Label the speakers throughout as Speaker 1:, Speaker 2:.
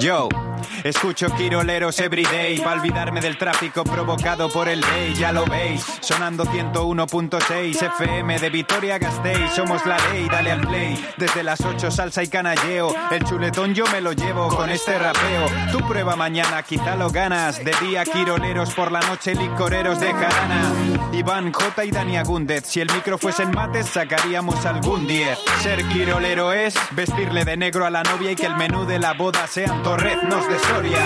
Speaker 1: Yo escucho quiroleros everyday para olvidarme del tráfico provocado por el ley, ya lo veis. Sonando 101.6 FM de Vitoria Gasteiz, somos la ley, dale al play. Desde las 8 salsa y canalleo, el chuletón yo me lo llevo con este rapeo. Tu prueba mañana, quizá lo ganas. De día quiroleros, por la noche licoreros de jarana. Iván J y Dani Agúndez, si el micro fuese el mate sacaríamos algún 10. Ser quirolero es vestirle de negro a la novia y que el menú de la boda sean torreznos de Soria.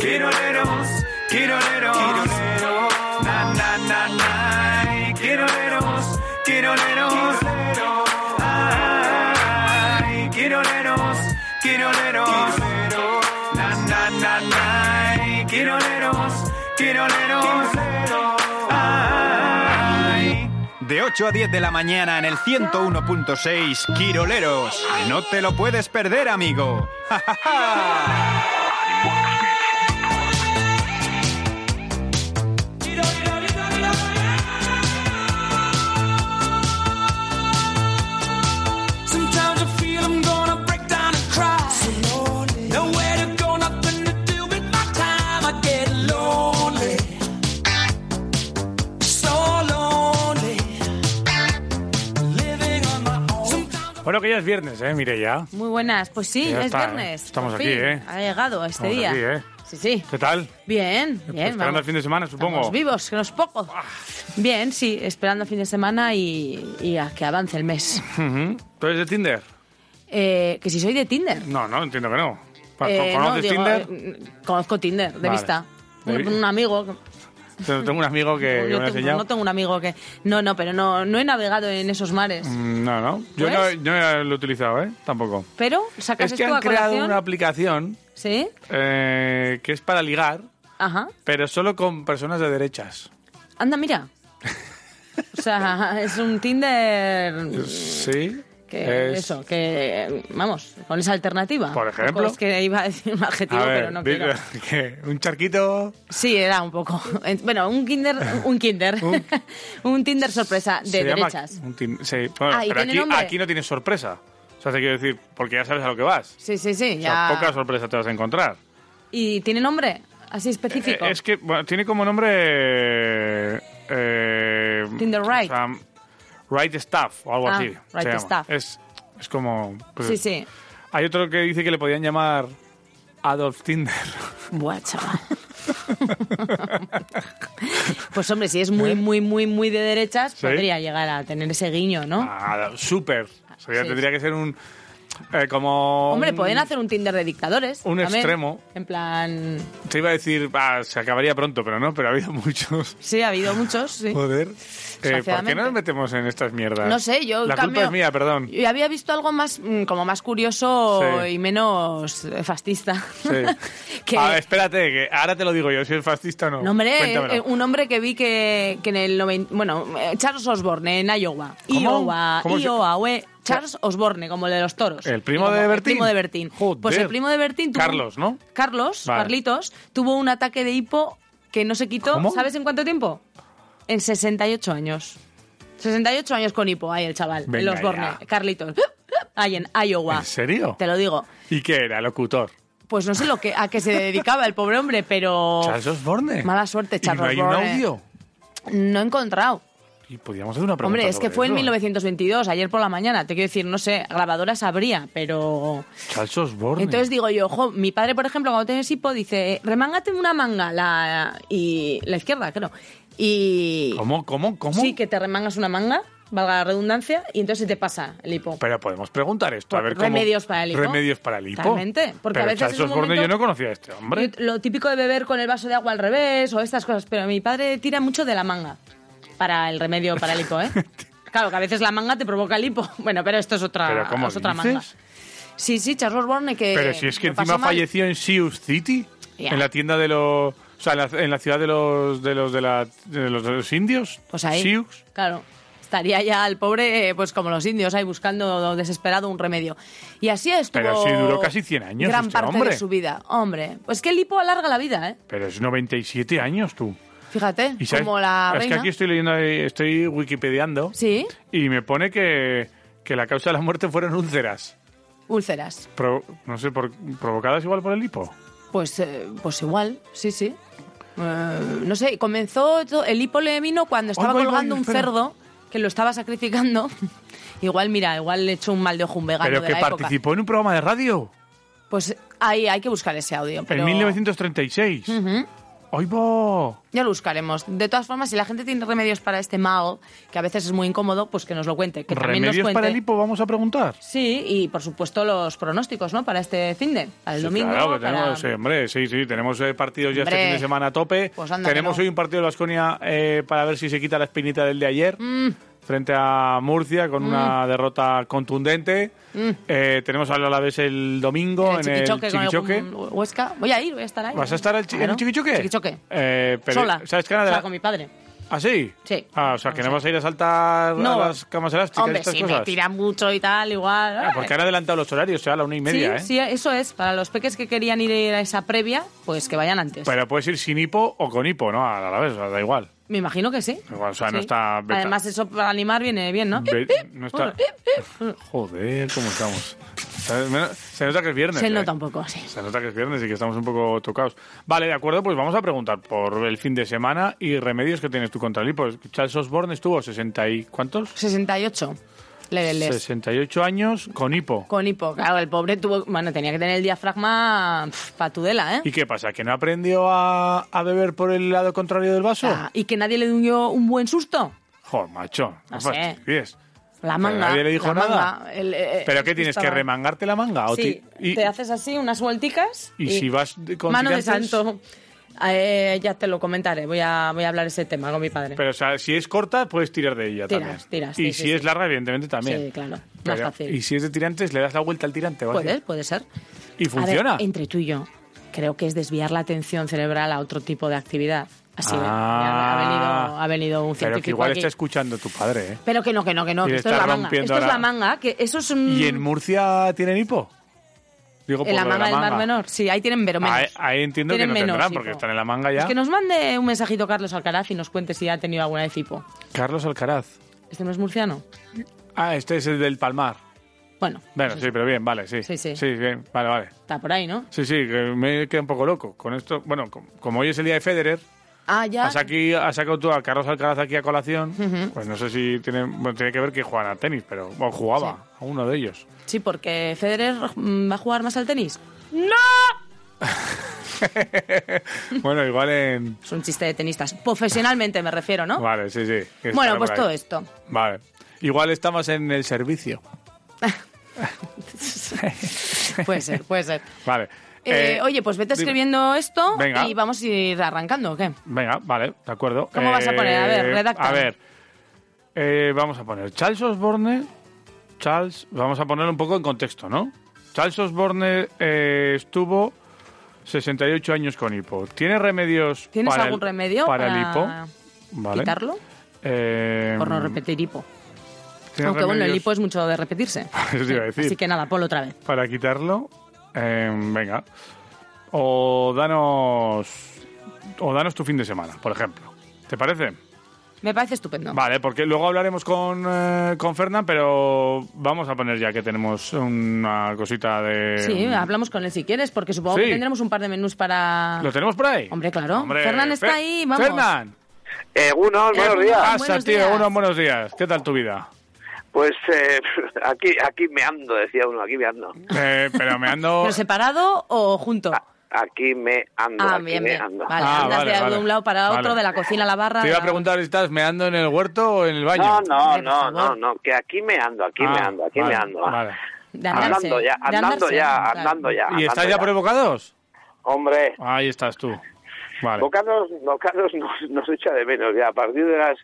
Speaker 1: Quiroleros, quiroleros, quiroleros, na na na na. Quiroleros, quiroleros, ay, quiroleros, quiroleros, na na na na. Quiroleros, quiroleros, ay. De 8 a 10 de la mañana en el 101.6 Quiroleros. No te lo puedes perder, amigo. ¡Ja, ja, ja!
Speaker 2: Sometimes I feel I'm gonna break down and cry. Nowhere to go, nothing to do with my time. I get lonely, so lonely. Living on my own. Sometimes
Speaker 3: Bueno, que ya es viernes, ¿eh? Mire ya.
Speaker 4: Muy buenas. Pues sí,
Speaker 3: Ya
Speaker 4: es
Speaker 3: está, ¿eh?
Speaker 4: viernes.
Speaker 3: estamos
Speaker 4: Por
Speaker 3: aquí,
Speaker 4: fin.
Speaker 3: ¿eh?
Speaker 4: Ha llegado este
Speaker 3: Estamos
Speaker 4: día.
Speaker 3: aquí, ¿eh?
Speaker 4: Sí, sí.
Speaker 3: ¿Qué tal?
Speaker 4: Bien, bien.
Speaker 3: esperando el fin de semana, Ah. supongo.
Speaker 4: Estamos vivos, que no es poco. Bien, sí, esperando el fin de semana y, y a que avance el mes.
Speaker 3: Ujú. ¿Tú eres de Tinder?
Speaker 4: Eh, que si soy de Tinder.
Speaker 3: No, no, entiendo que no. Pa-
Speaker 4: Eh, no,
Speaker 3: Pues, ¿Conoces
Speaker 4: digo,
Speaker 3: Tinder?
Speaker 4: eh, conozco Tinder, de
Speaker 3: Vale.
Speaker 4: vista.
Speaker 3: De
Speaker 4: Un,
Speaker 3: vi-
Speaker 4: un amigo. que-
Speaker 3: Tengo tengo un amigo que, que
Speaker 4: yo
Speaker 3: me lo ha
Speaker 4: tengo-
Speaker 3: enseñado.
Speaker 4: no tengo un amigo que. No, no, pero no, no he navegado en esos mares.
Speaker 3: Mm, No, no. Yo no,
Speaker 4: ¿Pues?
Speaker 3: yo no lo he utilizado, ¿eh? Tampoco.
Speaker 4: Pero sacas
Speaker 3: Es que
Speaker 4: esto
Speaker 3: han
Speaker 4: a
Speaker 3: creado
Speaker 4: colación?
Speaker 3: una aplicación
Speaker 4: Sí,
Speaker 3: eh, que es para ligar,
Speaker 4: ajá.
Speaker 3: pero solo con personas de derechas.
Speaker 4: Anda, mira. O sea, es un Tinder.
Speaker 3: Sí.
Speaker 4: Mm. Que
Speaker 3: es-
Speaker 4: Eso, que eh, vamos, con esa alternativa.
Speaker 3: Por ejemplo.
Speaker 4: Tampoco Es que iba a decir un adjetivo,
Speaker 3: A ver,
Speaker 4: pero no
Speaker 3: di-
Speaker 4: quiero.
Speaker 3: que un charquito.
Speaker 4: Sí, era un poco. En- Bueno, un Kinder. Un Kinder.
Speaker 3: Un-
Speaker 4: un Tinder sorpresa de
Speaker 3: Se llama
Speaker 4: derechas.
Speaker 3: un tin- sí, bueno,
Speaker 4: Ah, ¿y
Speaker 3: pero
Speaker 4: tiene
Speaker 3: aquí,
Speaker 4: nombre?
Speaker 3: aquí no tienes sorpresa. O sea, te quiero decir, porque ya sabes a lo que vas.
Speaker 4: Sí, sí, sí.
Speaker 3: O
Speaker 4: Ya.
Speaker 3: sea, poca sorpresa te vas a encontrar.
Speaker 4: ¿Y tiene nombre? Así específico.
Speaker 3: Eh, es que bueno, tiene como nombre. Eh,
Speaker 4: Tinder Right.
Speaker 3: o sea, right Stuff o algo
Speaker 4: Ah,
Speaker 3: así.
Speaker 4: Right
Speaker 3: se llama.
Speaker 4: Stuff.
Speaker 3: Es, es como. pues,
Speaker 4: Sí, sí.
Speaker 3: Hay otro que dice que le podían llamar Adolf Tinder.
Speaker 4: Buah, chaval. pues hombre, si es muy, muy, muy, muy de derechas,
Speaker 3: ¿Eh? Sí.
Speaker 4: podría llegar a tener ese guiño, ¿no?
Speaker 3: Ah, super. O sea, ya
Speaker 4: Sí,
Speaker 3: tendría que ser un. eh, como.
Speaker 4: Hombre,
Speaker 3: un-
Speaker 4: pueden hacer un Tinder de dictadores.
Speaker 3: un
Speaker 4: también.
Speaker 3: extremo.
Speaker 4: En plan.
Speaker 3: Te iba a decir, ah, se acabaría pronto, pero no, pero ha habido muchos.
Speaker 4: Sí, ha habido muchos, sí.
Speaker 3: Joder. Eh, ¿Por qué
Speaker 4: Desgraciadamente.
Speaker 3: no nos metemos en estas mierdas?
Speaker 4: No sé, yo
Speaker 3: La
Speaker 4: cambio-
Speaker 3: culpa es mía, perdón.
Speaker 4: Yo había visto algo más, mm, como más curioso
Speaker 3: Sí.
Speaker 4: y menos eh, fascista.
Speaker 3: Sí.
Speaker 4: que,
Speaker 3: Ah, espérate, que ahora te lo digo yo, si es fascista o no.
Speaker 4: No, hombre,
Speaker 3: Cuéntamelo.
Speaker 4: eh, un hombre que vi que, que en el 90... Bueno, eh, Charles Osborne en Iowa.
Speaker 3: ¿Cómo?
Speaker 4: Iowa,
Speaker 3: ¿Cómo se-
Speaker 4: Iowa, güey. Charles Osborne, como el de los toros.
Speaker 3: ¿El primo
Speaker 4: Como
Speaker 3: de
Speaker 4: el
Speaker 3: Bertín?
Speaker 4: primo de Bertín.
Speaker 3: Joder.
Speaker 4: Pues el primo de Bertín... tuvo un-
Speaker 3: Carlos, ¿no?
Speaker 4: Carlos,
Speaker 3: Vale.
Speaker 4: Carlitos, tuvo un ataque de hipo que no se quitó.
Speaker 3: ¿Cómo?
Speaker 4: ¿Sabes en cuánto tiempo? En 68 años. 68 años con hipo, ahí el chaval, el
Speaker 3: Venga
Speaker 4: Osborne,
Speaker 3: ya.
Speaker 4: Carlitos. Ahí en Iowa.
Speaker 3: ¿En serio?
Speaker 4: Te lo digo.
Speaker 3: ¿Y qué era? ¿Locutor?
Speaker 4: Pues no sé lo que, a qué se dedicaba el pobre hombre, pero...
Speaker 3: ¿Charles Osborne?
Speaker 4: Mala suerte, Charles
Speaker 3: ¿Y no hay un
Speaker 4: Osborne.
Speaker 3: audio?
Speaker 4: No he encontrado.
Speaker 3: Y podíamos hacer una pregunta
Speaker 4: Hombre, es
Speaker 3: sobre
Speaker 4: que fue en
Speaker 3: eso.
Speaker 4: 1922, ayer por la mañana. Te quiero decir, no sé, grabadoras habría, pero...
Speaker 3: Charles Osborne.
Speaker 4: Entonces digo yo, ojo, mi padre, por ejemplo, cuando tienes hipo, dice, "Eh, remángate una manga, la, y, la izquierda, creo. Y...
Speaker 3: ¿Cómo, cómo, cómo?
Speaker 4: Sí, que te remangas una manga, valga la redundancia, y entonces se te pasa el hipo.
Speaker 3: Pero podemos preguntar esto, a
Speaker 4: Por-
Speaker 3: ver cómo...
Speaker 4: remedios para el hipo.
Speaker 3: Remedios para el hipo.
Speaker 4: Totalmente, porque
Speaker 3: Pero
Speaker 4: a veces
Speaker 3: Charles
Speaker 4: es un
Speaker 3: Osborne
Speaker 4: momento-
Speaker 3: yo no conocía a este hombre.
Speaker 4: Y Lo típico de beber con el vaso de agua al revés o estas cosas, pero mi padre tira mucho de la manga para el remedio para el hipo, ¿eh? Claro, que a veces la manga te provoca el hipo. Bueno, pero esto es otra,
Speaker 3: ¿Pero cómo
Speaker 4: Ah, es otra
Speaker 3: dices?
Speaker 4: manga. Sí, sí, Charles Osborne que
Speaker 3: Pero si es que
Speaker 4: lo Eh, pasó
Speaker 3: encima
Speaker 4: mal.
Speaker 3: falleció en Sioux City,
Speaker 4: Ya.
Speaker 3: en la tienda de los... O sea, en la, en la ciudad de los de los de, la, de los de los indios.
Speaker 4: Pues ahí,
Speaker 3: Sioux.
Speaker 4: claro, estaría ya el pobre, eh, pues como los indios, ahí buscando desesperado un remedio. Y así estuvo...
Speaker 3: Pero sí duró casi 100 años
Speaker 4: Gran
Speaker 3: este
Speaker 4: parte
Speaker 3: hombre.
Speaker 4: de su vida. Hombre, pues que el hipo alarga la vida, ¿eh?
Speaker 3: Pero es 97 años tú.
Speaker 4: Fíjate,
Speaker 3: ¿Y sabes?
Speaker 4: como la
Speaker 3: es
Speaker 4: reina.
Speaker 3: que aquí estoy leyendo, ahí, estoy wikipediando
Speaker 4: Sí,
Speaker 3: y me pone que, que la causa de la muerte fueron úlceras.
Speaker 4: Úlceras.
Speaker 3: Pro- no sé, por- ¿provocadas igual por el hipo?
Speaker 4: Pues, eh, pues igual, sí, sí. Eh, no sé, comenzó to- el hipo le vino cuando estaba
Speaker 3: voy, voy,
Speaker 4: colgando un
Speaker 3: espera.
Speaker 4: cerdo que lo estaba sacrificando. igual, mira, igual le echó un mal de ojo a un vegano
Speaker 3: Pero
Speaker 4: de
Speaker 3: que
Speaker 4: la época.
Speaker 3: participó en un programa de radio
Speaker 4: Pues ahí hay que buscar ese audio. Pero
Speaker 3: en 1936. ¡Ay, va!
Speaker 4: Ya lo buscaremos. De todas formas, si la gente tiene remedios para este mal, que a veces es muy incómodo, pues que nos lo cuente. Que también nos
Speaker 3: ¿Remedios
Speaker 4: cuente.
Speaker 3: para el hipo vamos a preguntar?
Speaker 4: Sí, y por supuesto los pronósticos, ¿no? Para este fin de, para el
Speaker 3: Sí,
Speaker 4: domingo.
Speaker 3: Claro, que tenemos,
Speaker 4: para-
Speaker 3: sí, hombre, sí, sí, tenemos eh, partidos ya este
Speaker 4: Hombre.
Speaker 3: fin de semana a tope.
Speaker 4: Pues anda que
Speaker 3: tenemos
Speaker 4: no.
Speaker 3: hoy un partido de Vasconia para ver si se quita la espinita del de ayer.
Speaker 4: Mm.
Speaker 3: Frente a Murcia con una derrota contundente. Eh, tenemos al Alavés el domingo
Speaker 4: Mm. el
Speaker 3: en el
Speaker 4: chiquichoque, con el
Speaker 3: Chiquichoque.
Speaker 4: Hue- Huesca. Voy a ir, voy a estar ahí.
Speaker 3: ¿Vas a estar al chi- en
Speaker 4: Claro.
Speaker 3: el Chiquichoque?
Speaker 4: Chiquichoque.
Speaker 3: Eh, pero-
Speaker 4: Sola.
Speaker 3: ¿Sabes qué?
Speaker 4: O
Speaker 3: Nada-
Speaker 4: sea, con mi padre.
Speaker 3: ¿Ah, sí?
Speaker 4: Sí.
Speaker 3: Ah, o sea, que no
Speaker 4: Sí.
Speaker 3: vas a ir a saltar
Speaker 4: No.
Speaker 3: a las camas elásticas y
Speaker 4: Hombre,
Speaker 3: estas
Speaker 4: si
Speaker 3: cosas.
Speaker 4: me tira mucho y tal, igual.
Speaker 3: Ah, porque han adelantado los horarios, o sea, a la una y media,
Speaker 4: sí,
Speaker 3: ¿eh?
Speaker 4: sí, eso es. Para los peques que querían ir a esa previa, pues que vayan antes.
Speaker 3: Pero puedes ir sin hipo o con hipo, ¿no? A la vez, o sea, da igual.
Speaker 4: Me imagino que sí.
Speaker 3: Igual, o sea, no
Speaker 4: Sí.
Speaker 3: está beta.
Speaker 4: Además, eso para animar viene bien, ¿no?
Speaker 3: Ve- no está... Joder, ¿cómo estamos? Se nota que es viernes.
Speaker 4: Se
Speaker 3: ¿eh?
Speaker 4: nota un poco, sí.
Speaker 3: Se nota que es viernes y que estamos un poco tocados. Vale, de acuerdo, pues vamos a preguntar por el fin de semana y remedios que tienes tú contra el hipo. Charles Osborne estuvo 60 y... ¿Cuántos?
Speaker 4: 68 leveles.
Speaker 3: 68 años con hipo.
Speaker 4: Con hipo. Claro, el pobre tuvo. Bueno, tenía que tener el diafragma pf, patudela, ¿eh?
Speaker 3: ¿Y qué pasa? ¿Que no aprendió a, a beber por el lado contrario del vaso?
Speaker 4: O sea, y que nadie le dio un buen susto.
Speaker 3: Joder, macho. No,
Speaker 4: No sé.
Speaker 3: fastidies.
Speaker 4: La
Speaker 3: Pero
Speaker 4: manga.
Speaker 3: nadie le dijo
Speaker 4: la
Speaker 3: nada.
Speaker 4: manga, el- eh,
Speaker 3: ¿Pero qué tienes?
Speaker 4: estaba-
Speaker 3: ¿Que remangarte la manga? ¿O
Speaker 4: Sí,
Speaker 3: ti- y-
Speaker 4: te haces así unas vuelticas.
Speaker 3: y si vas de- con
Speaker 4: Mano de
Speaker 3: tirantes?
Speaker 4: santo. Eh, ya te lo comentaré. Voy a, voy a hablar ese tema con mi padre.
Speaker 3: Pero, o sea, si es corta, puedes tirar de ella
Speaker 4: Tiras,
Speaker 3: también.
Speaker 4: tiras,
Speaker 3: y
Speaker 4: sí,
Speaker 3: si
Speaker 4: sí,
Speaker 3: es
Speaker 4: sí.
Speaker 3: larga, evidentemente también.
Speaker 4: Sí, claro, más
Speaker 3: Pero-
Speaker 4: fácil.
Speaker 3: Y si es de tirantes, le das la vuelta al tirante. o así.
Speaker 4: Puede, puede ser.
Speaker 3: Y
Speaker 4: A ver,
Speaker 3: funciona.
Speaker 4: entre tú y yo, creo que es desviar la atención cerebral a otro tipo de actividad. Así
Speaker 3: Ah.
Speaker 4: ha, venido, ha venido un científico
Speaker 3: Pero que igual
Speaker 4: aquí.
Speaker 3: está escuchando tu padre, ¿eh?
Speaker 4: Pero que no, que no, que no.
Speaker 3: Y
Speaker 4: que
Speaker 3: le
Speaker 4: esto es
Speaker 3: está
Speaker 4: la manga.
Speaker 3: rompiendo
Speaker 4: Esto es
Speaker 3: ahora.
Speaker 4: la manga, que eso es un...
Speaker 3: ¿Y en Murcia tienen hipo? Digo,
Speaker 4: Mm. en la
Speaker 3: lo de
Speaker 4: manga del Mar Menor. Sí, ahí tienen pero menos.
Speaker 3: Ahí, ahí entiendo
Speaker 4: Tienen
Speaker 3: que no
Speaker 4: menos
Speaker 3: tendrán,
Speaker 4: hipo.
Speaker 3: porque están en la manga eh, ah, ya.
Speaker 4: Pues que nos mande un mensajito Carlos Alcaraz y nos cuente si ha tenido alguna de hipo.
Speaker 3: Carlos Alcaraz.
Speaker 4: ¿Este no es murciano?
Speaker 3: Ah, este es el del Palmar.
Speaker 4: Bueno,
Speaker 3: Bueno, sí, pero bien, vale, sí.
Speaker 4: Sí, sí.
Speaker 3: bien, vale, vale.
Speaker 4: está por ahí, ¿no?
Speaker 3: Sí, sí, que me queda un poco loco con esto. Bueno, com- como hoy es el día de Federer,
Speaker 4: Ah, ya.
Speaker 3: has, aquí, has sacado tú a Carlos Alcaraz aquí a colación. Pues no sé si tiene, bueno, tiene que ver que juegan al tenis, pero bueno, jugaba a uno de ellos.
Speaker 4: Sí, porque Federer mm, va a jugar más al tenis.
Speaker 3: bueno, igual en...
Speaker 4: Es un chiste de tenistas. Profesionalmente me refiero, ¿no?
Speaker 3: Vale, sí, sí. que
Speaker 4: Bueno,
Speaker 3: estará
Speaker 4: pues
Speaker 3: por ahí.
Speaker 4: todo esto.
Speaker 3: Vale. Igual está más en el servicio.
Speaker 4: Puede ser, puede ser.
Speaker 3: Vale.
Speaker 4: Eh,
Speaker 3: Eh,
Speaker 4: oye, pues vete
Speaker 3: dime.
Speaker 4: escribiendo esto
Speaker 3: Venga.
Speaker 4: y vamos a ir arrancando, ¿o qué?
Speaker 3: Venga, vale, de acuerdo.
Speaker 4: ¿Cómo vas a poner? A ver, redacta.
Speaker 3: A ver, eh, vamos a poner Charles Osborne. Charles, vamos a poner un poco en contexto, ¿no? Charles Osborne eh, estuvo 68 años con hipo. ¿Tiene remedios
Speaker 4: ¿Tienes
Speaker 3: para
Speaker 4: algún
Speaker 3: el-
Speaker 4: remedio
Speaker 3: para, el
Speaker 4: para
Speaker 3: hipo? Vale.
Speaker 4: ¿Quitarlo?
Speaker 3: Eh,
Speaker 4: Por no repetir hipo.
Speaker 3: ¿tiene
Speaker 4: Aunque bueno, el
Speaker 3: remedios
Speaker 4: hipo es mucho de repetirse.
Speaker 3: Eso te iba a decir.
Speaker 4: Así que nada, ponlo otra vez.
Speaker 3: Para quitarlo, eh, venga. O danos, o danos tu fin de semana, por ejemplo. ¿Te parece?
Speaker 4: Me parece estupendo.
Speaker 3: Vale, porque luego hablaremos con, eh, con Fernán, pero vamos a poner ya que tenemos una cosita de...
Speaker 4: Sí, hablamos con él si quieres, porque supongo
Speaker 3: Em. Sí.
Speaker 4: que tendremos un par de menús para...
Speaker 3: ¿Lo tenemos por ahí?
Speaker 4: Hombre, claro. Fernán está ahí, vamos.
Speaker 3: Fernán,
Speaker 5: Eh, uno, buenos
Speaker 4: Egunon.
Speaker 5: días.
Speaker 4: Buenos
Speaker 3: pasa, tío.
Speaker 4: días.
Speaker 3: Unos buenos días. ¿Qué tal tu vida?
Speaker 5: Pues eh, aquí, aquí me ando, decía uno, aquí me ando.
Speaker 3: Eh, pero me ando...
Speaker 4: ¿Pero separado o junto?
Speaker 5: A- Aquí me ando,
Speaker 4: Ah,
Speaker 5: aquí
Speaker 4: bien,
Speaker 5: me
Speaker 4: bien.
Speaker 5: ando.
Speaker 4: Vale,
Speaker 3: Ah,
Speaker 4: andas
Speaker 3: vale,
Speaker 4: de
Speaker 3: vale.
Speaker 4: un lado para otro,
Speaker 3: Vale.
Speaker 4: de la cocina a la barra.
Speaker 3: Te
Speaker 4: de
Speaker 3: iba a
Speaker 4: la-
Speaker 3: preguntar si estás meando en el huerto o en el baño.
Speaker 5: No, no,
Speaker 4: Hombre,
Speaker 5: no,
Speaker 4: por favor.
Speaker 5: no, no, que aquí me ando, aquí me
Speaker 3: Ah,
Speaker 5: ando, aquí
Speaker 3: vale,
Speaker 5: me ando.
Speaker 3: vale.
Speaker 4: de andarse,
Speaker 5: Andando ya,
Speaker 4: de
Speaker 5: andando
Speaker 4: andarse,
Speaker 5: ya,
Speaker 4: claro.
Speaker 5: andando ya.
Speaker 3: ¿Y
Speaker 5: andando
Speaker 3: estás ya por evocados?
Speaker 5: Hombre,
Speaker 3: Ahí estás tú. Vale.
Speaker 5: Bocados, Bocados nos, nos echa de menos ya. A partir de las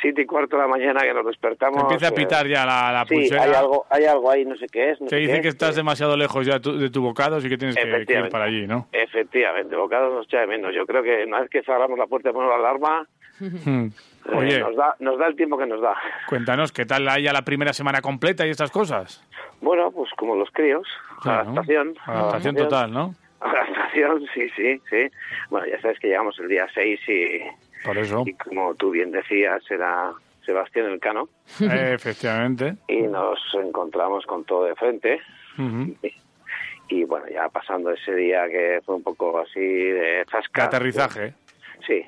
Speaker 5: siete y cuarto de la mañana que nos
Speaker 3: Te
Speaker 5: despertamos...
Speaker 3: empieza a
Speaker 5: eh,
Speaker 3: pitar ya la, la
Speaker 5: Sí,
Speaker 3: pulsera.
Speaker 5: hay algo, hay algo ahí, no sé qué es. no
Speaker 3: Te
Speaker 5: sé
Speaker 3: dice
Speaker 5: qué
Speaker 3: que
Speaker 5: es,
Speaker 3: estás demasiado lejos ya tu- de tu bocados y que tienes que- que ir
Speaker 5: Efectivamente.
Speaker 3: para allí, ¿no?
Speaker 5: Efectivamente, bocados nos echa de menos. Yo creo que una vez que cerramos la puerta y ponemos la alarma,
Speaker 3: Hmm.
Speaker 5: eh,
Speaker 3: Oye,
Speaker 5: nos, da, nos da el tiempo que nos da.
Speaker 3: Cuéntanos, ¿qué tal haya la primera semana completa y estas cosas?
Speaker 5: Bueno, pues como los críos,
Speaker 3: Claro, ¿no?
Speaker 5: adaptación.
Speaker 3: Adaptación total, ¿no?
Speaker 5: Adaptación, sí, sí, sí. Bueno, ya sabes que llegamos el día 6 y,
Speaker 3: Por eso,
Speaker 5: y como tú bien decías, era Sebastián Elcano
Speaker 3: Eh, efectivamente.
Speaker 5: y nos encontramos con todo de frente.
Speaker 3: Ujú.
Speaker 5: Y bueno, ya pasando ese día que fue un poco así de
Speaker 3: Que
Speaker 5: chasca.
Speaker 3: aterrizaje.
Speaker 5: Sí,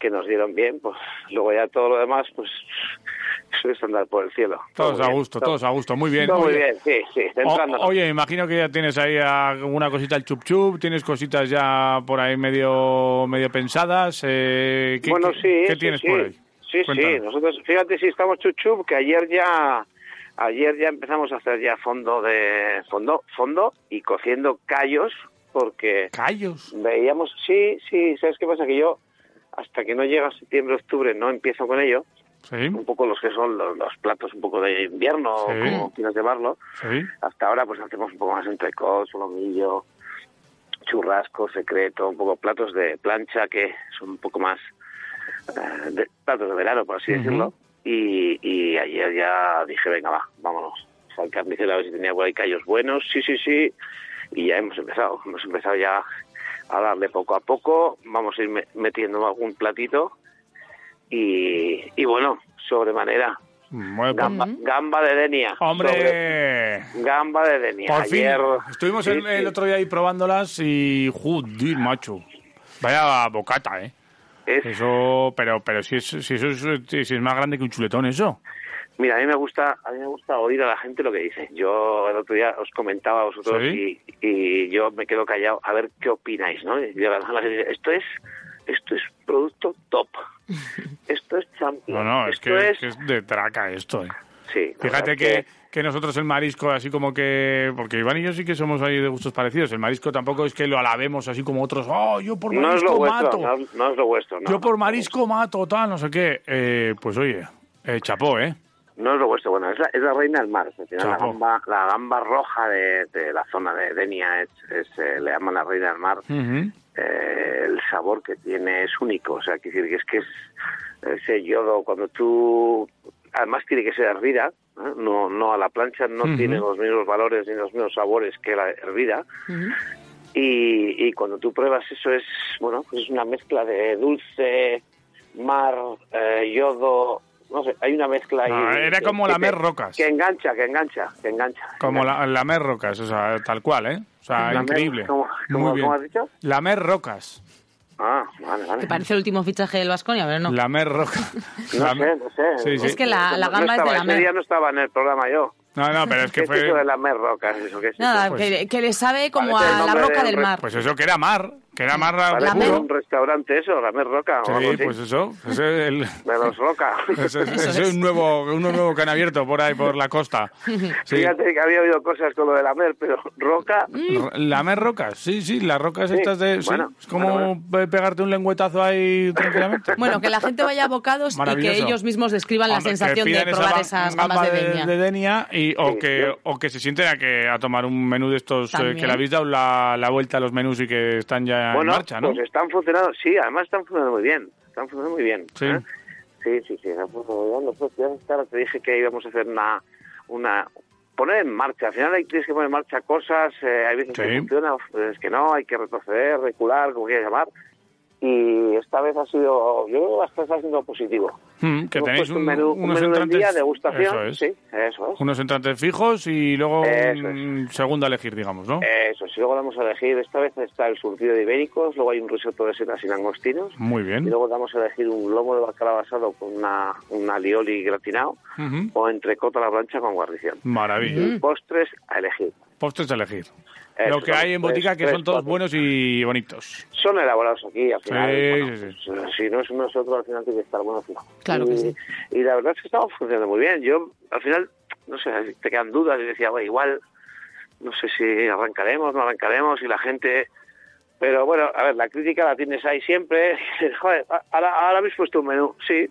Speaker 5: que nos dieron bien, pues luego ya todo lo demás, pues eso es andar por el cielo.
Speaker 3: Todos
Speaker 5: Todo
Speaker 3: a
Speaker 5: bien,
Speaker 3: gusto,
Speaker 5: todo-
Speaker 3: todos a gusto. Muy bien.
Speaker 5: todo muy
Speaker 3: Oye,
Speaker 5: bien, sí, sí. entrando.
Speaker 3: o- oye, me imagino que ya tienes ahí alguna cosita al chup chup, tienes cositas ya por ahí medio medio pensadas. eh, ¿qué,
Speaker 5: bueno,
Speaker 3: qué-
Speaker 5: sí,
Speaker 3: qué
Speaker 5: sí,
Speaker 3: tienes
Speaker 5: sí.
Speaker 3: por ahí?
Speaker 5: Sí, sí,
Speaker 3: Cuéntanos.
Speaker 5: nosotros, fíjate si estamos chuchup, que ayer ya ayer ya empezamos a hacer ya fondo de fondo fondo y cogiendo callos porque
Speaker 3: Callos.
Speaker 5: veíamos, sí, sí, ¿sabes qué pasa? Que yo hasta que no llega septiembre, octubre no empiezo con ello,
Speaker 3: Sí,
Speaker 5: un poco los que son los, los platos un poco de invierno,
Speaker 3: Sí.
Speaker 5: como quieras llamarlo,
Speaker 3: sí.
Speaker 5: hasta ahora pues hacemos un poco más entrecot, solomillo, churrasco, secreto, un poco platos de plancha que son un poco más eh, de- platos de verano, por así
Speaker 3: Ujú.
Speaker 5: decirlo. Y, y ayer ya dije, venga, va, vámonos al carnicero a ver si tenía por ahí callos buenos. Sí, sí, sí. Y ya hemos empezado, hemos empezado ya a darle poco a poco. Vamos a ir me- metiendo algún platito. Y, y bueno, sobremanera.
Speaker 3: Bueno, pues-
Speaker 5: Gamba, gamba de Denia. Sobre-
Speaker 3: hombre.
Speaker 5: Gamba de Denia.
Speaker 3: Por fin.
Speaker 5: Ayer-
Speaker 3: Estuvimos
Speaker 5: Sí,
Speaker 3: el, el
Speaker 5: sí.
Speaker 3: otro día ahí probándolas y. Joder, macho. Vaya bocata, ¿eh?
Speaker 5: Es-
Speaker 3: Eso, pero, pero si, es, si eso es, si es más grande que un chuletón, eso.
Speaker 5: Mira, a mí me gusta, a mí me gusta oír a la gente lo que dice. Yo el otro día os comentaba a vosotros
Speaker 3: Sí.
Speaker 5: y, y yo me quedo callado a ver qué opináis, ¿no? Y yo, la gente dice, esto es, esto es producto top. Esto es champion.
Speaker 3: No, no, es
Speaker 5: esto
Speaker 3: que es, que es de traca esto, ¿eh?
Speaker 5: Sí, la
Speaker 3: Fíjate
Speaker 5: verdad
Speaker 3: que, que nosotros el marisco, así como que. Porque Iván y yo sí que somos ahí de gustos parecidos. El marisco tampoco es que lo alabemos así como otros. ¡Oh, yo por
Speaker 5: no es
Speaker 3: marisco
Speaker 5: lo vuestro,
Speaker 3: mato!
Speaker 5: no, es- no es lo vuestro. no,
Speaker 3: yo por
Speaker 5: no,
Speaker 3: marisco mato, tal, no sé qué. Eh, pues oye, eh, chapó, ¿eh?
Speaker 5: No es lo vuestro, bueno, es la, es la reina del mar. Al final, la,
Speaker 3: Chapo.
Speaker 5: gamba, la gamba roja de, de la zona de Denia es, es, eh, le llaman la reina del mar.
Speaker 3: Ujú.
Speaker 5: eh, el sabor que tiene es único. O sea, quiero decir que es que es ese yodo cuando tú. Además, tiene que ser hervida, ¿eh? no, no a la plancha, no
Speaker 3: Ujú.
Speaker 5: tiene los mismos valores ni los mismos sabores que la hervida. y, y cuando tú pruebas eso, es bueno pues es una mezcla de dulce, mar, eh, yodo. No sé, hay una mezcla ahí.
Speaker 3: No, Ah, era
Speaker 5: que-
Speaker 3: como
Speaker 5: que-
Speaker 3: lamer
Speaker 5: que-
Speaker 3: rocas.
Speaker 5: Que engancha, que engancha, que engancha.
Speaker 3: Como la, lamer rocas, o sea, tal cual, ¿eh? O sea,
Speaker 5: Lamer-
Speaker 3: increíble.
Speaker 5: ¿cómo-
Speaker 3: Muy
Speaker 5: cómo-
Speaker 3: bien.
Speaker 5: cómo has dicho?
Speaker 3: Lamer rocas.
Speaker 5: Ah, vale, vale.
Speaker 4: Que parece el último fichaje del Vasconia, pero no.
Speaker 3: Lamer rocas.
Speaker 5: No
Speaker 3: Lamer-
Speaker 5: sé, no sé.
Speaker 3: Sí, sí.
Speaker 4: Es que la- la
Speaker 5: No
Speaker 4: gamba es de
Speaker 5: estaba,
Speaker 4: la
Speaker 5: ese
Speaker 4: mer.
Speaker 5: día no estaba en el programa yo.
Speaker 3: No, no, pero es
Speaker 5: ¿Qué
Speaker 3: que
Speaker 5: es eso de
Speaker 3: fue.
Speaker 5: la mer rocas? Eso, ¿Qué es
Speaker 4: Nada,
Speaker 5: eso?
Speaker 3: Pues-
Speaker 4: que, que le sabe como
Speaker 5: Parece el
Speaker 4: a la
Speaker 5: nombre
Speaker 4: roca
Speaker 5: de un
Speaker 4: del mar.
Speaker 3: Pues eso que era mar, que era mar
Speaker 5: Parece
Speaker 4: mer-
Speaker 3: puro.
Speaker 5: un restaurante eso, la mer roca o algo
Speaker 3: Pues, Sí,
Speaker 5: así.
Speaker 3: pues eso. Eso es, el-
Speaker 5: De los roca.
Speaker 3: eso es- eso es un nuevo, un nuevo que han abierto por ahí, por la costa. Sí.
Speaker 5: Fíjate que había oído cosas con lo de la mer, pero roca...
Speaker 3: Mm. Lamer rocas, sí, sí, las rocas
Speaker 5: Sí,
Speaker 3: estas de... sí,
Speaker 5: bueno,
Speaker 3: es como
Speaker 5: bueno,
Speaker 3: pe- pegarte un lengüetazo ahí tranquilamente.
Speaker 4: Bueno, que la gente vaya a bocados y que
Speaker 3: Maravilloso.
Speaker 4: ellos mismos describan la
Speaker 3: Hombre, que
Speaker 4: sensación de
Speaker 3: pidan esa
Speaker 4: probar
Speaker 3: ga-
Speaker 4: esas
Speaker 3: gamba
Speaker 4: gambas de Denia.
Speaker 3: de Denia y, o,
Speaker 5: Sí,
Speaker 3: que,
Speaker 5: yo-
Speaker 3: o que se sienten a, que, a tomar un menú de estos eh,
Speaker 4: También.
Speaker 3: que le habéis dado la, la vuelta a los menús y que están ya
Speaker 5: bueno,
Speaker 3: en marcha, ¿no?
Speaker 5: pues están funcionando, sí, además están funcionando muy bien. Están funcionando muy bien.
Speaker 3: Sí.
Speaker 5: ¿eh? Sí, sí, sí, están funcionando muy bien. Nosotros ya esta tarde te dije que íbamos a hacer una... una poner en marcha, al final hay, tienes que poner en marcha cosas, eh, hay veces
Speaker 3: Sí.
Speaker 5: que funcionan, es que no, hay que retroceder, recular, como quieras llamar. Y esta vez ha sido, yo creo que va a estar siendo positivo.
Speaker 3: Mm, que
Speaker 5: Hemos
Speaker 3: tenéis
Speaker 5: puesto
Speaker 3: un-
Speaker 5: menú, un
Speaker 3: unos
Speaker 5: menú del
Speaker 3: entrantes...
Speaker 5: día, degustación,
Speaker 3: eso es.
Speaker 5: sí, eso es.
Speaker 3: Unos entrantes fijos y luego
Speaker 5: Eso Eh,
Speaker 3: un segundo a elegir, digamos, ¿no?
Speaker 5: Eso, si luego vamos a elegir, esta vez está el surtido de ibéricos, luego hay un risotto de setas y langostinos,
Speaker 3: Muy bien.
Speaker 5: y luego vamos a elegir un lomo de bacalao asado con una, un alioli gratinado,
Speaker 3: Ujú.
Speaker 5: o entrecota a la plancha con guarnición.
Speaker 3: Maravilla.
Speaker 5: Y Postres a elegir.
Speaker 3: Postres a elegir.
Speaker 5: Eso,
Speaker 3: Lo que hay en
Speaker 5: tres-
Speaker 3: botica que
Speaker 5: tres,
Speaker 3: son todos
Speaker 5: cuatro.
Speaker 3: buenos y bonitos.
Speaker 5: Son elaborados aquí, al final.
Speaker 3: Sí,
Speaker 5: bueno,
Speaker 3: sí, sí.
Speaker 5: pues, Si no es uno es otro, al final tiene que estar bueno fijo.
Speaker 4: Claro
Speaker 5: y,
Speaker 4: que sí.
Speaker 5: Y la verdad es que estaba funcionando muy bien. Yo, al final, no sé, te quedan dudas y decía, bueno, igual, no sé si arrancaremos, no arrancaremos, y la gente... Pero bueno, a ver, la crítica la tienes ahí siempre. Joder, a- ahora, ahora habéis puesto un menú, sí,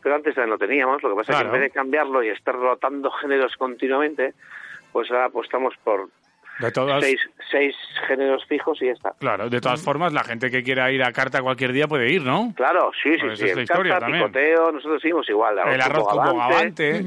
Speaker 5: pero antes también lo teníamos. Lo que pasa es
Speaker 3: Claro.
Speaker 5: que en vez de cambiarlo y estar rotando géneros continuamente, pues ahora apostamos por
Speaker 3: De todas,
Speaker 5: seis, seis géneros fijos y ya está.
Speaker 3: Claro, de todas formas, la gente que quiera ir a carta cualquier día puede ir, ¿no?
Speaker 5: Claro, sí, sí,
Speaker 3: Pues
Speaker 5: sí.
Speaker 3: esa es la
Speaker 5: el
Speaker 3: historia
Speaker 5: carta,
Speaker 3: también.
Speaker 5: picoteo, nosotros seguimos igual.
Speaker 3: El arroz con bogavante.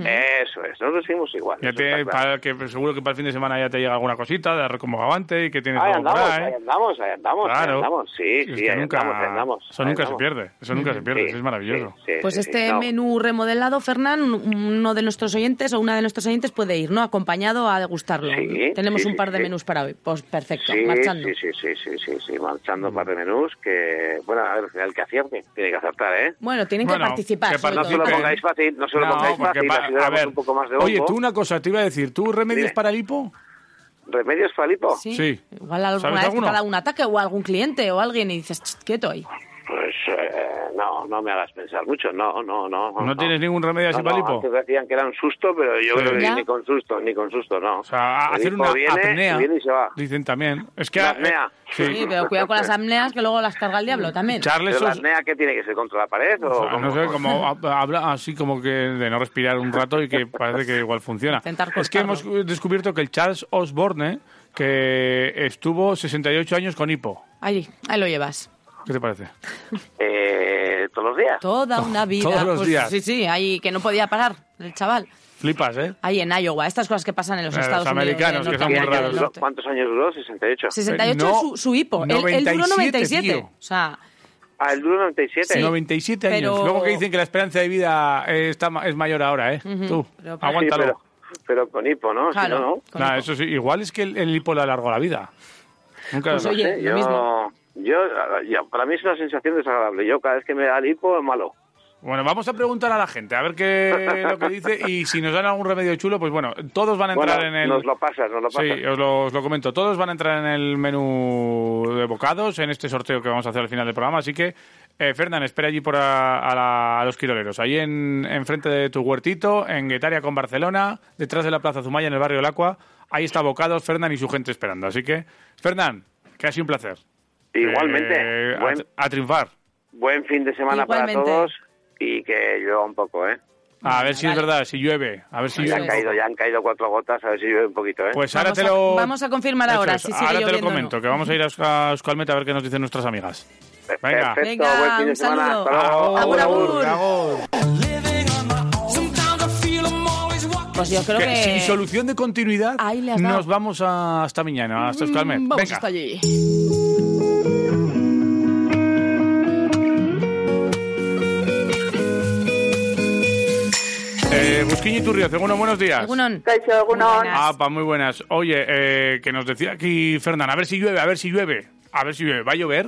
Speaker 5: Eso es, nosotros seguimos igual.
Speaker 3: Ya
Speaker 5: eso
Speaker 3: te-
Speaker 5: está claro.
Speaker 3: para que, pues, seguro que para el fin de semana ya te llega alguna cosita de arroz como gavante y que tienes
Speaker 5: Ahí
Speaker 3: algo por
Speaker 5: andamos,
Speaker 3: ahí. ¿eh?
Speaker 5: ahí andamos, ahí andamos, ahí
Speaker 3: Claro.
Speaker 5: andamos. Sí,
Speaker 3: Es
Speaker 5: sí,
Speaker 3: que
Speaker 5: ahí
Speaker 3: nunca-
Speaker 5: andamos, ahí andamos.
Speaker 3: Eso
Speaker 5: ahí
Speaker 3: nunca se
Speaker 5: andamos.
Speaker 3: pierde, eso nunca se pierde, eso es maravilloso.
Speaker 5: sí, sí,
Speaker 4: Pues
Speaker 5: sí,
Speaker 4: este
Speaker 5: Eh, no.
Speaker 4: menú remodelado, Fernán, uno de nuestros oyentes o una de nuestros oyentes puede ir, ¿no? Acompañado a degustarlo.
Speaker 5: Sí,
Speaker 4: Tenemos
Speaker 5: sí,
Speaker 4: un par de
Speaker 5: sí.
Speaker 4: menús para hoy. Pues perfecto,
Speaker 5: Sí,
Speaker 4: marchando.
Speaker 5: sí, sí, sí, sí, sí, sí,
Speaker 3: Mm.
Speaker 5: marchando un par de menús que, bueno, a ver, el que acierte tiene que acertar, ¿eh?
Speaker 4: Bueno, tienen
Speaker 3: Bueno,
Speaker 4: que participar.
Speaker 3: que
Speaker 4: sobre
Speaker 5: No se lo
Speaker 4: todo.
Speaker 3: participen.
Speaker 5: pongáis fácil, no se lo
Speaker 3: No,
Speaker 5: pongáis
Speaker 3: porque
Speaker 5: fácil,
Speaker 3: pa-
Speaker 5: así le
Speaker 3: a
Speaker 5: damos
Speaker 3: ver,
Speaker 5: un poco más de bombo.
Speaker 3: oye, tú una cosa, te iba a decir, ¿tú remedios
Speaker 5: Dime.
Speaker 3: para el hipo?
Speaker 5: ¿Remedios para el hipo?
Speaker 4: Sí.
Speaker 3: Sí.
Speaker 4: Igual alguna
Speaker 3: ¿Sabes
Speaker 4: vez
Speaker 3: alguno?
Speaker 4: te ha dado un ataque o algún cliente o alguien y dices, "Ch, quieto ahí.
Speaker 5: Pues eh, no, no me hagas pensar mucho, no, no, no.
Speaker 3: ¿No tienes ningún remedio así
Speaker 5: No,
Speaker 3: para el
Speaker 5: no,
Speaker 3: hipo?
Speaker 5: antes decían que era un susto, pero yo
Speaker 3: Sí.
Speaker 5: creo que
Speaker 4: ¿Ya?
Speaker 5: ni con susto, ni con susto, no.
Speaker 3: O sea,
Speaker 5: El
Speaker 3: hacer
Speaker 5: hipo
Speaker 3: una
Speaker 5: viene,
Speaker 3: apnea,
Speaker 5: viene y se va.
Speaker 3: dicen también. Es que...
Speaker 5: Una
Speaker 3: eh,
Speaker 5: apnea.
Speaker 3: Sí.
Speaker 4: Sí, pero cuidado con las apneas que luego las carga el diablo también.
Speaker 3: Charles
Speaker 5: Pero la
Speaker 3: Sos-
Speaker 5: apnea, ¿qué tiene que ser? ¿Contra la pared o...?
Speaker 3: Ah, No
Speaker 5: cómo?
Speaker 3: sé, como hab- habla así como que de no respirar un rato y que parece que igual funciona.
Speaker 4: Intentar
Speaker 3: Es que hemos
Speaker 4: cortarlo.
Speaker 3: descubierto que el Charles Osborne, que estuvo 68 años con hipo.
Speaker 4: Ahí, ahí lo llevas.
Speaker 3: ¿Qué te parece?
Speaker 5: Eh, ¿Todos los días?
Speaker 4: Toda una vida.
Speaker 3: todos los
Speaker 4: Pues
Speaker 3: días.
Speaker 4: Sí, sí, ahí que no podía parar el chaval.
Speaker 3: Flipas, ¿eh?
Speaker 4: Ahí en Iowa, estas cosas que pasan en los
Speaker 3: Eh, los
Speaker 4: Estados Unidos.
Speaker 3: americanos,
Speaker 4: de
Speaker 3: que son
Speaker 5: ¿Qué
Speaker 3: muy
Speaker 5: años
Speaker 4: Norteamérica del
Speaker 3: raros.
Speaker 5: duró?
Speaker 4: Norte.
Speaker 5: ¿Cuántos años duró? 68.
Speaker 4: 68
Speaker 3: No,
Speaker 4: su, su hipo. Él- él, duró
Speaker 3: 97,
Speaker 4: 97.
Speaker 3: tío.
Speaker 4: O sea,
Speaker 5: Ah, el duro 97.
Speaker 4: Sí.
Speaker 3: 97 años.
Speaker 4: Pero-
Speaker 3: Luego que dicen que la esperanza de vida eh, está, ma- es mayor ahora, ¿eh? Tú,
Speaker 4: Pero-
Speaker 5: Sí,
Speaker 3: aguántalo.
Speaker 5: pero, pero con hipo, ¿no? Pues Si
Speaker 4: Claro.
Speaker 5: no, no.
Speaker 4: con
Speaker 3: Nah,
Speaker 4: hipo.
Speaker 3: eso sí, igual es que el, el hipo le alargó la vida. Nunca
Speaker 4: Pues oye,
Speaker 5: Sí,
Speaker 4: lo
Speaker 5: yo,
Speaker 4: mismo.
Speaker 5: Yo, yo- para mí es una sensación desagradable. Yo cada vez que me da el hipo es malo.
Speaker 3: Bueno, vamos a preguntar a la gente, a ver qué lo que dice y si nos dan algún remedio chulo, pues bueno, todos van a entrar
Speaker 5: Bueno,
Speaker 3: en el...
Speaker 5: nos lo pasas, nos lo
Speaker 3: Sí,
Speaker 5: pasas.
Speaker 3: os lo, os lo comento. Todos van a entrar en el menú de bocados, en este sorteo que vamos a hacer al final del programa. Así que, eh, Fernán, espera allí por a, a la- a los quiroleros. Ahí en, enfrente de tu huertito, en Guetaria con Barcelona, detrás de la Plaza Zumaya, en el barrio del Acua. Ahí está bocados, Fernán y su gente esperando. Así que, Fernán, que ha sido un placer.
Speaker 5: Igualmente.
Speaker 3: Eh, a-
Speaker 5: Buen,
Speaker 3: a triunfar.
Speaker 5: buen fin de semana
Speaker 4: Igualmente.
Speaker 5: para todos y que llueva un poco, ¿eh?
Speaker 3: A ver si es
Speaker 4: vale.
Speaker 3: verdad, si llueve. A ver si
Speaker 4: Sí,
Speaker 5: ya
Speaker 3: llueve.
Speaker 5: han
Speaker 4: sí.
Speaker 5: caído, ya han caído cuatro gotas, a ver si llueve un poquito, ¿eh?
Speaker 3: Pues
Speaker 4: Vamos
Speaker 3: ahora te
Speaker 4: a-
Speaker 3: lo.
Speaker 4: vamos a confirmar
Speaker 3: Eso
Speaker 4: ahora
Speaker 3: es,
Speaker 4: si sigue
Speaker 3: Ahora te lo
Speaker 4: lloviendo o no.
Speaker 3: comento, que vamos a ir a Eus- a Euskalmet a ver qué nos dicen nuestras amigas. Venga.
Speaker 5: Perfecto,
Speaker 4: Venga,
Speaker 5: buen fin
Speaker 4: un
Speaker 5: de semana.
Speaker 4: saludo.
Speaker 5: Hasta luego.
Speaker 4: Agur, agur.
Speaker 2: Living on my own. Sometimes I feel I'm always walking.
Speaker 4: Pues yo creo
Speaker 3: Que
Speaker 4: que...
Speaker 3: Sin solución de continuidad,
Speaker 4: Ahí le has dado.
Speaker 3: nos vamos a- hasta mañana, hasta Euskalmet.
Speaker 4: Mm, Vamos
Speaker 3: Venga.
Speaker 4: hasta allí.
Speaker 3: Eh, Busquiñi Turrio, buenos días.
Speaker 4: Egunon.
Speaker 6: Kaixo, egunon.
Speaker 4: Buenas.
Speaker 3: Ah, pa, muy buenas. Oye, eh, que nos decía aquí Fernán, a ver si llueve, a ver si llueve, a ver si llueve. ¿Va a llover?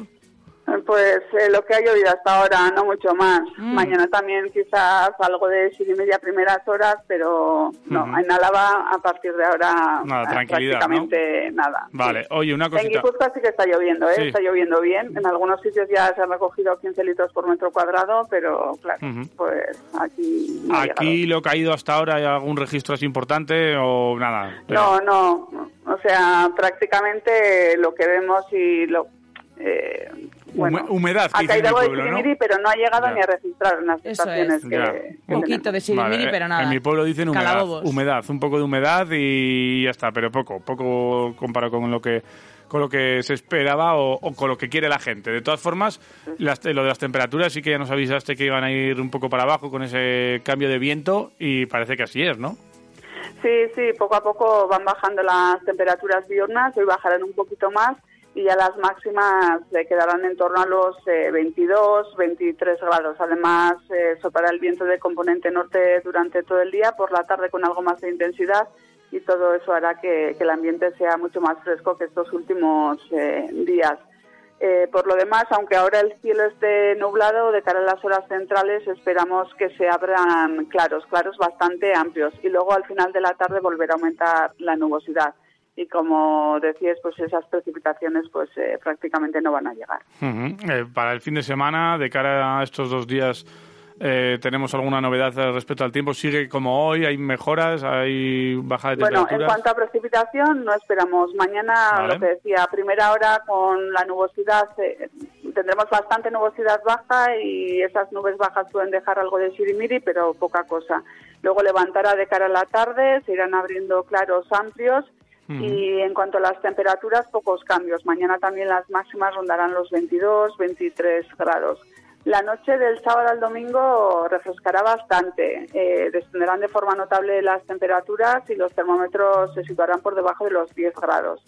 Speaker 6: Pues eh, lo que ha llovido hasta ahora, no mucho más. Mañana también quizás algo de siete y media primeras horas, pero no, en Álava a partir de ahora
Speaker 3: Nada,
Speaker 6: eh,
Speaker 3: tranquilidad,
Speaker 6: prácticamente nada.
Speaker 3: Vale,
Speaker 6: Sí.
Speaker 3: oye, una
Speaker 6: En
Speaker 3: cosita.
Speaker 6: Guipúzcoa sí que está lloviendo, ¿eh?
Speaker 3: Sí.
Speaker 6: está lloviendo bien. En algunos sitios ya se han recogido 15 litros por metro cuadrado, pero claro,
Speaker 3: Mm.
Speaker 6: pues aquí no ha
Speaker 3: Aquí
Speaker 6: llegado.
Speaker 3: lo caído hasta ahora, ¿hay algún registro así importante o nada?
Speaker 6: No, no, o sea, prácticamente lo que vemos y lo... eh, bueno,
Speaker 3: Hume- humedad, que
Speaker 6: ha
Speaker 3: dicen en
Speaker 6: caído algo
Speaker 3: el
Speaker 6: de
Speaker 3: pueblo, ¿no?
Speaker 6: chirimiri, pero no ha llegado
Speaker 3: Ya.
Speaker 6: ni a registrar en las
Speaker 4: Eso es.
Speaker 6: estaciones que,
Speaker 3: Ya.
Speaker 6: que
Speaker 3: Un
Speaker 4: Un
Speaker 6: tenemos.
Speaker 4: poquito de sirimiri,
Speaker 3: Vale, eh,
Speaker 4: pero nada.
Speaker 3: En mi pueblo dicen humedad,
Speaker 4: Calabobos.
Speaker 3: humedad, un poco de humedad y ya está, pero poco, poco comparado con lo que con lo que se esperaba o, o con lo que quiere la gente. De todas formas, las- lo de las temperaturas sí que ya nos avisaste que iban a ir un poco para abajo con ese cambio de viento y parece que así es, ¿no?
Speaker 6: Sí, sí, poco a poco van bajando las temperaturas diurnas, hoy bajarán un poquito más y ya las máximas le quedarán en torno a los eh, 22, 23 grados. Además, eh, soplará el viento de componente norte durante todo el día, por la tarde con algo más de intensidad y todo eso hará que, que el ambiente sea mucho más fresco que estos últimos eh, días. Eh, por lo demás, aunque ahora el cielo esté nublado, de cara a las horas centrales esperamos que se abran claros, claros bastante amplios y luego al final de la tarde volverá a aumentar la nubosidad. Y como decías, pues esas precipitaciones pues eh, prácticamente no van a llegar.
Speaker 3: Ujú. Eh, para el fin de semana, de cara a estos dos días, eh, ¿tenemos alguna novedad eh, respecto al tiempo? ¿Sigue como hoy? ¿Hay mejoras? ¿Hay baja de
Speaker 6: Bueno, en
Speaker 3: temperaturas?
Speaker 6: cuanto a precipitación, no esperamos. Mañana,
Speaker 3: Vale.
Speaker 6: lo que decía, a primera hora con la nubosidad, eh, tendremos bastante nubosidad baja y esas nubes bajas pueden dejar algo de sirimiri, pero poca cosa. Luego levantará de cara a la tarde, se irán abriendo claros amplios
Speaker 4: Mm.
Speaker 6: Y en cuanto a las temperaturas, pocos cambios. Mañana también las máximas rondarán los 22, 23 grados. La noche del sábado al domingo refrescará bastante. Eh, descenderán de forma notable las temperaturas y los termómetros se situarán por debajo de los 10 grados.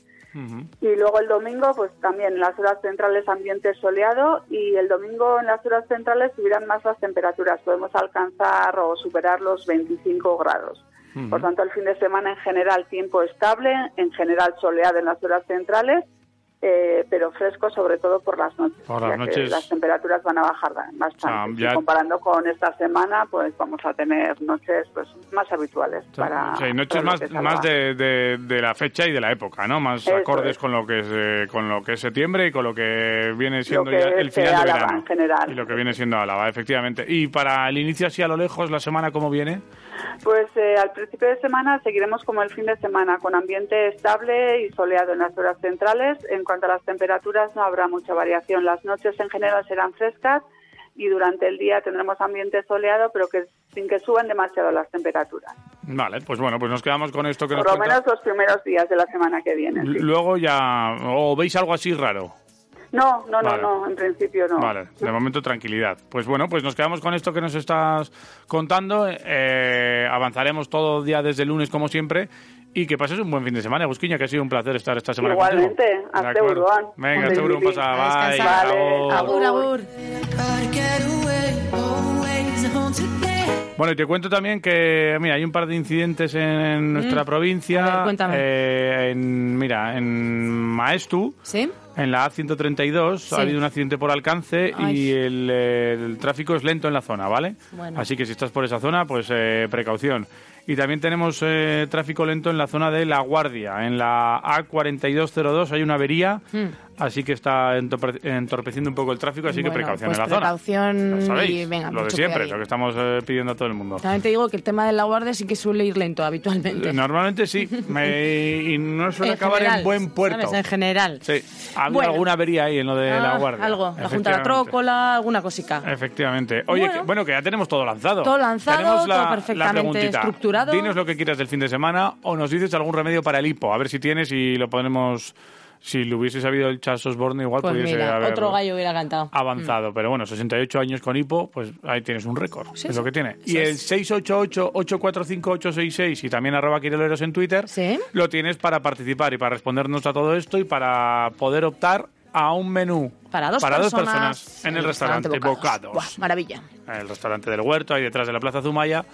Speaker 6: Y luego el domingo, pues también en las horas centrales ambiente soleado y el domingo en las horas centrales subirán más las temperaturas. Podemos alcanzar o superar los 25 grados. Por tanto, el fin de semana en general tiempo estable, en general soleado en las horas centrales, eh, pero fresco sobre todo por las noches.
Speaker 3: Por las
Speaker 6: ya que
Speaker 3: noches.
Speaker 6: las temperaturas van a bajar bastante.
Speaker 3: Ah, ya-
Speaker 6: Y comparando con esta semana, pues vamos a tener noches pues más habituales para...
Speaker 3: sí, noches
Speaker 6: para lo
Speaker 3: más,
Speaker 6: que es
Speaker 3: más
Speaker 6: Álava.
Speaker 3: de, de- de la fecha y de la época, ¿no? Más
Speaker 6: Eso
Speaker 3: acordes
Speaker 6: es.
Speaker 3: con lo que es eh, con lo que es septiembre y con lo que viene siendo
Speaker 6: que
Speaker 3: ya
Speaker 6: es,
Speaker 3: el
Speaker 6: eh,
Speaker 3: final de
Speaker 6: Álava
Speaker 3: verano
Speaker 6: en general.
Speaker 3: y lo que viene siendo Álava, efectivamente. Y para el inicio así a lo lejos, la semana cómo viene?
Speaker 6: Pues eh, al principio de semana seguiremos como el fin de semana, con ambiente estable y soleado en las horas centrales. En cuanto a las temperaturas, no habrá mucha variación. Las noches en general serán frescas y durante el día tendremos ambiente soleado, pero que sin que suban demasiado las temperaturas.
Speaker 3: Vale, pues bueno, pues nos quedamos con esto que
Speaker 6: Por
Speaker 3: nos
Speaker 6: lo
Speaker 3: cuenta. Mm.
Speaker 6: menos los primeros días de la semana que viene. sí.
Speaker 3: L- Luego ya o veis algo así raro.
Speaker 6: No, no, no,
Speaker 3: Vale.
Speaker 6: no, en principio no.
Speaker 3: Vale, de momento tranquilidad. Pues bueno, pues nos quedamos con esto que nos estás contando. Eh, avanzaremos todo día desde el lunes, como siempre. Y que pases un buen fin de semana, Busquiña, que ha sido un placer estar esta semana
Speaker 6: Igualmente,
Speaker 3: contigo.
Speaker 6: hasta
Speaker 3: De acuerdo.
Speaker 6: Urban.
Speaker 3: Venga,
Speaker 6: Hasta
Speaker 3: hasta Urban,
Speaker 6: Urban.
Speaker 3: pasa,
Speaker 4: A
Speaker 3: bye,
Speaker 4: descansar.
Speaker 3: agur.
Speaker 6: Vale,
Speaker 4: Agur, agur.
Speaker 7: Gotta get away, always haunted me.
Speaker 3: Bueno, y te cuento también que, mira, hay un par de incidentes en nuestra provincia.
Speaker 4: Mm. A ver, cuéntame.
Speaker 3: Eh, en, mira, en Maestu,
Speaker 4: ¿Sí?
Speaker 3: en la A132, ha
Speaker 4: Sí.
Speaker 3: habido un accidente por alcance
Speaker 4: Ay.
Speaker 3: y el, eh, el tráfico es lento en la zona, ¿vale?
Speaker 4: Bueno.
Speaker 3: Así que si estás por esa zona, pues eh, precaución. Y también tenemos eh, tráfico lento en la zona de La Guardia. En la A4202 hay una avería, así que está entorpe- entorpeciendo un poco el tráfico, así
Speaker 4: Mm. Bueno,
Speaker 3: que precaución
Speaker 4: pues
Speaker 3: en la zona.
Speaker 4: precaución
Speaker 3: Ya sabéis,
Speaker 4: y venga,
Speaker 3: lo de
Speaker 4: mucho
Speaker 3: siempre,
Speaker 4: cuidadín.
Speaker 3: lo que estamos eh, pidiendo a todo el mundo.
Speaker 4: También te digo que el tema de la guardia sí que suele ir lento habitualmente.
Speaker 3: Normalmente sí, me- y no suele
Speaker 4: En
Speaker 3: acabar
Speaker 4: general,
Speaker 3: en buen puerto.
Speaker 4: ¿sabes? En general.
Speaker 3: Sí, ha habido
Speaker 4: Bueno.
Speaker 3: alguna avería ahí en lo de la
Speaker 4: Ah,
Speaker 3: guardia.
Speaker 4: Algo, la Junta de la
Speaker 3: Efectivamente.
Speaker 4: Trócola, alguna cosica.
Speaker 3: Efectivamente. Oye, que-
Speaker 4: Bueno.
Speaker 3: bueno. Que, ya tenemos todo lanzado.
Speaker 4: Todo lanzado,
Speaker 3: Tenemos
Speaker 4: todo perfectamente
Speaker 3: preguntita.
Speaker 4: estructurado.
Speaker 3: Dinos lo que quieras del fin de semana o nos dices algún remedio para el hipo. A ver si tienes y lo ponemos. Si lo hubiese sabido el Charles Osborne, igual
Speaker 4: Pues
Speaker 3: pudiese
Speaker 4: mira,
Speaker 3: haber Ah,
Speaker 4: otro gallo hubiera cantado.
Speaker 3: avanzado. Pero bueno, 68 años con hipo, pues ahí tienes un récord.
Speaker 4: Mm. Sí,
Speaker 3: es
Speaker 4: sí.
Speaker 3: lo que tiene.
Speaker 4: Eso
Speaker 3: y el
Speaker 4: es.
Speaker 3: 688-845-866 y también arroba quiroleros en Twitter,
Speaker 4: Sí.
Speaker 3: lo tienes para participar y para respondernos a todo esto y para poder optar a un menú
Speaker 4: Para dos personas.
Speaker 3: personas en el restaurante, Bocados
Speaker 4: Buah, maravilla.
Speaker 3: en el restaurante del Huerto, ahí detrás de la Plaza Zumaya,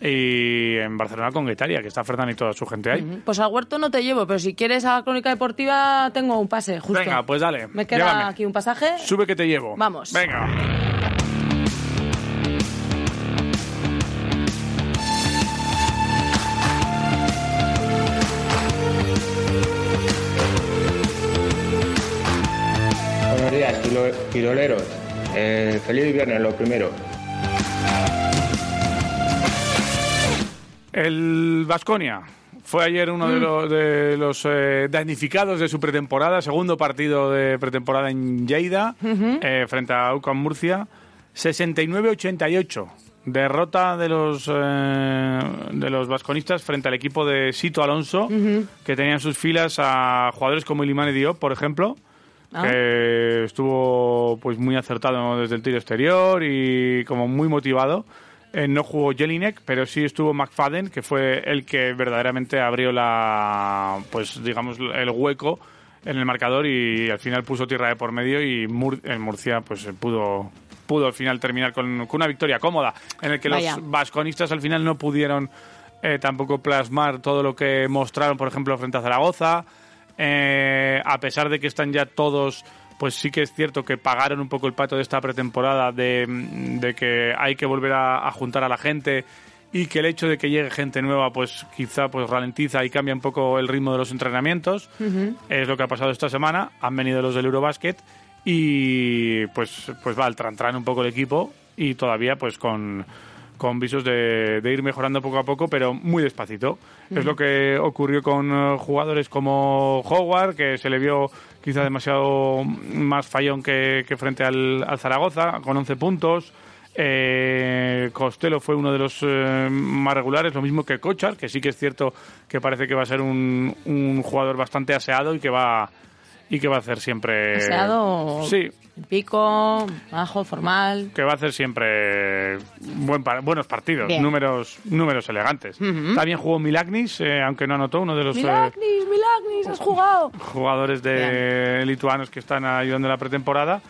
Speaker 3: y en Barcelona con Guetaria, que está Fernán y toda su gente ahí.
Speaker 4: Pues al huerto no te llevo, pero si quieres a la crónica deportiva tengo un pase, justo.
Speaker 3: Venga, pues dale,
Speaker 4: Me queda
Speaker 3: llévame.
Speaker 4: aquí un pasaje.
Speaker 3: Sube que te llevo.
Speaker 4: Vamos.
Speaker 3: Venga.
Speaker 8: Buenos días, quilo- quiroleros. Eh, feliz viernes, lo primero.
Speaker 3: El Vasconia. Fue ayer uno de los, de los, eh, damnificados de su pretemporada, segundo partido de pretemporada en Lleida,
Speaker 2: Mm.
Speaker 3: eh, frente a UCAM Murcia. 69-88. Derrota de los, eh, de los vasconistas frente al equipo de Sito Alonso, que tenía en sus filas a jugadores como Ilimane Diop, por ejemplo, que estuvo pues muy acertado desde el tiro exterior y como muy motivado. Eh, no jugó Jelinek, pero sí estuvo McFadden, que fue el que verdaderamente abrió la, pues digamos el hueco en el marcador y al final puso tierra de por medio y Mur- el Murcia pues eh, pudo pudo al final terminar con, con una victoria cómoda en el que
Speaker 4: Vaya.
Speaker 3: los vasconistas al final no pudieron eh, tampoco plasmar todo lo que mostraron por ejemplo frente a Zaragoza Eh, a pesar de que están ya todos pues sí que es cierto que pagaron un poco el pato de esta pretemporada de, de que hay que volver a, a juntar a la gente y que el hecho de que llegue gente nueva pues quizá pues ralentiza y cambia un poco el ritmo de los entrenamientos es lo que ha pasado esta semana han venido los del Eurobasket y pues pues va al tran un poco el equipo y todavía pues con con visos de, de ir mejorando poco a poco, pero muy despacito. Es lo que ocurrió con eh, jugadores como Howard, que se le vio quizá demasiado más fallón que, que frente al, al Zaragoza, con 11 puntos. Eh, Costello fue uno de los eh, más regulares, lo mismo que Cochar, que sí que es cierto que parece que va a ser un, un jugador bastante aseado y que va y que va a hacer siempre.
Speaker 4: Aseado.
Speaker 3: Sí,
Speaker 4: Pico, bajo, formal.
Speaker 3: que va a hacer siempre buen par- buenos partidos,
Speaker 4: Bien.
Speaker 3: números números elegantes. También jugó Milagnis, eh, aunque no anotó, uno de los eh,
Speaker 4: Milagnis, Milagnis, has jugado.
Speaker 3: jugadores de lituanos que están ayudando en la pretemporada.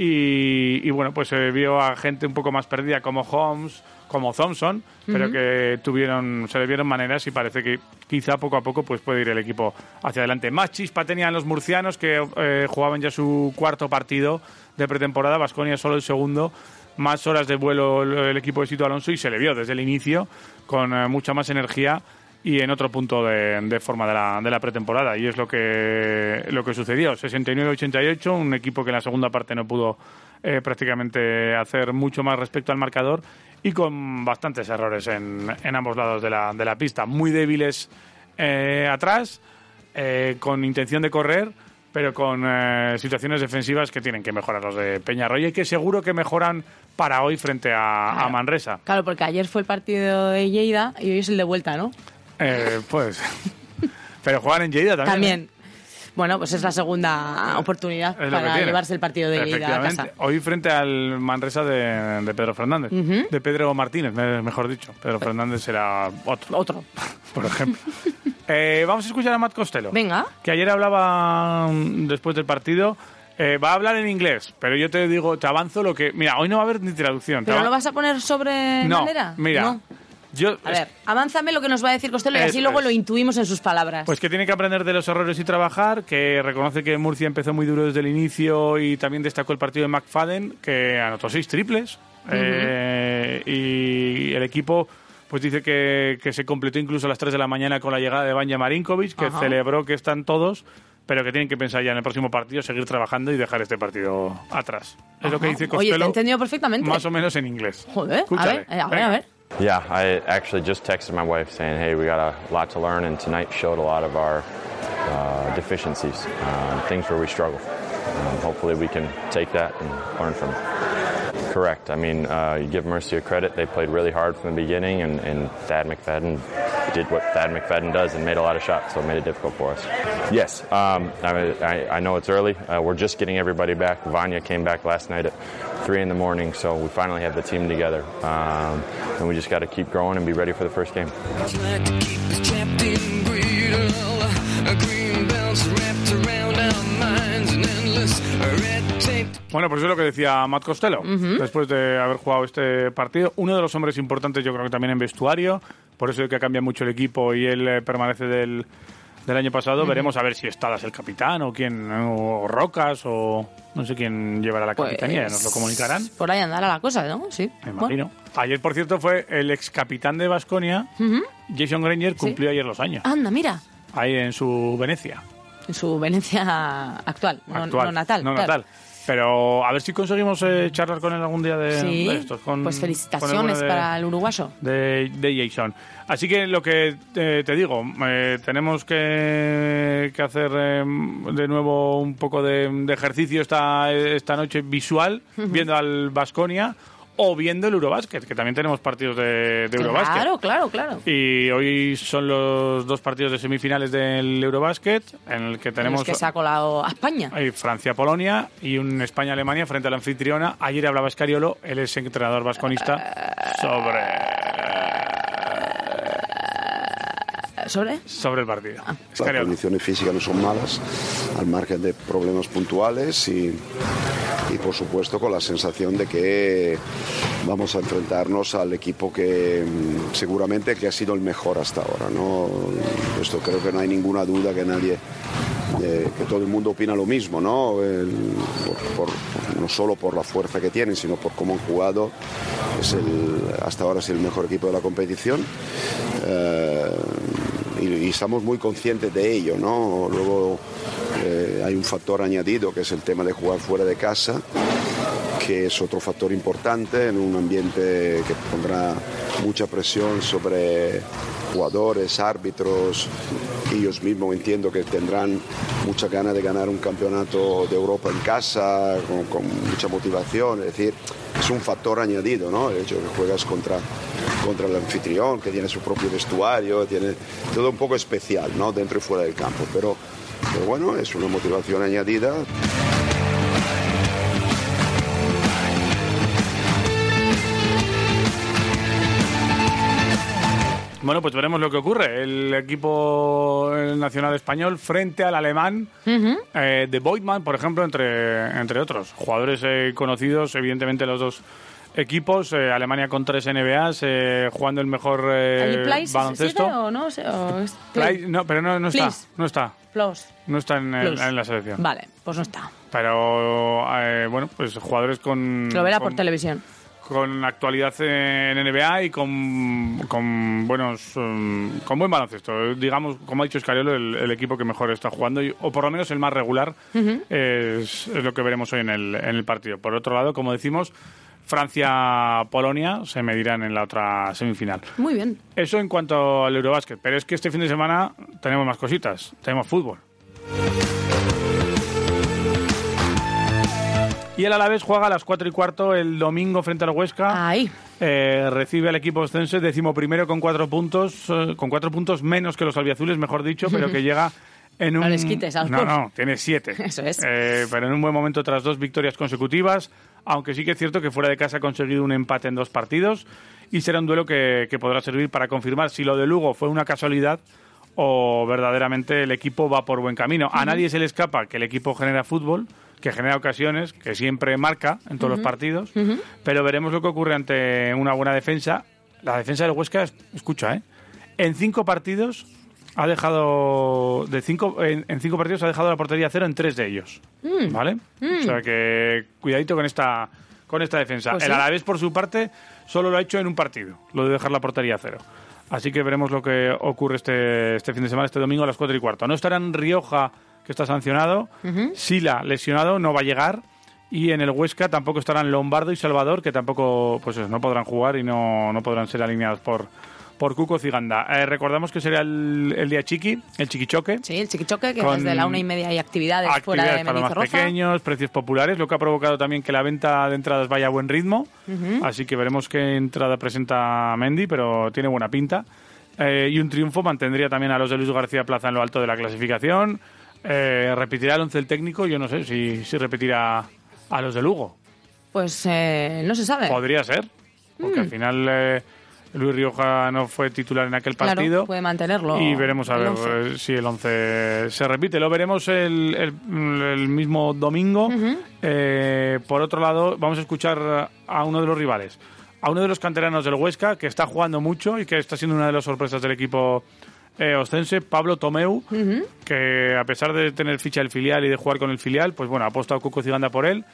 Speaker 3: Y, y bueno, pues se vio a gente un poco más perdida como Holmes, como Thompson, pero que tuvieron, se le vieron maneras y parece que quizá poco a poco pues puede ir el equipo hacia adelante. Más chispa tenían los murcianos que eh, jugaban ya su cuarto partido de pretemporada, Vasconia solo el segundo. Más horas de vuelo el, el equipo de Sito Alonso y se le vio desde el inicio con eh, mucha más energía y en otro punto de, de forma de la, de la pretemporada. Y es lo que, lo que sucedió. 69-88, un equipo que en la segunda parte no pudo eh, prácticamente hacer mucho más respecto al marcador y con bastantes errores en, en ambos lados de la, de la pista. Muy débiles eh, atrás, eh, con intención de correr, pero con eh, situaciones defensivas que tienen que mejorar los de Peñarroya y que seguro que mejoran para hoy frente a, a Manresa.
Speaker 4: Claro, porque ayer fue el partido de Lleida y hoy es el de vuelta, ¿no?
Speaker 3: Eh, pues. Pero juegan en Lleida también. ¿eh?
Speaker 4: También. Bueno, pues es la segunda oportunidad
Speaker 3: Es lo que
Speaker 4: para
Speaker 3: tiene.
Speaker 4: llevarse el partido de Lleida a
Speaker 3: Efectivamente.
Speaker 4: casa.
Speaker 3: Hoy frente al Manresa de, de Pedro Fernández. De Pedro Martínez, me- mejor dicho. Pedro Fernández será otro,
Speaker 4: Otro.
Speaker 3: por ejemplo. Eh, vamos a escuchar a Matt Costello.
Speaker 4: Venga.
Speaker 3: Que ayer hablaba mm, después del partido. Eh, va a hablar en inglés, pero yo te digo, te avanzo lo que... Mira, hoy no va a haber ni traducción. te
Speaker 4: ¿Pero
Speaker 3: av-
Speaker 4: lo vas a poner sobre
Speaker 3: No,
Speaker 4: madera?
Speaker 3: mira.
Speaker 4: No.
Speaker 3: Yo,
Speaker 4: A ver, avánzame lo que nos va a decir Costello y
Speaker 3: Eso
Speaker 4: así luego
Speaker 3: Eh, es.
Speaker 4: lo intuimos en sus palabras.
Speaker 3: Pues que tiene que aprender de los errores y trabajar, que reconoce que Murcia empezó muy duro desde el inicio y también destacó el partido de McFadden, que anotó seis triples. Eh, y el equipo pues dice que, que se completó incluso a las 3 de la mañana con la llegada de Banja Marinkovic, que
Speaker 4: Ajá.
Speaker 3: celebró que están todos, pero que tienen que pensar ya en el próximo partido, seguir trabajando y dejar este partido atrás. Es lo que
Speaker 4: Ajá.
Speaker 3: dice
Speaker 4: Ah, Oye, te he
Speaker 3: Costello,
Speaker 4: entendido perfectamente.
Speaker 3: más o menos en inglés.
Speaker 4: Joder, a
Speaker 3: Escúchale.
Speaker 4: ver, eh, a ver,
Speaker 3: Venga.
Speaker 4: a ver.
Speaker 9: Yeah, I actually just texted my wife saying, hey, we got a lot to learn, and tonight showed a lot of our uh, deficiencies, um, things where we struggle. Um, hopefully, we can take that and learn from it. Correct. I mean, uh, you give Mercy a credit. They played really hard from the beginning, and, and Thad McFadden did what Thad McFadden does and made a lot of shots, so it made it difficult for us. Yes, um, I, mean, I, I know it's early. Uh, we're just getting everybody back. Vanya came back last night at 3 in the morning, so we finally have the team together. Um, and we just got to keep growing and be ready for the first game.
Speaker 2: Tried to keep this trapped in greed all a green belts wrapped around our minds and endless red tape
Speaker 3: Bueno, pues eso es lo que decía Matt Costello, después de haber jugado este partido. Uno de los hombres importantes, yo creo que también en vestuario, por eso es que cambia mucho el equipo y él eh, permanece del, del año pasado. Veremos a ver si Estadas el capitán o quién, o Rocas, o no sé quién llevará la capitanía, ya nos lo comunicarán.
Speaker 4: Por ahí andará la cosa, ¿no? Sí.
Speaker 3: Me
Speaker 4: Bueno.
Speaker 3: imagino. Ayer, por cierto, fue el ex capitán de Basconia, Jason Granger, cumplió ayer los años,
Speaker 4: Anda, mira.
Speaker 3: ahí en su Venecia.
Speaker 4: En su Venecia actual, no,
Speaker 3: actual.
Speaker 4: no natal.
Speaker 3: No
Speaker 4: claro.
Speaker 3: natal. Pero a ver si conseguimos eh, charlar con él algún día de,
Speaker 4: Sí.
Speaker 3: de estos. Con,
Speaker 4: pues
Speaker 3: con el
Speaker 4: felicitaciones
Speaker 3: bueno de-
Speaker 4: para el uruguayo.
Speaker 3: de, de Jason. Así que lo que eh, te digo, eh, tenemos que, que hacer eh, de nuevo un poco de, de ejercicio esta, esta noche visual, viendo al Vasconia o viendo el Eurobasket, que también tenemos partidos de, de Eurobasket.
Speaker 4: Claro, claro, claro.
Speaker 3: Y hoy son los dos partidos de semifinales del Eurobasket, en el que
Speaker 4: Tenemos
Speaker 3: tenemos
Speaker 4: que se ha colado a España.
Speaker 3: hay Francia-Polonia y un España-Alemania frente a la anfitriona. Ayer hablaba Escariolo, él es entrenador vasconista, sobre,
Speaker 4: ¿Sobre? Ah.
Speaker 3: sobre el partido.
Speaker 10: Las
Speaker 3: Escariolo.
Speaker 10: condiciones físicas no son malas, al margen de problemas puntuales y, y, por supuesto con la sensación de que vamos a enfrentarnos al equipo que mm, seguramente que ha sido el mejor hasta ahora. ¿no? Esto creo que no hay ninguna duda que nadie, eh, que todo el mundo opina lo mismo, ¿no? El- por- por- no solo por la fuerza que tienen, sino por cómo han jugado. Es el, hasta ahora es el mejor equipo de la competición. Eh, y, y estamos muy conscientes de ello, ¿no? Luego eh, hay un factor añadido que es el tema de jugar fuera de casa, que es otro factor importante en un ambiente que pondrá mucha presión sobre jugadores, árbitros, ellos mismos entiendo que tendrán mucha ganas de ganar un campeonato de Europa en casa, con, con mucha motivación. Es decir, es un factor añadido, ¿no? El hecho de que juegas contra, contra el anfitrión, que tiene su propio vestuario, tiene todo un poco especial, ¿no? Dentro y fuera del campo. Pero, pero bueno, es una motivación añadida.
Speaker 3: Bueno, pues veremos lo que ocurre. El equipo eh, nacional español frente al alemán
Speaker 4: Ujú.
Speaker 3: eh, de Boitman, por ejemplo, entre, entre otros. Jugadores eh, conocidos, evidentemente, los dos equipos. eh, Alemania con tres NBAs, eh, jugando el mejor eh,
Speaker 4: ¿Allí Plais
Speaker 3: baloncesto.
Speaker 4: sigue o no? O sea, o es-
Speaker 3: Plais- no, pero no, no está.
Speaker 4: Please.
Speaker 3: No está.
Speaker 4: Plos.
Speaker 3: No está en, en-
Speaker 4: Plus.
Speaker 3: en la selección.
Speaker 4: Vale, pues no está.
Speaker 3: Pero, eh, bueno, pues jugadores con...
Speaker 4: Lo verá
Speaker 3: con-
Speaker 4: por televisión.
Speaker 3: con actualidad en NBA y con, con buenos um, con buen baloncesto digamos como ha dicho Escariolo el, el equipo que mejor está jugando y- o por lo menos el más regular
Speaker 11: Ujú.
Speaker 3: es, es lo que veremos hoy en el, en el partido por otro lado como decimos Francia Polonia se medirán en la otra semifinal
Speaker 4: Muy bien.
Speaker 3: eso en cuanto al Eurobásquet pero es que este fin de semana tenemos más cositas tenemos fútbol Y el Alavés juega a las 4 y cuarto el domingo frente al Huesca. Eh, recibe al equipo ostense decimoprimero con cuatro puntos, eh, con cuatro puntos menos que los albiazules, mejor dicho, pero que llega en un...
Speaker 4: No les quites a los
Speaker 3: No,
Speaker 4: pobres.
Speaker 3: no, tiene siete.
Speaker 4: Eso es.
Speaker 3: Eh, pero en un buen momento tras dos victorias consecutivas, aunque sí que es cierto que fuera de casa ha conseguido un empate en dos partidos y será un duelo que, que podrá servir para confirmar si lo de Lugo fue una casualidad o verdaderamente el equipo va por buen camino. A nadie se le escapa que el equipo genera fútbol, que genera ocasiones, que siempre marca en todos los
Speaker 11: Ujú.
Speaker 3: partidos, pero veremos lo que ocurre ante una buena defensa. La defensa del Huesca, es- escucha, ¿eh? En cinco partidos ha dejado de cinco en, en cinco partidos ha dejado la portería a cero en tres de ellos,
Speaker 11: Mm.
Speaker 3: ¿vale?
Speaker 11: Mm.
Speaker 3: O sea que cuidadito con esta con esta defensa.
Speaker 11: Pues
Speaker 3: el
Speaker 11: sí.
Speaker 3: Alavés por su parte solo lo ha hecho en un partido, lo de dejar la portería a cero. Así que veremos lo que ocurre este, este fin de semana, este domingo a las cuatro y cuarto. No estarán Rioja, que está sancionado, Sila, lesionado, no va a llegar. Y en el Huesca tampoco estarán Lombardo y Salvador, que tampoco pues eso, no podrán jugar y no, no podrán ser alineados por, por Cuco Ciganda. Eh, recordamos que será el, el día chiqui, el chiquichoque.
Speaker 4: Sí, el chiquichoque, que
Speaker 3: Con
Speaker 4: desde la una y media hay actividades, fuera de
Speaker 3: Actividades para los más
Speaker 4: Mendizorroza.
Speaker 3: pequeños, precios populares, lo que ha provocado también que la venta de entradas vaya a buen ritmo.
Speaker 4: Ujú.
Speaker 3: Así que veremos qué entrada presenta Mendy, pero tiene buena pinta. Eh, y un triunfo mantendría también a los de Luis García Plaza en lo alto de la clasificación. Eh, repetirá el once el técnico, yo no sé si, si repetirá a los de Lugo.
Speaker 4: Pues eh, no se sabe.
Speaker 3: Podría ser, porque
Speaker 4: Mm.
Speaker 3: al final eh, Luis Rioja no fue titular en aquel
Speaker 4: Claro,
Speaker 3: partido.
Speaker 4: puede mantenerlo.
Speaker 3: Y veremos a
Speaker 4: el
Speaker 3: ver
Speaker 4: once.
Speaker 3: eh, si el 11 se repite. Lo veremos el, el- el mismo domingo. Eh, por otro lado, vamos a escuchar a uno de los rivales, a uno de los canteranos del Huesca, que está jugando mucho y que está siendo una de las sorpresas del equipo eh, ostense, Pablo Tomeu, que a pesar de tener ficha del filial y de jugar con el filial, pues bueno, ha apostado Cuco Ciganda por él.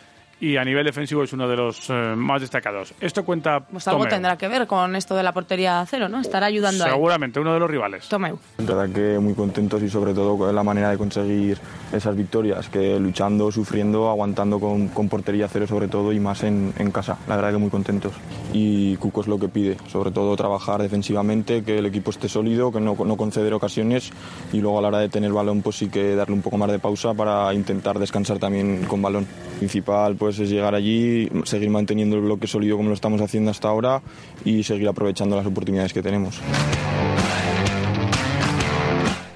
Speaker 3: Y a nivel defensivo es uno de los eh, más destacados. Esto cuenta
Speaker 4: Pues algo
Speaker 3: Tomeu.
Speaker 4: tendrá que ver con esto de la portería a cero, ¿no? Estará ayudando a
Speaker 3: Seguramente uno de los rivales.
Speaker 4: Tomeu.
Speaker 12: En verdad que muy contentos y sobre todo con la manera de conseguir esas victorias, que luchando, sufriendo, aguantando con, con portería cero sobre todo y más en, en casa. La verdad que muy contentos. Y Cuco es lo que pide, sobre todo trabajar defensivamente, que el equipo esté sólido, que no, no conceder ocasiones y luego a la hora de tener balón pues sí que darle un poco más de pausa para intentar descansar también con balón. Lo principal pues es llegar allí, seguir manteniendo el bloque sólido como lo estamos haciendo hasta ahora y seguir aprovechando las oportunidades que tenemos.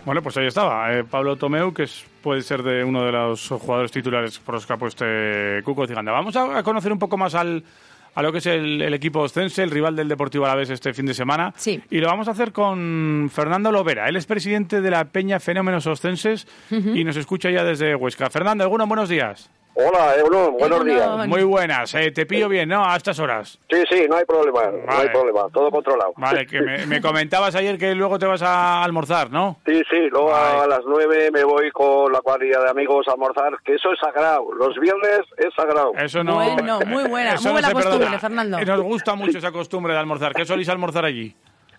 Speaker 3: Bueno, pues ahí estaba. eh, Pablo Tomeu, que es- puede ser de uno de los jugadores titulares por los que ha puesto eh, Cuco Ciganda. Vamos a, a conocer un poco más al, a lo que es el, el equipo ostense, el rival del Deportivo Alavés este fin de semana. Sí. Y lo vamos a hacer con Fernando Lovera. Él es presidente de la Peña Fenómenos Ostenses y nos escucha ya desde Huesca. Fernando, algunos buenos días.
Speaker 13: Hola, Egunon, buenos días.
Speaker 3: Muy buenas. eh, te pillo bien, ¿no? A estas horas.
Speaker 13: Sí, sí, no hay problema, no hay
Speaker 3: Vale.
Speaker 13: problema, todo controlado.
Speaker 3: Vale, que me, me comentabas ayer que luego te vas a almorzar, ¿no?
Speaker 13: Sí, sí, luego a las nueve me voy con la cuadrilla de amigos a almorzar, que eso es sagrado, los viernes es sagrado.
Speaker 3: Eso no.
Speaker 4: Bueno, muy buena,
Speaker 3: Eso
Speaker 4: muy buena
Speaker 3: no se
Speaker 4: costumbre,
Speaker 3: perdona.
Speaker 4: Fernando.
Speaker 3: Eh, Nos gusta mucho esa costumbre de almorzar. ¿Qué solís almorzar allí?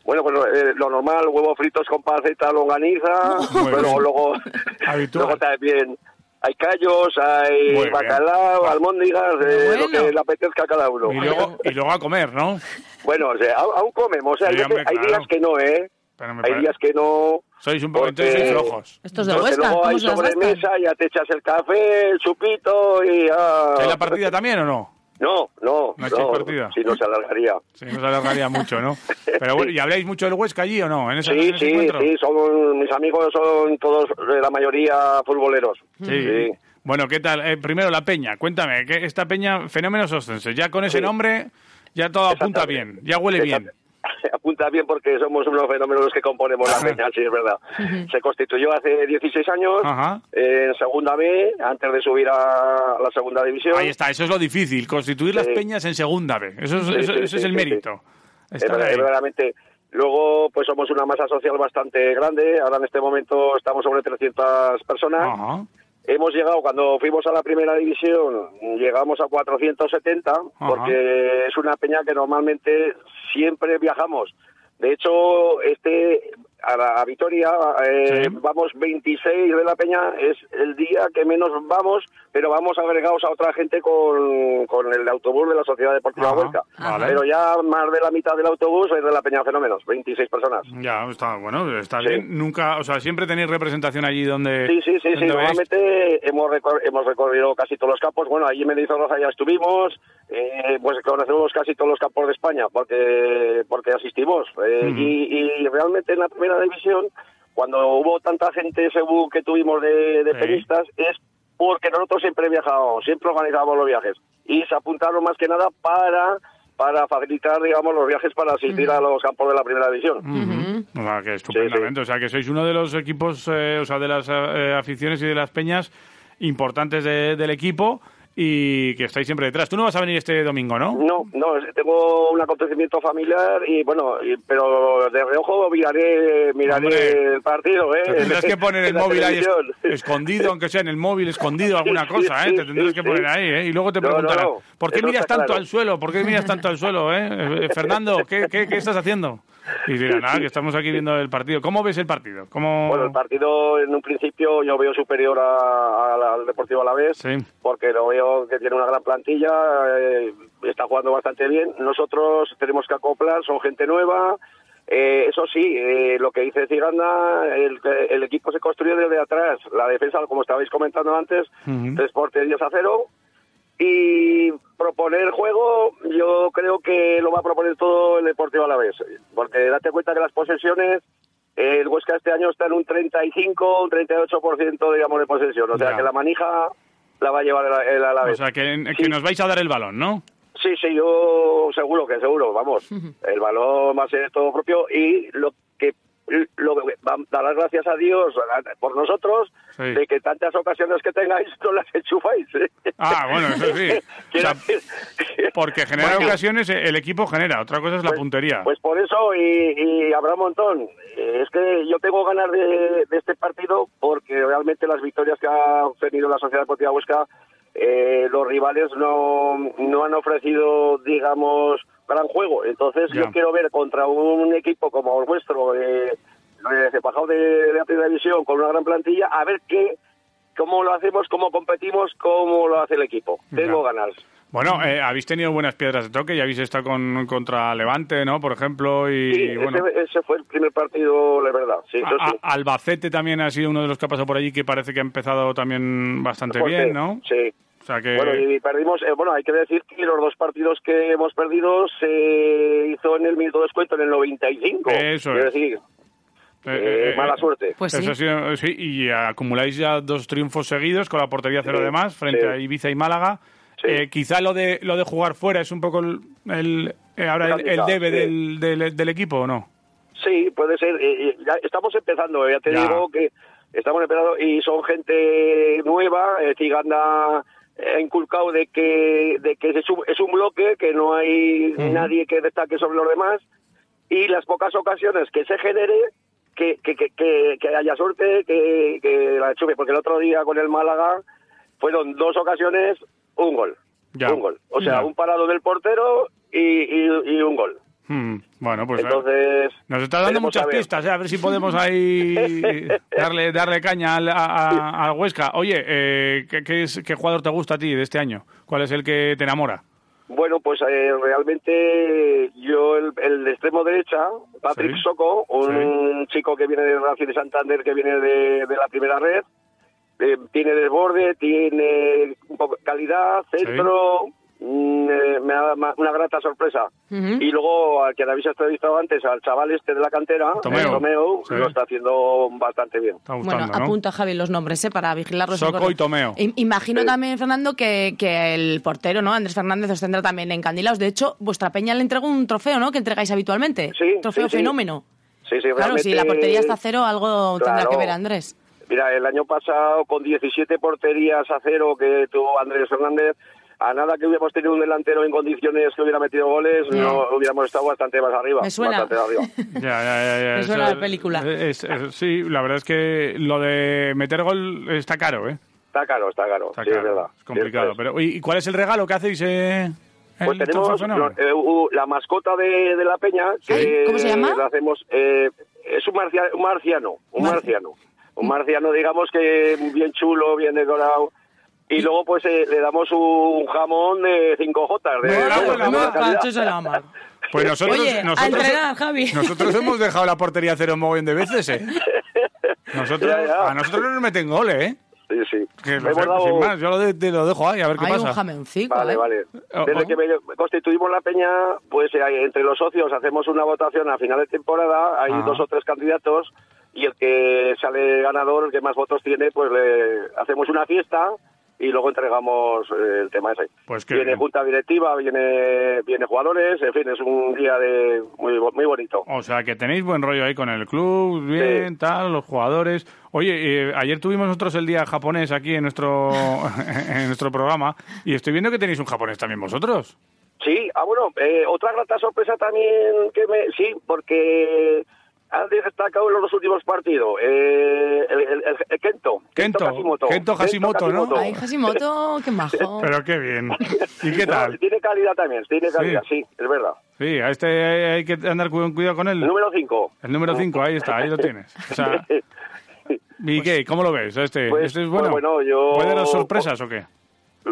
Speaker 13: Bueno, pues eh, lo normal, huevos fritos con panceta longaniza,
Speaker 3: Muy
Speaker 13: pero
Speaker 3: bien.
Speaker 13: luego, luego también hay callos, hay
Speaker 3: Muy bien.
Speaker 13: bacalao, almóndigas, eh, lo que le apetezca a cada uno.
Speaker 3: Y luego, y luego a comer, ¿no?
Speaker 13: Bueno, o sea, aún aún comemos, o sea, hay,
Speaker 3: Sí,
Speaker 13: veces-
Speaker 3: hombre,
Speaker 13: hay
Speaker 3: claro.
Speaker 13: días que no, ¿eh?
Speaker 3: Pero me
Speaker 13: Hay
Speaker 3: pare-
Speaker 13: días que no.
Speaker 3: Sois un poco
Speaker 13: porque-
Speaker 3: intensos y flojos.
Speaker 4: Estos de
Speaker 13: porque
Speaker 4: Huesca,
Speaker 13: luego
Speaker 4: ¿cómo
Speaker 13: hay
Speaker 4: se las gastan?
Speaker 13: sobremesa, ya te echas el café, el chupito y. ah.
Speaker 3: ¿Hay la partida también o no?
Speaker 13: No, no.
Speaker 3: ¿No echáis partida?
Speaker 13: Si no se alargaría.
Speaker 3: Sí, no se alargaría mucho, ¿no? Pero bueno, ¿y habláis mucho del Huesca allí o no? En ese,
Speaker 13: Sí,
Speaker 3: en ese
Speaker 13: sí,
Speaker 3: encuentro?
Speaker 13: sí, son, mis amigos son todos, eh, la mayoría futboleros.
Speaker 3: Sí. Bueno, ¿qué tal? Eh, primero, la peña. Cuéntame, que esta peña, fenómenos ostenses. Ya con ese nombre, ya todo apunta bien, ya huele bien.
Speaker 13: Apunta bien porque somos unos fenómenos los que componemos la peña, sí, es verdad. Se constituyó hace 16 años,
Speaker 3: Ajá.
Speaker 13: eh, en segunda B, antes de subir a la segunda división.
Speaker 3: Ahí está, eso es lo difícil, constituir las
Speaker 13: Sí.
Speaker 3: peñas en segunda B. Eso es,
Speaker 13: Sí,
Speaker 3: eso-
Speaker 13: sí,
Speaker 3: eso es
Speaker 13: sí, sí,
Speaker 3: el mérito.
Speaker 13: Es
Speaker 3: Estar
Speaker 13: verdad- es
Speaker 3: ahí.
Speaker 13: verdaderamente. Luego, pues somos una masa social bastante grande. Ahora en este momento estamos sobre 300 personas. Hemos llegado, cuando fuimos a la primera división, llegamos a 470,
Speaker 11: Ajá.
Speaker 13: porque es una peña que normalmente siempre viajamos. De hecho, este a, la- a Vitoria eh, vamos 26 de la peña, es el día que menos vamos, pero vamos agregados a otra gente con, con el autobús de la Sociedad Deportiva Huelca.
Speaker 3: Vale.
Speaker 13: Pero ya más de la mitad del autobús es de la peña Fenómenos, 26 personas.
Speaker 3: Ya, está, bueno, está bien. Nunca, o sea, siempre tenéis representación allí donde...
Speaker 13: Sí, sí, sí, sí.
Speaker 3: donde vais.
Speaker 13: Normalmente hemos, recor- hemos recorrido casi todos los campos. Bueno, allí en Mendizorroza ya estuvimos. eh, pues conocemos casi todos los campos de España porque, porque asistimos. Eh,
Speaker 11: Ujú.
Speaker 13: y, y realmente en la primera división, cuando hubo tanta gente según que tuvimos de, de
Speaker 11: Sí.
Speaker 13: peñistas, es porque nosotros siempre viajábamos, siempre organizábamos los viajes. Y se apuntaron más que nada para para facilitar, digamos, los viajes para asistir a los campos de la primera división.
Speaker 3: Ujú. O sea, que estupendamente. O sea, que sois uno de los equipos, eh, o sea, de las eh, aficiones y de las peñas importantes de- del equipo y que estáis siempre detrás. Tú no vas a venir este domingo, ¿no?
Speaker 13: No, no, es- tengo un acontecimiento familiar y bueno, y- pero de reojo miraré, miraré
Speaker 3: Hombre.
Speaker 13: el partido, ¿eh?
Speaker 3: Te tendrás que poner el
Speaker 13: En la
Speaker 3: móvil ahí es-
Speaker 13: televisión.
Speaker 3: escondido, aunque sea en el móvil escondido alguna
Speaker 13: Sí,
Speaker 3: cosa, ¿eh?
Speaker 13: sí,
Speaker 3: Te tendrás
Speaker 13: sí,
Speaker 3: que
Speaker 13: sí.
Speaker 3: poner ahí, ¿eh? Y luego te
Speaker 13: No, no,
Speaker 3: preguntarán,
Speaker 13: no.
Speaker 3: ¿por qué
Speaker 13: Eso
Speaker 3: miras
Speaker 13: está
Speaker 3: tanto
Speaker 13: claro.
Speaker 3: al suelo? ¿Por qué miras tanto al suelo, eh? Eh, Fernando, ¿qué, qué, qué estás haciendo? Y dirán, nada, que estamos aquí viendo el partido. ¿Cómo ves el partido? ¿Cómo...
Speaker 13: Bueno, el partido en un principio yo veo superior a- a la- al Deportivo Alavés
Speaker 3: Sí.
Speaker 13: porque lo veo que tiene una gran plantilla, eh, está jugando bastante bien. Nosotros tenemos que acoplar, son gente nueva. Eh, eso sí, eh, lo que dice Ciganda, el, el equipo se construye desde atrás. La defensa, como estabais comentando antes,
Speaker 11: Ujú.
Speaker 13: tres porterías a cero. Y proponer juego, yo creo que lo va a proponer todo el Deportivo Alavés. Porque date cuenta que las posesiones el Huesca este año está en un 35, un 38% digamos de posesión. O sea
Speaker 3: Ya.
Speaker 13: que la manija la va a llevar el, el Alavés.
Speaker 3: O sea, que, que nos vais a dar el balón, ¿no?
Speaker 13: Sí, sí, yo seguro que seguro, vamos. El balón va a ser todo propio y lo que lo que va- darás gracias a Dios a- por nosotros
Speaker 3: Sí.
Speaker 13: de que tantas ocasiones que tengáis no las enchufáis. ¿eh?
Speaker 3: Ah, bueno, eso sí. O sea, porque generar
Speaker 13: Bueno.
Speaker 3: ocasiones eh, el equipo genera, otra cosa es la puntería.
Speaker 13: Pues por eso, y, y habrá un montón. Eh, Es que yo tengo ganas de, de este partido porque realmente las victorias que ha obtenido la Sociedad Deportiva Huesca, eh, los rivales no, no han ofrecido, digamos, gran juego. Entonces
Speaker 11: Ya.
Speaker 13: yo quiero ver contra un equipo como el vuestro, eh, eh, cepajado de, de la primera división, con una gran plantilla, a ver qué, cómo lo hacemos, cómo competimos, cómo lo hace el equipo. Tengo ganas. mm.
Speaker 3: Bueno, eh, habéis tenido buenas piedras de toque y habéis estado con, contra Levante, ¿no? Por ejemplo, y
Speaker 13: Sí,
Speaker 3: bueno.
Speaker 13: ese, ese fue el primer partido, la verdad. Sí, eso
Speaker 3: A-
Speaker 13: sí.
Speaker 3: a- Albacete también ha sido uno de los que ha pasado por allí que parece que ha empezado también bastante
Speaker 13: Fuerte,
Speaker 3: bien, ¿no?
Speaker 13: Pues, Sí.
Speaker 3: O sea que...
Speaker 13: Bueno, y perdimos, eh, bueno, hay que decir que los dos partidos que hemos perdido se hizo en el minuto de descuento en el 95.
Speaker 3: Eso
Speaker 13: Quiero
Speaker 3: es.
Speaker 13: decir, eh, mala suerte. Pues
Speaker 3: eso
Speaker 13: sí.
Speaker 3: ha sido- eh, sí, Y acumuláis ya dos triunfos seguidos con la portería cero
Speaker 13: Sí,
Speaker 3: de más frente
Speaker 13: sí.
Speaker 3: a Ibiza y Málaga. Eh, quizá lo de lo de jugar fuera es un poco el, el- eh, ahora el, el
Speaker 13: Práctica,
Speaker 3: debe
Speaker 13: sí.
Speaker 3: del, del- del equipo, ¿o no?
Speaker 13: sí, puede ser. eh, eh, ya estamos empezando, eh, ya te
Speaker 3: Ya.
Speaker 13: digo que estamos empezando y son gente nueva. Eh, Ciganda eh, ha inculcado de que, de que es un, es un bloque, que no hay nadie que destaque sobre los demás. y las pocas ocasiones que se genere, que, que, que, que, que haya suerte, que, que la chupe. Porque el otro día con el Málaga fueron dos ocasiones, un gol.
Speaker 3: Ya.
Speaker 13: Un gol. O sea,
Speaker 3: Ya.
Speaker 13: un parado del portero y, y, y un gol.
Speaker 3: Hmm, Bueno, pues... eh,
Speaker 13: Entonces.
Speaker 3: Nos está dando
Speaker 13: veremos a
Speaker 3: muchas
Speaker 13: ver.
Speaker 3: pistas, ¿eh? a ver si podemos ahí darle, darle caña al, a, a- al Huesca. Oye, eh, ¿qué, qué es, ¿qué jugador te gusta a ti de este año? ¿Cuál es el que te enamora?
Speaker 13: Bueno, pues eh, realmente yo, el, el de extremo derecha, Patrick
Speaker 11: Sí.
Speaker 13: Soco, un chico que viene de Racing de Santander, que viene de, de la primera red, eh, tiene desborde, tiene un poco calidad, centro, mm, eh, me ha ma- una grata sorpresa.
Speaker 11: Ujú.
Speaker 13: Y luego, al que habéis entrevistado antes, al chaval este de la cantera, eh, Tomeo,
Speaker 3: Tomeo. Sí.
Speaker 13: lo está haciendo bastante bien.
Speaker 4: Bueno, apunta Javi los nombres, ¿eh? Para vigilarlos.
Speaker 3: Soco
Speaker 4: Recuerdo.
Speaker 3: y Tomeo.
Speaker 4: I- Imagino también, Fernando, que, que el portero, ¿no? Andrés Fernández os tendrá también encandilados. De hecho, vuestra peña le entregó un trofeo, ¿no? Que entregáis habitualmente. Trofeo
Speaker 13: sí, sí.
Speaker 4: fenómeno.
Speaker 13: Sí, sí,
Speaker 4: Claro, si la
Speaker 13: realmente-
Speaker 4: portería está a cero, algo tendrá
Speaker 13: Claro.
Speaker 4: que ver Andrés.
Speaker 13: Mira, el año pasado con 17 porterías a cero que tuvo Andrés Fernández, a nada que hubiéramos tenido un delantero en condiciones que hubiera metido goles,
Speaker 3: Ya.
Speaker 13: no hubiéramos estado bastante más arriba.
Speaker 4: Me suena.
Speaker 13: Bastante arriba.
Speaker 3: Ya, ya, ya, ya.
Speaker 4: Me suena
Speaker 3: Eso-
Speaker 4: la película.
Speaker 3: es- es- sí, la verdad es que lo de meter gol está caro, ¿eh?
Speaker 13: Está caro, está caro.
Speaker 3: Está
Speaker 13: sí,
Speaker 3: caro,
Speaker 13: es verdad.
Speaker 3: es complicado. Pero, ¿y, y cuál es el regalo que hacéis? Eh,
Speaker 13: Pues
Speaker 3: el trofeo
Speaker 13: tenemos
Speaker 3: fenómeno?
Speaker 13: lo- eh, u- la mascota de, de la peña, que
Speaker 3: ¿Cómo se llama?
Speaker 13: la hacemos, eh, es un, marcia- un marciano, un marciano. Un marciano, digamos que bien chulo, bien decorado. Y luego pues eh, le damos un jamón de 5J. De, de- de buena calidad.
Speaker 3: Pues nosotros,
Speaker 4: Oye, a
Speaker 3: nosotros,
Speaker 4: entrenar, Javi.
Speaker 3: nosotros hemos dejado la portería cero un mogollón de veces, ¿eh? Nosotros, A nosotros no nos meten goles, ¿eh?
Speaker 13: Sí, sí.
Speaker 3: Que lo
Speaker 13: Hemos
Speaker 3: sé, pues
Speaker 13: dado-
Speaker 3: sin más, yo lo, de- te lo dejo ahí, a ver qué
Speaker 4: Hay
Speaker 3: pasa.
Speaker 4: un jamoncito.
Speaker 13: Vale,
Speaker 4: ¿eh?
Speaker 13: vale.
Speaker 3: Oh,
Speaker 13: Desde
Speaker 3: oh.
Speaker 13: que me- constituimos la peña, pues eh, entre los socios hacemos una votación a final de temporada, hay
Speaker 3: Ajá.
Speaker 13: dos o tres candidatos y el que sale ganador, el que más votos tiene, pues le hacemos una fiesta y luego entregamos eh, el tema ese.
Speaker 3: Pues qué
Speaker 13: viene
Speaker 3: bien.
Speaker 13: junta directiva, viene viene jugadores, en fin, es un día de muy bo- muy bonito.
Speaker 3: O sea, que tenéis buen rollo ahí con el club, bien, tal, los jugadores. Oye, eh, ayer tuvimos nosotros el día japonés aquí en nuestro, en nuestro programa y estoy viendo que tenéis un japonés también vosotros.
Speaker 13: Sí, ah, bueno, eh, otra grata sorpresa también que me. Sí, porque han destacado en los últimos partidos. Eh, el, el- el- el Kento.
Speaker 3: Kento,
Speaker 13: Hashimoto.
Speaker 3: Kento Hashimoto, ¿no?
Speaker 4: Ay, Eh, Hashimoto, qué majo.
Speaker 3: Pero qué bien. ¿Y qué
Speaker 13: No,
Speaker 3: tal?
Speaker 13: tiene calidad también, tiene
Speaker 3: Sí.
Speaker 13: calidad, sí, es verdad.
Speaker 3: Sí, a este hay- hay que andar cu- cuidado con él. El
Speaker 13: número 5.
Speaker 3: El número 5, ahí está, ahí lo tienes. O sea, ¿Y qué? ¿Cómo lo ves? ¿Este,
Speaker 13: Pues,
Speaker 3: este es
Speaker 13: pues
Speaker 3: bueno?
Speaker 13: bueno, yo-
Speaker 3: ¿Puede daros sorpresas o qué?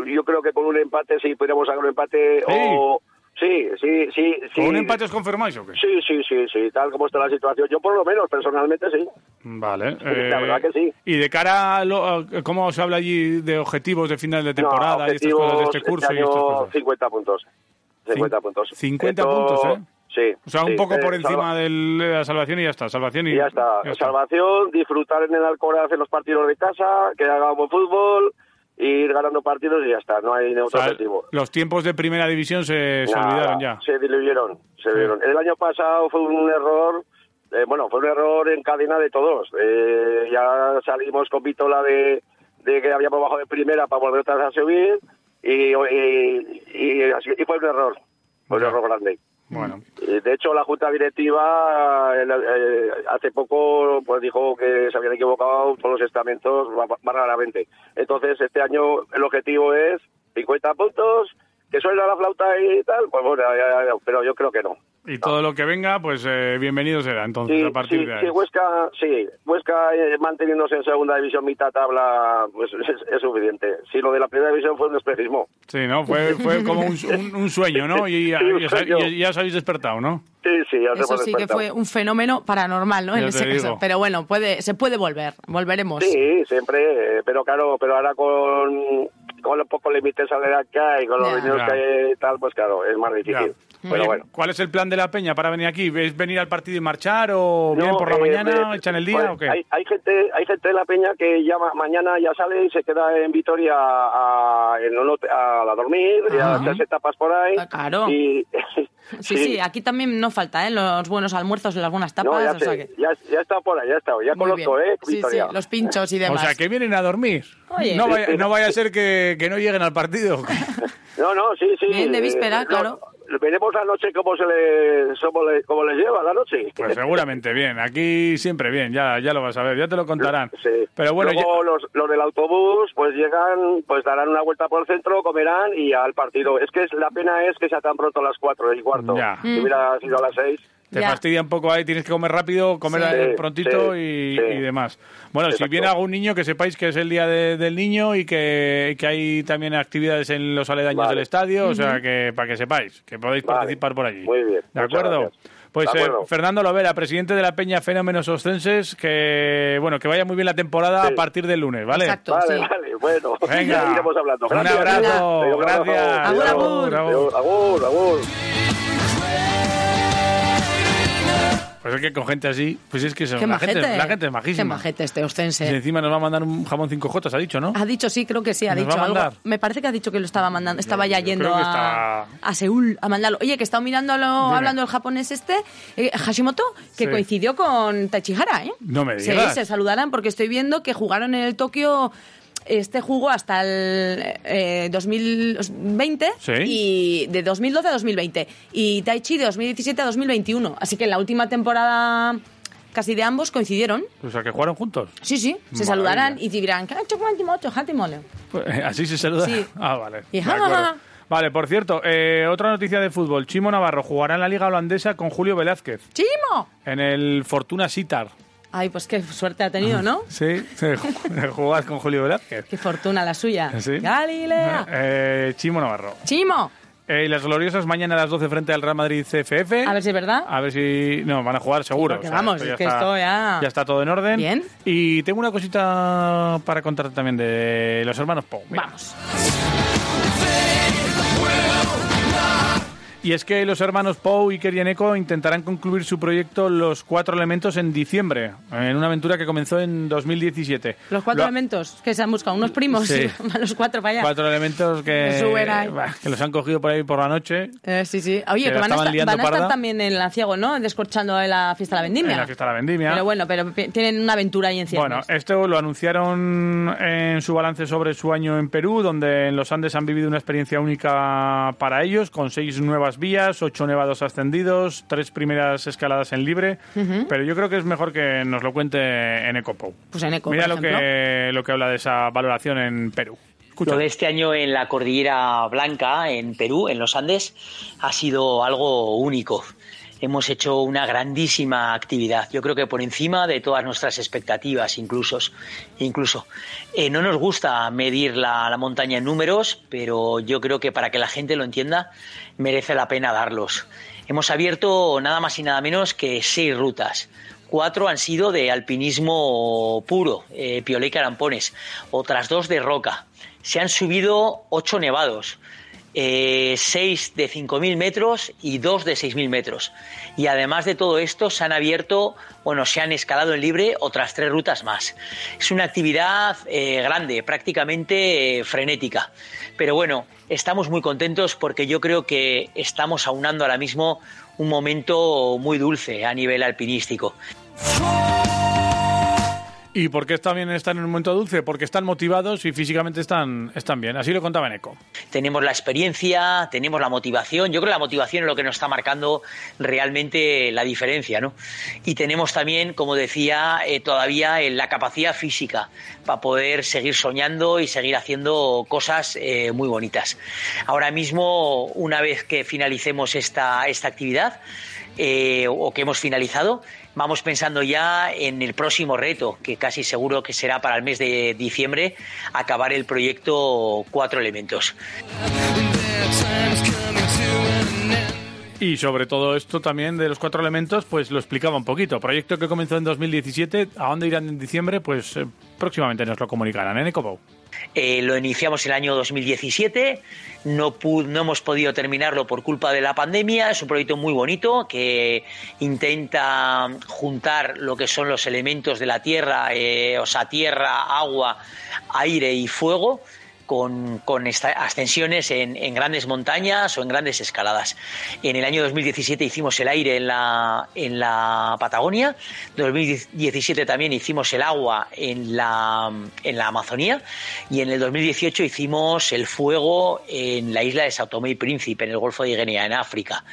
Speaker 13: Yo creo que con un empate, sí, podríamos sacar un empate. O, sí, sí, sí. sí.
Speaker 3: ¿Con un empate os confirmáis o qué?
Speaker 13: Sí, sí, sí, sí, tal como está la situación. Yo, por lo menos, personalmente, sí.
Speaker 3: Vale. eh,
Speaker 13: La verdad que sí.
Speaker 3: ¿Y de cara a, lo- a- cómo se habla allí de objetivos de final de
Speaker 13: No,
Speaker 3: temporada y estas
Speaker 13: objetivos
Speaker 3: cosas de este curso y
Speaker 13: año
Speaker 3: estas cosas?
Speaker 13: 50 puntos. 50 puntos.
Speaker 3: 50
Speaker 13: Esto-
Speaker 3: puntos, ¿eh?
Speaker 13: Sí.
Speaker 3: O sea, un
Speaker 13: sí,
Speaker 3: poco
Speaker 13: eh,
Speaker 3: por encima
Speaker 13: salva-
Speaker 3: del- de la salvación y ya está. Salvación y,
Speaker 13: y ya está. Salvación, disfrutar en el Alcoraz en los partidos de casa, que hagamos fútbol, ir ganando partidos y ya está. No hay
Speaker 3: O
Speaker 13: otro
Speaker 3: sea,
Speaker 13: objetivo.
Speaker 3: los tiempos de primera división se, se
Speaker 13: Nada,
Speaker 3: olvidaron ya.
Speaker 13: Se diluyeron, se diluyeron. El año pasado fue un error, eh, bueno, fue un error en cadena de todos. Eh, ya salimos con Vitola de, de que habíamos bajado de primera para volver otra vez a subir y, y- y así- y fue un error, fue un error grande.
Speaker 3: Bueno.
Speaker 13: Eh, De hecho, la Junta Directiva eh, la- eh, hace poco pues dijo que se habían equivocado por los estamentos ba- barraramente. Entonces, este año el objetivo es 50 puntos, que suena la flauta y tal. Pues bueno, ya- ya- pero yo creo que no.
Speaker 3: Y todo lo que venga, pues eh, bienvenido será entonces
Speaker 13: Sí,
Speaker 3: a partir
Speaker 13: sí, pues-
Speaker 3: de ahí.
Speaker 13: sí, Huesca, sí, Huesca eh, manteniéndose en segunda división mitad tabla pues es, es suficiente. Si lo de la primera división fue un espejismo.
Speaker 3: Sí, ¿no? Fue, fue como un, un- un sueño, ¿no? Y ya,
Speaker 13: Sí, un
Speaker 3: ya sab-
Speaker 13: sueño.
Speaker 3: ya- ya os habéis despertado, ¿no?
Speaker 13: Sí, sí, ya
Speaker 4: Eso sí que fue un fenómeno paranormal, ¿no?
Speaker 3: Ya
Speaker 4: en
Speaker 3: te
Speaker 4: ese caso.
Speaker 3: digo.
Speaker 4: Pero bueno, puede, se puede volver. Volveremos.
Speaker 13: Sí, siempre, eh, pero claro, pero ahora con, con los pocos límites salariales que hay, con los
Speaker 3: Ya.
Speaker 13: dineros
Speaker 3: Ya.
Speaker 13: que hay y tal, pues claro, es más difícil.
Speaker 3: Ya.
Speaker 13: Pero
Speaker 3: Oye,
Speaker 13: bueno.
Speaker 3: ¿Cuál es el plan de la peña para venir aquí? ¿Es venir al partido y marchar o bien
Speaker 13: No,
Speaker 3: por la
Speaker 13: eh,
Speaker 3: mañana,
Speaker 13: eh,
Speaker 3: echan el día
Speaker 13: pues,
Speaker 3: o qué?
Speaker 13: Hay, hay gente, hay gente de la peña que ya ma- mañana ya sale y se queda en Vitoria a, a- en un hotel- a, a dormir, y a
Speaker 4: Ajá.
Speaker 13: hacerse tapas por ahí.
Speaker 4: Ah, claro.
Speaker 13: Y,
Speaker 4: Sí, sí, aquí también no falta, ¿eh? Los buenos almuerzos, las buenas tapas.
Speaker 13: No, ya,
Speaker 4: o sea
Speaker 13: sé,
Speaker 4: que...
Speaker 13: ya, ya está por ahí, ya está, ya
Speaker 4: Muy
Speaker 13: conozco,
Speaker 4: bien.
Speaker 13: ¿eh?
Speaker 4: Sí, sí,
Speaker 13: Vitoria.
Speaker 4: los pinchos y demás.
Speaker 3: O sea, que vienen a dormir.
Speaker 4: Oye.
Speaker 3: No, vaya, no vaya a ser que, que no lleguen al partido.
Speaker 13: No, no, sí, sí.
Speaker 4: Bien de
Speaker 13: eh,
Speaker 4: víspera,
Speaker 13: no,
Speaker 4: claro.
Speaker 13: Veremos la noche cómo se le, cómo le, cómo les lleva la noche.
Speaker 3: Pues seguramente bien, aquí siempre bien, ya, ya lo vas a ver, ya te lo contarán. Pero bueno,
Speaker 13: Luego
Speaker 3: ya-
Speaker 13: los, los del autobús pues llegan, pues darán una vuelta por el centro, comerán y al partido. Es que es, la pena es que sea tan pronto a las cuatro y cuarto.
Speaker 3: Ya.
Speaker 13: Si
Speaker 3: Mm.
Speaker 13: hubiera sido a las seis
Speaker 3: Te
Speaker 4: Ya.
Speaker 3: fastidia un poco ahí, tienes que comer rápido, comer
Speaker 4: Sí.
Speaker 3: eh,
Speaker 4: Sí,
Speaker 3: prontito
Speaker 4: sí,
Speaker 3: y,
Speaker 4: sí.
Speaker 3: y demás. Bueno, si
Speaker 4: Exacto.
Speaker 3: viene algún niño, que sepáis que es el día de- del niño y que, que hay también actividades en los aledaños
Speaker 13: Vale.
Speaker 3: del estadio, o sea
Speaker 13: Ujú.
Speaker 3: que para que sepáis, que podéis
Speaker 13: Vale.
Speaker 3: participar por allí.
Speaker 13: Muy bien.
Speaker 3: ¿De
Speaker 13: muchas
Speaker 3: acuerdo?
Speaker 13: gracias.
Speaker 3: Pues
Speaker 13: De
Speaker 3: eh,
Speaker 13: acuerdo.
Speaker 3: Fernando Lovera, presidente de la Peña Fenómenos Ostenses, que bueno, que vaya muy bien la temporada a partir del lunes, ¿vale?
Speaker 13: vale, vale, bueno.
Speaker 3: Venga.
Speaker 13: Ya iremos hablando.
Speaker 3: Un
Speaker 13: Gracias.
Speaker 3: abrazo,
Speaker 13: Venga, un abrazo.
Speaker 3: gracias. Agur, agur.
Speaker 13: Adiós, agur, agur.
Speaker 3: Pues es que con gente así, pues es que son-
Speaker 4: Qué
Speaker 3: la,
Speaker 4: majete. ¿eh?
Speaker 3: gente, la gente es
Speaker 4: Qué
Speaker 3: majísima.
Speaker 4: majete este
Speaker 3: Y
Speaker 4: ostense.
Speaker 3: encima nos va a mandar un jamón 5J, ha dicho, ¿no?
Speaker 4: Ha dicho, sí, creo que sí, ha
Speaker 3: ¿Nos
Speaker 4: dicho
Speaker 3: va a
Speaker 4: algo.
Speaker 3: mandar?
Speaker 4: Me parece que ha dicho que lo estaba mandando, estaba ya yendo
Speaker 3: creo que
Speaker 4: a,
Speaker 3: estaba-
Speaker 4: a Seúl a mandarlo. Oye, que he estado mirando, a lo-
Speaker 3: Dime.
Speaker 4: hablando el japonés este, eh, Hashimoto, que
Speaker 3: Sí.
Speaker 4: coincidió con Tachihara, ¿eh?
Speaker 3: No me
Speaker 4: Sí,
Speaker 3: digas.
Speaker 4: se saludarán porque estoy viendo que jugaron en el Tokio. Este jugó hasta el eh, 2020
Speaker 3: Sí.
Speaker 4: y de 2012 a 2020 y Taichi de 2017 a 2021. Así que en la última temporada casi de ambos coincidieron.
Speaker 3: O sea, que jugaron juntos.
Speaker 4: Sí, sí, se
Speaker 3: Maravilla.
Speaker 4: saludarán y dirán "Ah, "Chocmantimocho, jatimole".
Speaker 3: Pues, así se saluda.
Speaker 4: Sí.
Speaker 3: Ah, vale.
Speaker 4: Y
Speaker 3: De
Speaker 4: ja, ja,
Speaker 3: acuerdo.
Speaker 4: ja.
Speaker 3: Vale, por cierto, eh, otra noticia de fútbol. Chimo Navarro jugará en la Liga Holandesa con Julio Velázquez
Speaker 4: ¡Chimo!
Speaker 3: en el Fortuna Sitar.
Speaker 4: Ay, pues qué suerte ha tenido, ¿no?
Speaker 3: Sí, jugás con Julio Velázquez.
Speaker 4: Qué fortuna la suya.
Speaker 3: ¿Ah, ¿Sí?
Speaker 4: Galilea.
Speaker 3: Eh, Chimo Navarro.
Speaker 4: Chimo.
Speaker 3: Eh, y las gloriosas mañana a las 12 frente al Real Madrid CFF.
Speaker 4: A ver si es verdad.
Speaker 3: A ver si. No, van a jugar seguro.
Speaker 4: porque vamos,
Speaker 3: esto
Speaker 4: es
Speaker 3: ya
Speaker 4: que esto ya-
Speaker 3: está todo en orden. Bien. Y tengo una cosita para contar también de los hermanos Pou.
Speaker 4: Vamos.
Speaker 3: Y es que los hermanos Pou y Kerieneco intentarán concluir su proyecto Los Cuatro Elementos en diciembre, en una aventura que comenzó en 2017.
Speaker 4: Los cuatro
Speaker 3: Lo-
Speaker 4: elementos que se han buscado, unos primos,
Speaker 3: Sí.
Speaker 4: a los cuatro para allá.
Speaker 3: Cuatro elementos
Speaker 4: Me
Speaker 3: que,
Speaker 4: suben ahí.
Speaker 3: bah, que los han cogido por ahí por la noche.
Speaker 4: Eh, sí, sí. Oye,
Speaker 3: Que
Speaker 4: que,
Speaker 3: la
Speaker 4: van, a,
Speaker 3: estaban
Speaker 4: estar,
Speaker 3: liando
Speaker 4: van a estar
Speaker 3: parda.
Speaker 4: también en la Ciego, ¿no? Descorchando en la fiesta de la vendimia.
Speaker 3: En la fiesta de la vendimia.
Speaker 4: Pero bueno, pero pi- tienen una aventura ahí en Ciego.
Speaker 3: Bueno, esto lo anunciaron en su balance sobre su año en Perú, donde en los Andes han vivido una experiencia única para ellos, con seis nuevas vías, ocho nevados ascendidos, tres primeras escaladas en libre.
Speaker 4: Ujú.
Speaker 3: Pero yo creo que es mejor que nos lo cuente en Ecopo.
Speaker 4: Pues en Eco,
Speaker 3: Mira
Speaker 4: por
Speaker 3: lo
Speaker 4: ejemplo.
Speaker 3: que, lo que habla de esa valoración en Perú.
Speaker 11: Lo de este año en la Cordillera Blanca, en Perú, en los Andes, ha sido algo único. Hemos hecho una grandísima actividad, yo creo que por encima de todas nuestras expectativas, incluso. incluso. Eh, no nos gusta medir la, la montaña en números, pero yo creo que para que la gente lo entienda, merece la pena darlos. Hemos abierto nada más y nada menos que seis rutas. Cuatro han sido de alpinismo puro, eh, Piolé y Carampones, otras dos de roca. Se han subido ocho nevados, eh, seis de 5.000 metros y dos de 6.000 metros. Y además de todo esto, se han abierto, bueno, se han escalado en libre otras tres rutas más. Es una actividad eh, grande, prácticamente eh, frenética. Pero bueno, estamos muy contentos porque yo creo que estamos aunando ahora mismo un momento muy dulce a nivel alpinístico.
Speaker 3: ¿Y por qué también están en un momento dulce? Porque están motivados y físicamente están, están bien. Así lo contaba en Eco.
Speaker 11: tenemos la experiencia, tenemos la motivación. Yo creo que la motivación es lo que nos está marcando realmente la diferencia, ¿no? Y tenemos también, como decía, eh, todavía eh, la capacidad física para poder seguir soñando y seguir haciendo cosas eh, muy bonitas. Ahora mismo, una vez que finalicemos esta, esta actividad, eh, o que hemos finalizado, vamos pensando ya en el próximo reto, que casi seguro que será para el mes de diciembre, acabar el proyecto Cuatro Elementos.
Speaker 3: Y sobre todo esto también de los cuatro elementos, pues lo explicaba un poquito. Proyecto que comenzó en 2017, ¿a dónde irán en diciembre? Pues eh, próximamente nos lo comunicarán en Ecopau.
Speaker 11: Eh, lo iniciamos el año 2017, no, pu- no hemos podido terminarlo por culpa de la pandemia, es un proyecto muy bonito que intenta juntar lo que son los elementos de la tierra, eh, o sea, tierra, agua, aire y fuego. Con, con esta- ascensiones en, en grandes montañas o en grandes escaladas. En el año 2017 hicimos el aire en la, en la Patagonia, 2017 también hicimos el agua en la, en la Amazonía y en el 2018 hicimos el fuego en la isla de Sao Tomé y Príncipe, en el Golfo de Guinea, en África.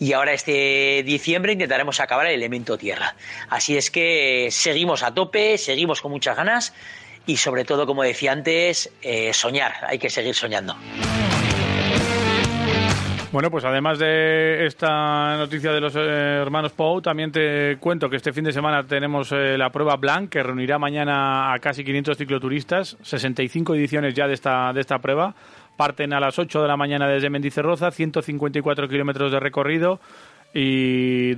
Speaker 11: Y ahora este diciembre intentaremos acabar el elemento tierra. Así es que seguimos a tope, seguimos con muchas ganas y sobre todo, como decía antes, eh, soñar, hay que seguir soñando.
Speaker 3: Bueno, pues además de esta noticia de los eh, hermanos Pou, también te cuento que este fin de semana tenemos eh, la prueba Blanc, que reunirá mañana a casi 500 cicloturistas, 65 ediciones ya de esta, de esta prueba. Parten a las 8 de la mañana desde Mendizorroza, 154 kilómetros de recorrido y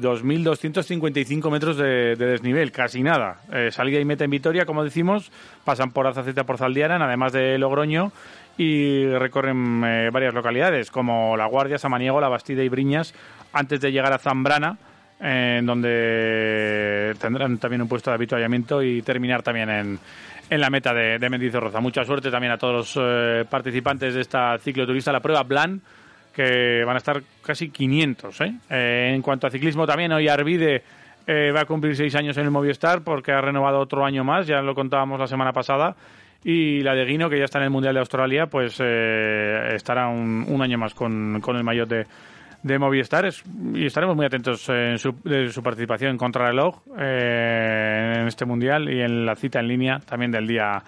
Speaker 3: 2.255 metros de, de desnivel, casi nada. Eh, salida y meta en Vitoria, como decimos, pasan por Azaceta, por Zaldiaran, además de Logroño, y recorren eh, varias localidades, como La Guardia, Samaniego, La Bastida y Briñas, antes de llegar a Zambrana, eh, en donde tendrán también un puesto de avituallamiento y terminar también en, en la meta de, de Mendizorroza. Mucha suerte también a todos los eh, participantes de esta cicloturista, la prueba Blan, que van a estar casi 500. ¿eh? Eh, en cuanto a ciclismo también, hoy Arvide eh, va a cumplir seis años en el Movistar porque ha renovado otro año más, ya lo contábamos la semana pasada. Y la de Guino, que ya está en el Mundial de Australia, pues eh, estará un, un año más con, con el maillot de, de Movistar. Es- y estaremos muy atentos eh, en su, de su participación en Contrarreloj eh, en este Mundial y en la cita en línea también del día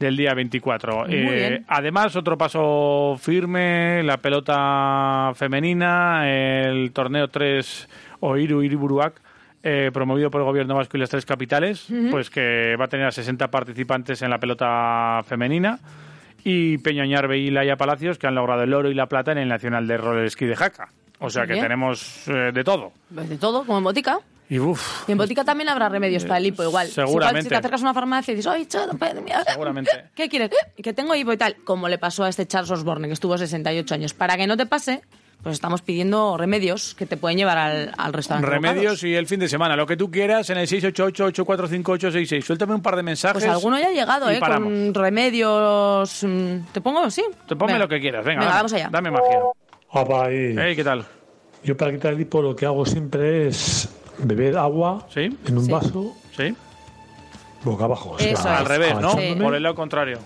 Speaker 3: del día Eh, 24.
Speaker 14: Muy bien.
Speaker 3: Además, otro paso firme, la pelota femenina, el torneo 3 Oiru Iriburuak, eh, promovido por el gobierno vasco y las tres capitales,
Speaker 14: Ujú.
Speaker 3: pues que va a tener a 60 participantes en la pelota femenina. Y Peñañarbe y Laia Palacios, que han logrado el oro y la plata en el Nacional de Roller Ski de Jaca. O sea que
Speaker 4: Bien.
Speaker 3: tenemos eh, de todo.
Speaker 4: Pues de todo, como en botica.
Speaker 3: Y uff,
Speaker 4: Y en botica también habrá remedios para el hipo, igual. Si igual
Speaker 3: seguramente.
Speaker 4: Si te acercas a una farmacia y dices, ¡ay, chato,
Speaker 3: seguramente.
Speaker 4: ¿Qué quieres? "Eh, Que tengo hipo y tal. Como le pasó a este Charles Osborne, que estuvo 68 años. Para que no te pase, pues estamos pidiendo remedios que te pueden llevar al, al restaurante.
Speaker 3: Remedios y el fin de semana, lo que tú quieras en el 688-845866. Suéltame un par de mensajes.
Speaker 4: Pues alguno ya ha llegado,
Speaker 3: y
Speaker 4: ¿eh?
Speaker 3: paramos.
Speaker 4: Con remedios. mm, ¿Te pongo? Sí.
Speaker 3: Te ponme
Speaker 4: Venga.
Speaker 3: lo que quieras, venga.
Speaker 4: Venga,
Speaker 3: dame,
Speaker 4: vamos allá.
Speaker 3: Dame magia.
Speaker 15: Apa, eh.
Speaker 3: ¿qué tal?
Speaker 15: Yo para quitar el hipo lo que hago siempre es beber agua en un vaso.
Speaker 3: Sí.
Speaker 15: Boca abajo. o sea,
Speaker 3: Al revés, ¿no?
Speaker 15: agachándome
Speaker 3: Por el lado contrario.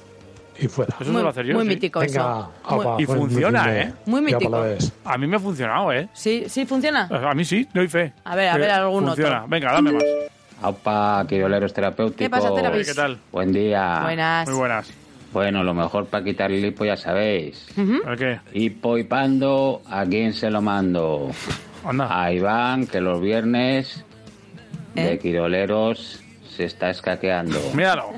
Speaker 15: Y fuera.
Speaker 3: Eso se lo hacer yo.
Speaker 4: muy
Speaker 3: sí.
Speaker 4: mítico Venga, eso. apa,
Speaker 3: y
Speaker 15: pues,
Speaker 3: funciona,
Speaker 15: muy
Speaker 3: ¿eh?
Speaker 15: Muy Ya mítico. para la vez.
Speaker 3: A mí me ha funcionado, ¿eh?
Speaker 4: Sí, sí, funciona.
Speaker 3: A mí sí, doy fe.
Speaker 4: A ver, a ver,
Speaker 3: Eh,
Speaker 4: algún otro.
Speaker 3: Funciona. Venga, dame más.
Speaker 16: Aupa, quiroleros terapéuticos.
Speaker 4: ¿Qué pasa, terapis? ¿Qué tal?
Speaker 16: Buen día.
Speaker 4: Buenas. Muy
Speaker 3: buenas.
Speaker 16: Bueno, lo mejor para quitar el hipo ya sabéis.
Speaker 4: Ujú.
Speaker 3: qué?
Speaker 16: Hipo y pando, ¿a quién se lo mando? A Iván, que los viernes
Speaker 4: ¿Eh?
Speaker 16: de quiroleros se está escaqueando.
Speaker 3: Míralo.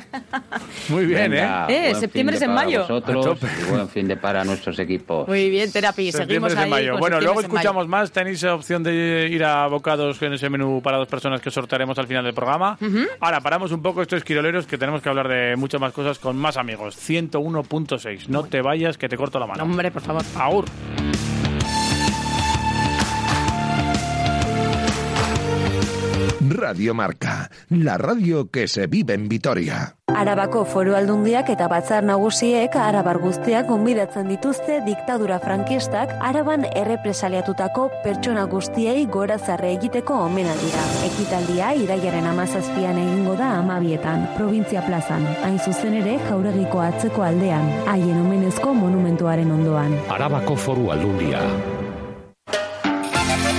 Speaker 3: Muy
Speaker 4: bien,
Speaker 16: Venga,
Speaker 4: ¿eh? Eh,
Speaker 16: buen
Speaker 4: septiembre
Speaker 16: fin de
Speaker 4: es en
Speaker 16: para
Speaker 4: mayo.
Speaker 16: vosotros
Speaker 3: A tope.
Speaker 16: y buen fin de para nuestros equipos.
Speaker 4: Muy bien, terapia.
Speaker 3: Septiembre
Speaker 4: Seguimos
Speaker 3: es en
Speaker 4: ahí.
Speaker 3: mayo.
Speaker 4: con
Speaker 3: Bueno, luego
Speaker 4: septiembre es en mayo.
Speaker 3: escuchamos más. Tenéis opción de ir a bocados en ese menú para dos personas que sortearemos al final del programa. Ahora paramos un poco estos quiroleros que tenemos que hablar de muchas más cosas con más amigos. 101.6. No te vayas, que te corto la mano.
Speaker 4: Hombre, por favor.
Speaker 3: Aur.
Speaker 17: Radio Marca, la radio que se vive en Vitoria.
Speaker 18: Arabako foru aldundiak eta batzar nagusiek arabar guztiak gonbidatzen dituzte diktadura frankistak araban errepresaliatutako pertsona guztiei gora zarre egiteko omena dira. Ekitaldia irailaren amazazpian egingo da amabietan, provintzia plazan, hain zuzen ere jauregiko atzeko aldean, haien omenezko monumentuaren ondoan.
Speaker 19: Arabako Foru Aldundia.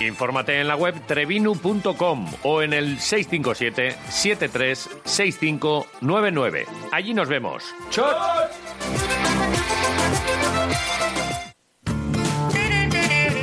Speaker 20: Infórmate en la web trevinu.com o en el 657-736599. Allí nos vemos. ¡Chot!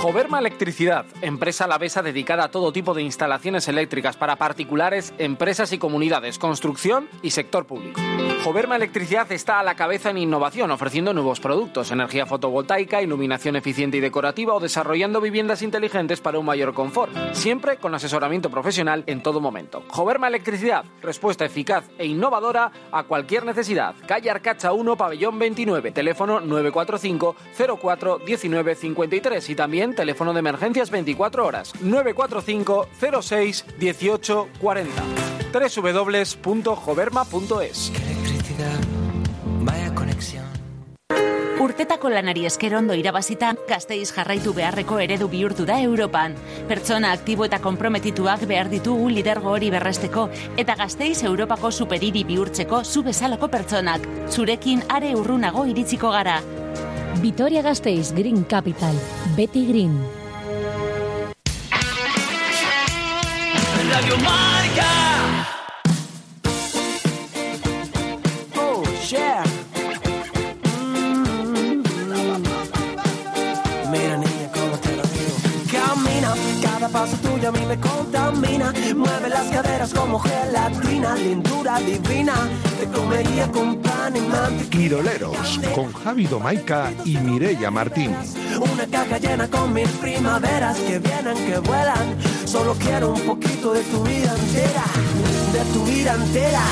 Speaker 14: Joverma Electricidad, empresa alavesa dedicada a todo tipo de instalaciones eléctricas para particulares, empresas y comunidades, construcción y sector público. Joverma Electricidad está a la cabeza en innovación, ofreciendo nuevos productos, energía fotovoltaica, iluminación eficiente y decorativa o desarrollando viviendas inteligentes para un mayor confort, siempre con asesoramiento profesional en todo momento. Joverma Electricidad, respuesta eficaz e innovadora a cualquier necesidad. Calle Arcacha 1, pabellón 29, teléfono 945 04 19 53 y también teléfono de emergencias 24 horas 945 06 18 40 www.joverma.es
Speaker 19: Vaya conexión.
Speaker 21: Urtetako lanari esker ondo irabazita, gazteiz jarraitu beharreko eredu bihurtu da Europan. Pertsona aktibo eta konprometituak behar ditugu lidergo hori berresteko, eta gazteiz Europako superiri bihurtzeko zu bezalako pertsonak. Zurekin are urrunago iritsiko gara.
Speaker 22: Vitoria Gasteiz Green Capital. Betty Green.
Speaker 2: Radio Marca.
Speaker 19: Oh, yeah.
Speaker 2: Mira niña, cómo te lo digo. Camina, cada paso tuyo a mí me contamina. Mueve las caderas como gelatina, lindura divina. Te comería con pan y mantequilla.
Speaker 17: Quiroleros con Javi Domaica y Mireia Martín.
Speaker 2: Una caja llena con mil primaveras que vienen, que vuelan. Solo quiero un poquito de tu vida entera, de tu vida entera.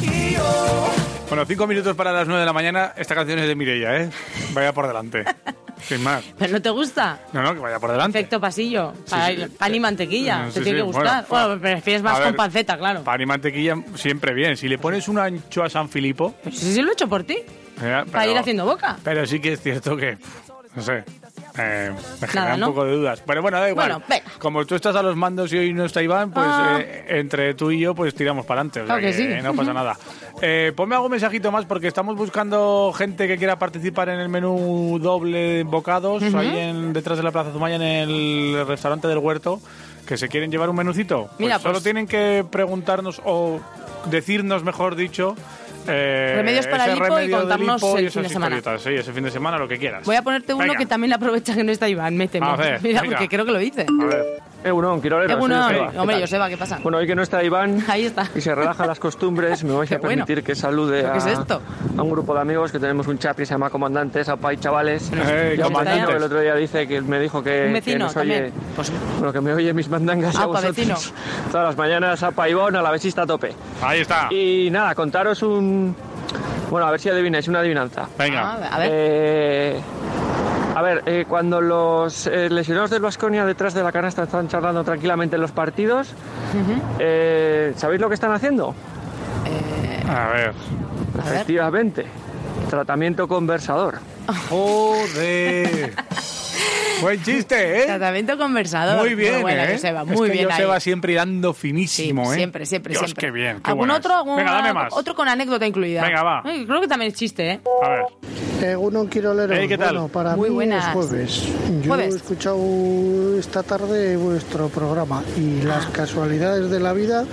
Speaker 2: Y yo.
Speaker 3: Bueno, cinco minutos para las nueve de la mañana. Esta canción es de Mireia, ¿eh? Vaya por delante. Sin más.
Speaker 4: ¿Pero no te gusta?
Speaker 3: No, no, que vaya por delante.
Speaker 4: Efecto pasillo.
Speaker 3: Sí,
Speaker 4: Para
Speaker 3: sí.
Speaker 4: el- Pan y mantequilla.
Speaker 3: Eh,
Speaker 4: te
Speaker 3: sí,
Speaker 4: tiene que
Speaker 3: sí,
Speaker 4: gustar.
Speaker 3: bueno,
Speaker 4: Bueno,
Speaker 3: bueno.
Speaker 4: prefieres
Speaker 3: A
Speaker 4: más con
Speaker 3: ver.
Speaker 4: panceta, claro.
Speaker 3: Pan y mantequilla siempre bien. Si le pones una anchoa a San Filipo.
Speaker 4: Sí, sí, lo he hecho por ti.
Speaker 3: Mira,
Speaker 4: Para ir
Speaker 3: pero-
Speaker 4: haciendo boca.
Speaker 3: Pero sí que es cierto que, pff, no sé, eh, me genera un
Speaker 4: ¿no?
Speaker 3: poco de dudas. Pero bueno, da igual.
Speaker 4: Bueno, venga.
Speaker 3: Como tú estás a los mandos y hoy no está Iván, pues
Speaker 4: Ah.
Speaker 3: eh, entre tú y yo pues tiramos para adelante. O sea
Speaker 4: Claro que
Speaker 3: que
Speaker 4: sí.
Speaker 3: no pasa nada. Eh, ponme algún mensajito más porque estamos buscando gente que quiera participar en el menú doble de bocados
Speaker 4: Ujú.
Speaker 3: ahí en, detrás de la Plaza Zumaya en el restaurante del Huerto que se quieren llevar un menucito. Pues
Speaker 4: Mira,
Speaker 3: solo
Speaker 4: pues-
Speaker 3: tienen que preguntarnos o decirnos, mejor dicho, eh,
Speaker 4: Remedios para
Speaker 3: ese
Speaker 4: lipo y
Speaker 3: remedio de
Speaker 4: contarnos
Speaker 3: lipo y
Speaker 4: el
Speaker 3: esas
Speaker 4: fin de semana.
Speaker 3: historietas. Sí, ese fin de semana lo que quieras.
Speaker 4: Voy a ponerte uno
Speaker 3: Venga.
Speaker 4: que también aprovecha que no está Iván. Méteme.
Speaker 3: A ver,
Speaker 4: Mira,
Speaker 3: venga.
Speaker 4: porque creo que lo hice.
Speaker 23: A ver. Egunon, Quiroleros.
Speaker 4: Egunon.
Speaker 23: soy Joseba. ¿Qué
Speaker 4: Hombre,
Speaker 23: tal?
Speaker 4: Joseba, ¿qué pasa?
Speaker 23: Bueno, hoy que no está Iván
Speaker 4: Ahí está.
Speaker 23: y se relajan las costumbres, me vais a
Speaker 4: bueno.
Speaker 23: permitir que salude
Speaker 4: ¿Pero qué
Speaker 23: a,
Speaker 4: es esto?
Speaker 23: a un grupo de amigos que tenemos un chat que se llama Comandantes, Apay Chavales. Eh, Y a un comandantes. vecino que el otro día dice que me dijo que, Un que vecino nos oye, también.
Speaker 4: Pues
Speaker 23: bueno, que me oye mis mandangas
Speaker 4: Ah,
Speaker 23: a Apa, vosotros. vecino. Todas las mañanas, Apa Ivón, a la besista a tope.
Speaker 3: Ahí está.
Speaker 23: Y nada, contaros un... Bueno, a ver si adivináis, una adivinanza.
Speaker 3: Venga.
Speaker 23: a ver. Eh, a ver, eh, cuando los eh, lesionados del Vasconia detrás de la canasta están charlando tranquilamente en los partidos, eh, ¿sabéis lo que están haciendo?
Speaker 3: A ver.
Speaker 23: Efectivamente. Tratamiento conversador.
Speaker 3: ¡Joder! Buen chiste, ¿eh?
Speaker 4: Tratamiento conversador.
Speaker 3: Muy bien,
Speaker 4: Ah, Muy buena,
Speaker 3: ¿eh?
Speaker 4: Joseba.
Speaker 3: Es
Speaker 4: Muy
Speaker 3: que
Speaker 4: bien ahí.
Speaker 3: Joseba siempre dando finísimo,
Speaker 4: Sí,
Speaker 3: ¿eh?
Speaker 4: siempre, siempre,
Speaker 3: Dios,
Speaker 4: siempre.
Speaker 3: qué bien. qué
Speaker 4: ¿Algún
Speaker 3: buena
Speaker 4: otro?
Speaker 3: es.
Speaker 4: Algún
Speaker 3: Venga, dame más.
Speaker 4: Otro con anécdota incluida.
Speaker 3: Venga, va.
Speaker 4: Ay, creo que también es chiste, ¿eh?
Speaker 3: A ver.
Speaker 24: Egunon Quiroleros.
Speaker 3: Ey, ¿qué tal?
Speaker 24: Bueno, para
Speaker 4: Muy
Speaker 24: mí
Speaker 4: buenas.
Speaker 24: es jueves. Yo
Speaker 4: Jueves.
Speaker 24: he escuchado esta tarde vuestro programa y
Speaker 4: Ah.
Speaker 24: las casualidades de la vida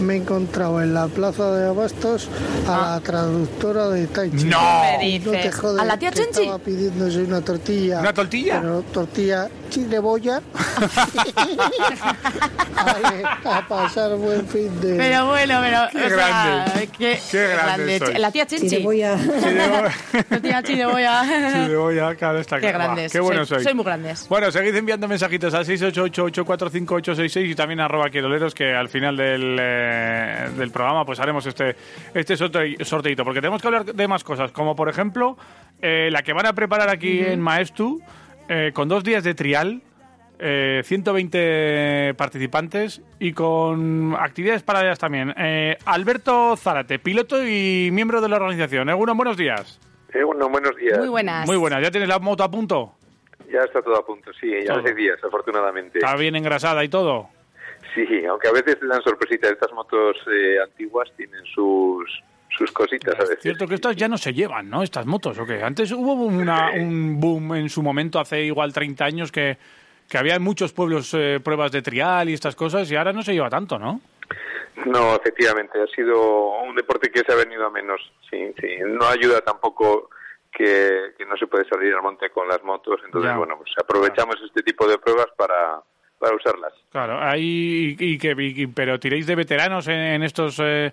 Speaker 24: me he encontrado en la plaza de Abastos
Speaker 4: Ah.
Speaker 24: a la traductora de Taichi.
Speaker 2: No. ¿Qué
Speaker 24: No
Speaker 2: dices?
Speaker 24: te jodes,
Speaker 2: ¿A la tía
Speaker 24: que
Speaker 2: Chenchi?
Speaker 24: Estaba pidiéndose una tortilla.
Speaker 2: ¿Una tortilla?
Speaker 24: Pero tortilla chileboya. Vale, a pasar buen fin de...
Speaker 4: Pero bueno, pero.
Speaker 24: Qué
Speaker 4: o sea,
Speaker 24: grande.
Speaker 4: qué,
Speaker 24: Qué grande
Speaker 4: che-
Speaker 24: soy.
Speaker 4: La tía Chinchi.
Speaker 24: Chirimoya.
Speaker 4: La tía Chirimoya.
Speaker 3: Chirimoya, ah, claro, está
Speaker 4: Qué
Speaker 3: claro. Va,
Speaker 4: grandes.
Speaker 3: Qué bueno
Speaker 4: soy,
Speaker 3: soy.
Speaker 4: soy muy grandes.
Speaker 3: Bueno, seguid enviando mensajitos al 688845866 y también arroba quiroleros que al final del, eh, del programa pues haremos este, este sorte- sorteito. Porque tenemos que hablar de más cosas, como por ejemplo eh, la que van a preparar aquí
Speaker 24: Ujú.
Speaker 3: en Maestu eh, con dos días de trial. eh, 120 participantes y con actividades paralelas también. Eh, Alberto Zárate, piloto y miembro de la organización. Eguno, buenos días.
Speaker 25: bueno, buenos días.
Speaker 3: Muy buenas. ¿Ya tienes la moto a punto?
Speaker 25: Ya está todo a punto, sí, ya
Speaker 3: Todo.
Speaker 25: hace días, afortunadamente.
Speaker 3: Está bien engrasada y todo.
Speaker 25: Sí, aunque a veces te dan sorpresitas. Estas motos eh, antiguas tienen sus, sus cositas a veces.
Speaker 3: Cierto que estas ya no se llevan, ¿no? Estas motos, ¿o qué? Antes hubo una- un boom en su momento, hace igual 30 años, que, que había en muchos pueblos eh, pruebas de trial y estas cosas, y ahora no se lleva tanto, ¿no?
Speaker 25: No, efectivamente, ha sido un deporte que se ha venido a menos. Sí, sí. No ayuda tampoco que, que
Speaker 26: que no se puede salir al monte con las motos, entonces,
Speaker 3: Ya.
Speaker 26: bueno, pues aprovechamos este tipo de pruebas para, para usarlas.
Speaker 3: Claro, ahí, y, y que, y- y- pero tiréis de veteranos en, en estos eh,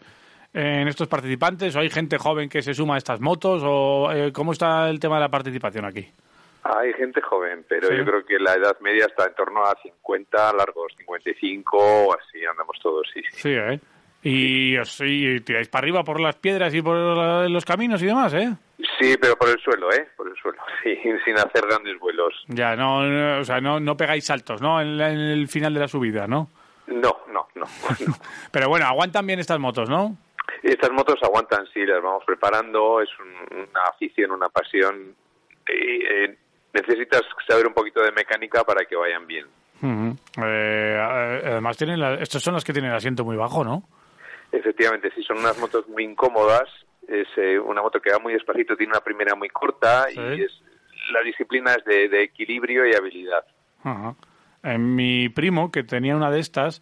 Speaker 3: en estos participantes, o hay gente joven que se suma a estas motos, o eh, cómo está el tema de la participación aquí.
Speaker 26: Hay gente joven, pero
Speaker 3: Sí.
Speaker 26: yo creo que la edad media está en torno a 50, largos 55 o así andamos todos, sí. sí.
Speaker 3: Sí, ¿eh? Y, os- y tiráis para arriba por las piedras y por la- los caminos y demás, ¿eh?
Speaker 26: Sí, pero por el suelo, ¿eh? Por el suelo, sí, sin hacer grandes vuelos.
Speaker 3: Ya, no, no, o sea, no, no pegáis saltos, ¿no? En, la- en el final de la subida, ¿no?
Speaker 26: No, no, no.
Speaker 3: Pero bueno, aguantan bien estas motos, ¿no?
Speaker 26: Estas motos aguantan, sí, las vamos preparando, es un- una afición, una pasión. Y, eh, necesitas saber un poquito de mecánica para que vayan bien.
Speaker 3: Ujú. Eh, a- además, tienen la- estos son los que tienen el asiento muy bajo, ¿no?
Speaker 26: Efectivamente, sí, son unas motos muy incómodas. Es eh, una moto que va muy despacito, tiene una primera muy corta y es, la disciplina es de, de equilibrio y habilidad.
Speaker 3: Ajá. Eh, mi primo, que tenía una de estas,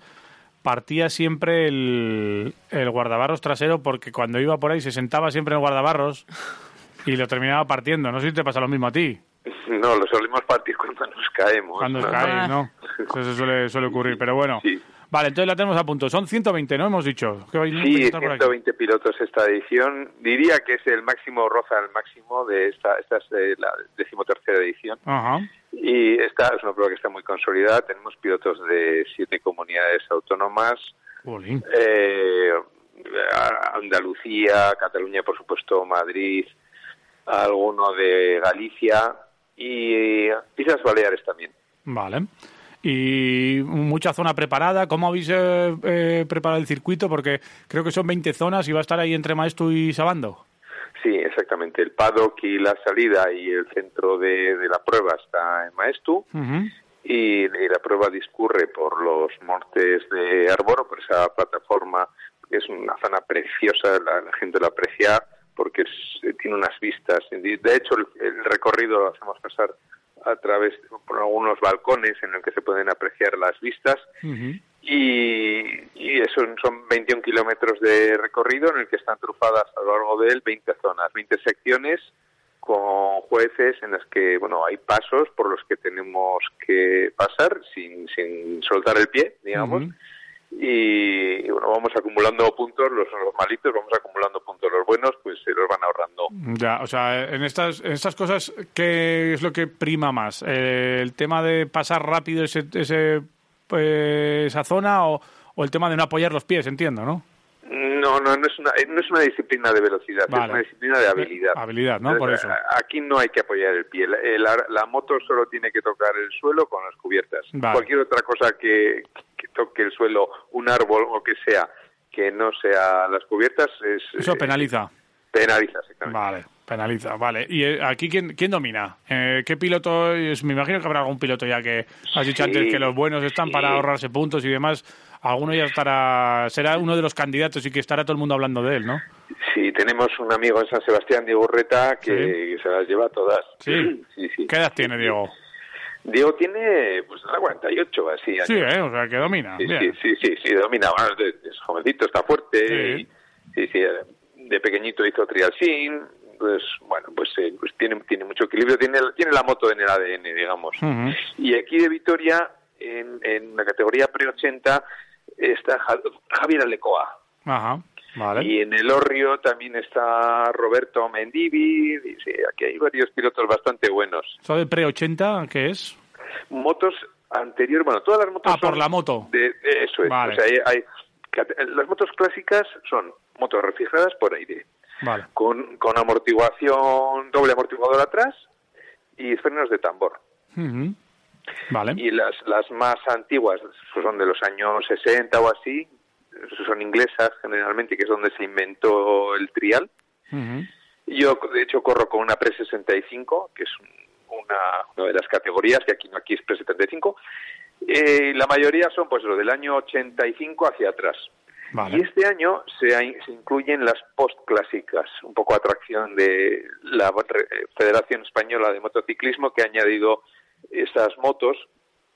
Speaker 3: partía siempre el, el guardabarros trasero porque cuando iba por ahí se sentaba siempre en el guardabarros y lo terminaba partiendo. No sé si te pasa lo mismo a ti,
Speaker 26: No, lo solemos partir cuando nos caemos.
Speaker 3: cuando
Speaker 26: ¿no?
Speaker 3: caes, ¿no? Eso se suele, suele ocurrir, pero bueno. Vale, entonces la tenemos a punto. Son 120, ¿no? Hemos dicho. Que hoy no
Speaker 26: Sí,
Speaker 3: tengo que estar por aquí.
Speaker 26: 120 pilotos esta edición. Diría que es el máximo, roza el máximo de esta, esta es eh, la decimotercera edición.
Speaker 3: Ajá.
Speaker 26: Y esta es una prueba que está muy consolidada. Tenemos pilotos de siete comunidades autónomas,
Speaker 3: Jolín.
Speaker 26: eh, a- Andalucía, Cataluña, por supuesto, Madrid, alguno de Galicia y Islas Baleares también.
Speaker 3: Vale. Y mucha zona preparada. ¿Cómo habéis eh, eh, preparado el circuito? Porque creo que son 20 zonas y va a estar ahí entre Maestu y Sabando.
Speaker 26: Sí, exactamente. El paddock y la salida y el centro de, de la prueba está en Maestu. y, y la prueba discurre por los montes de Arboro, por esa plataforma, que es una zona preciosa, la, la gente la aprecia porque es- eh, tiene unas vistas. De de hecho, el, el recorrido lo hacemos pasar a través por algunos balcones en el que se pueden apreciar las vistas y, y eso son 21 kilómetros de recorrido en el que están trufadas a lo largo de él 20 zonas, 20 secciones con jueces en las que bueno hay pasos por los que tenemos que pasar sin, sin soltar el pie digamos y, bueno vamos acumulando puntos los, los malitos vamos acumulando puntos los buenos pues se los van ahorrando
Speaker 3: Ya, o sea, en estas, en estas cosas, ¿qué es lo que prima más? Eh, ¿El tema de pasar rápido ese, ese, eh, esa zona o, o el tema de no apoyar los pies? Entiendo, ¿no?
Speaker 26: no no no es una eh, no es una disciplina de velocidad es
Speaker 3: Vale.
Speaker 26: una disciplina de habilidad
Speaker 3: Habilidad, ¿no? Por eso.
Speaker 26: Entonces, a- Aquí no hay que apoyar el pie. La, eh, la- la moto solo tiene que tocar el suelo con las cubiertas.
Speaker 3: Vale.
Speaker 26: Cualquier otra cosa que, que toque el suelo, un árbol o que sea, que no sea las cubiertas, es
Speaker 3: Eso
Speaker 26: eh,
Speaker 3: penaliza.
Speaker 26: penaliza. exactamente.
Speaker 3: Vale, penaliza, vale. ¿Y eh, aquí quién, quién domina? Eh, ¿Qué piloto? es? Me imagino que habrá algún piloto ya que has dicho
Speaker 26: Sí,
Speaker 3: antes que los buenos están para
Speaker 26: sí.
Speaker 3: ahorrarse puntos y demás. Alguno ya estará, será uno de los candidatos y que estará todo el mundo hablando de él, ¿no?
Speaker 26: Sí, tenemos un amigo en San Sebastián, Diego Urreta, que, que se las lleva todas.
Speaker 3: Sí. ¿Qué edad tiene Diego?
Speaker 26: Diego tiene pues nada, 48 así.
Speaker 3: Sí,
Speaker 26: años.
Speaker 3: eh, o sea, que domina.
Speaker 26: Sí,
Speaker 3: bien.
Speaker 26: sí, sí, sí, sí, domina. Bueno, es, es jovencito, está fuerte. y- Sí, sí, de pequeñito hizo trialsin. Pues bueno, pues, eh, pues tiene, tiene mucho equilibrio, tiene, tiene la moto en el ADN, digamos.
Speaker 3: Ujú.
Speaker 26: Y aquí de Vitoria, en, en la categoría pre-80, está Ja- Javier Alecoa.
Speaker 3: Ajá, vale.
Speaker 26: Y en el Orrio también está Roberto Mendivi. y sí, aquí hay varios pilotos bastante buenos.
Speaker 3: ¿Eso de pre-80 qué es?
Speaker 26: Motos anteriores, bueno, todas las motos
Speaker 3: Ah, por
Speaker 26: Pues son
Speaker 3: la moto.
Speaker 26: de, de- eso es.
Speaker 3: Vale.
Speaker 26: O sea, hay- hay- cate- las motos clásicas son motos refrigeradas por aire,
Speaker 3: Vale.
Speaker 26: con, con amortiguación, doble amortiguador atrás y frenos de tambor.
Speaker 3: Ujú. Vale.
Speaker 26: Y las, las más antiguas pues son de los años 60 o así, son inglesas generalmente, que es donde se inventó el trial.
Speaker 3: Ujú.
Speaker 26: Yo, de hecho, corro con una Pre-65, que es un- una, una de las categorías, que aquí, no- aquí es Pre-75. Eh, la mayoría son, pues, lo del año 85 hacia atrás.
Speaker 3: Vale.
Speaker 26: Y este año se, ha- se incluyen las post-clásicas, un poco atracción de la eh, Federación Española de Motociclismo, que ha añadido esas motos,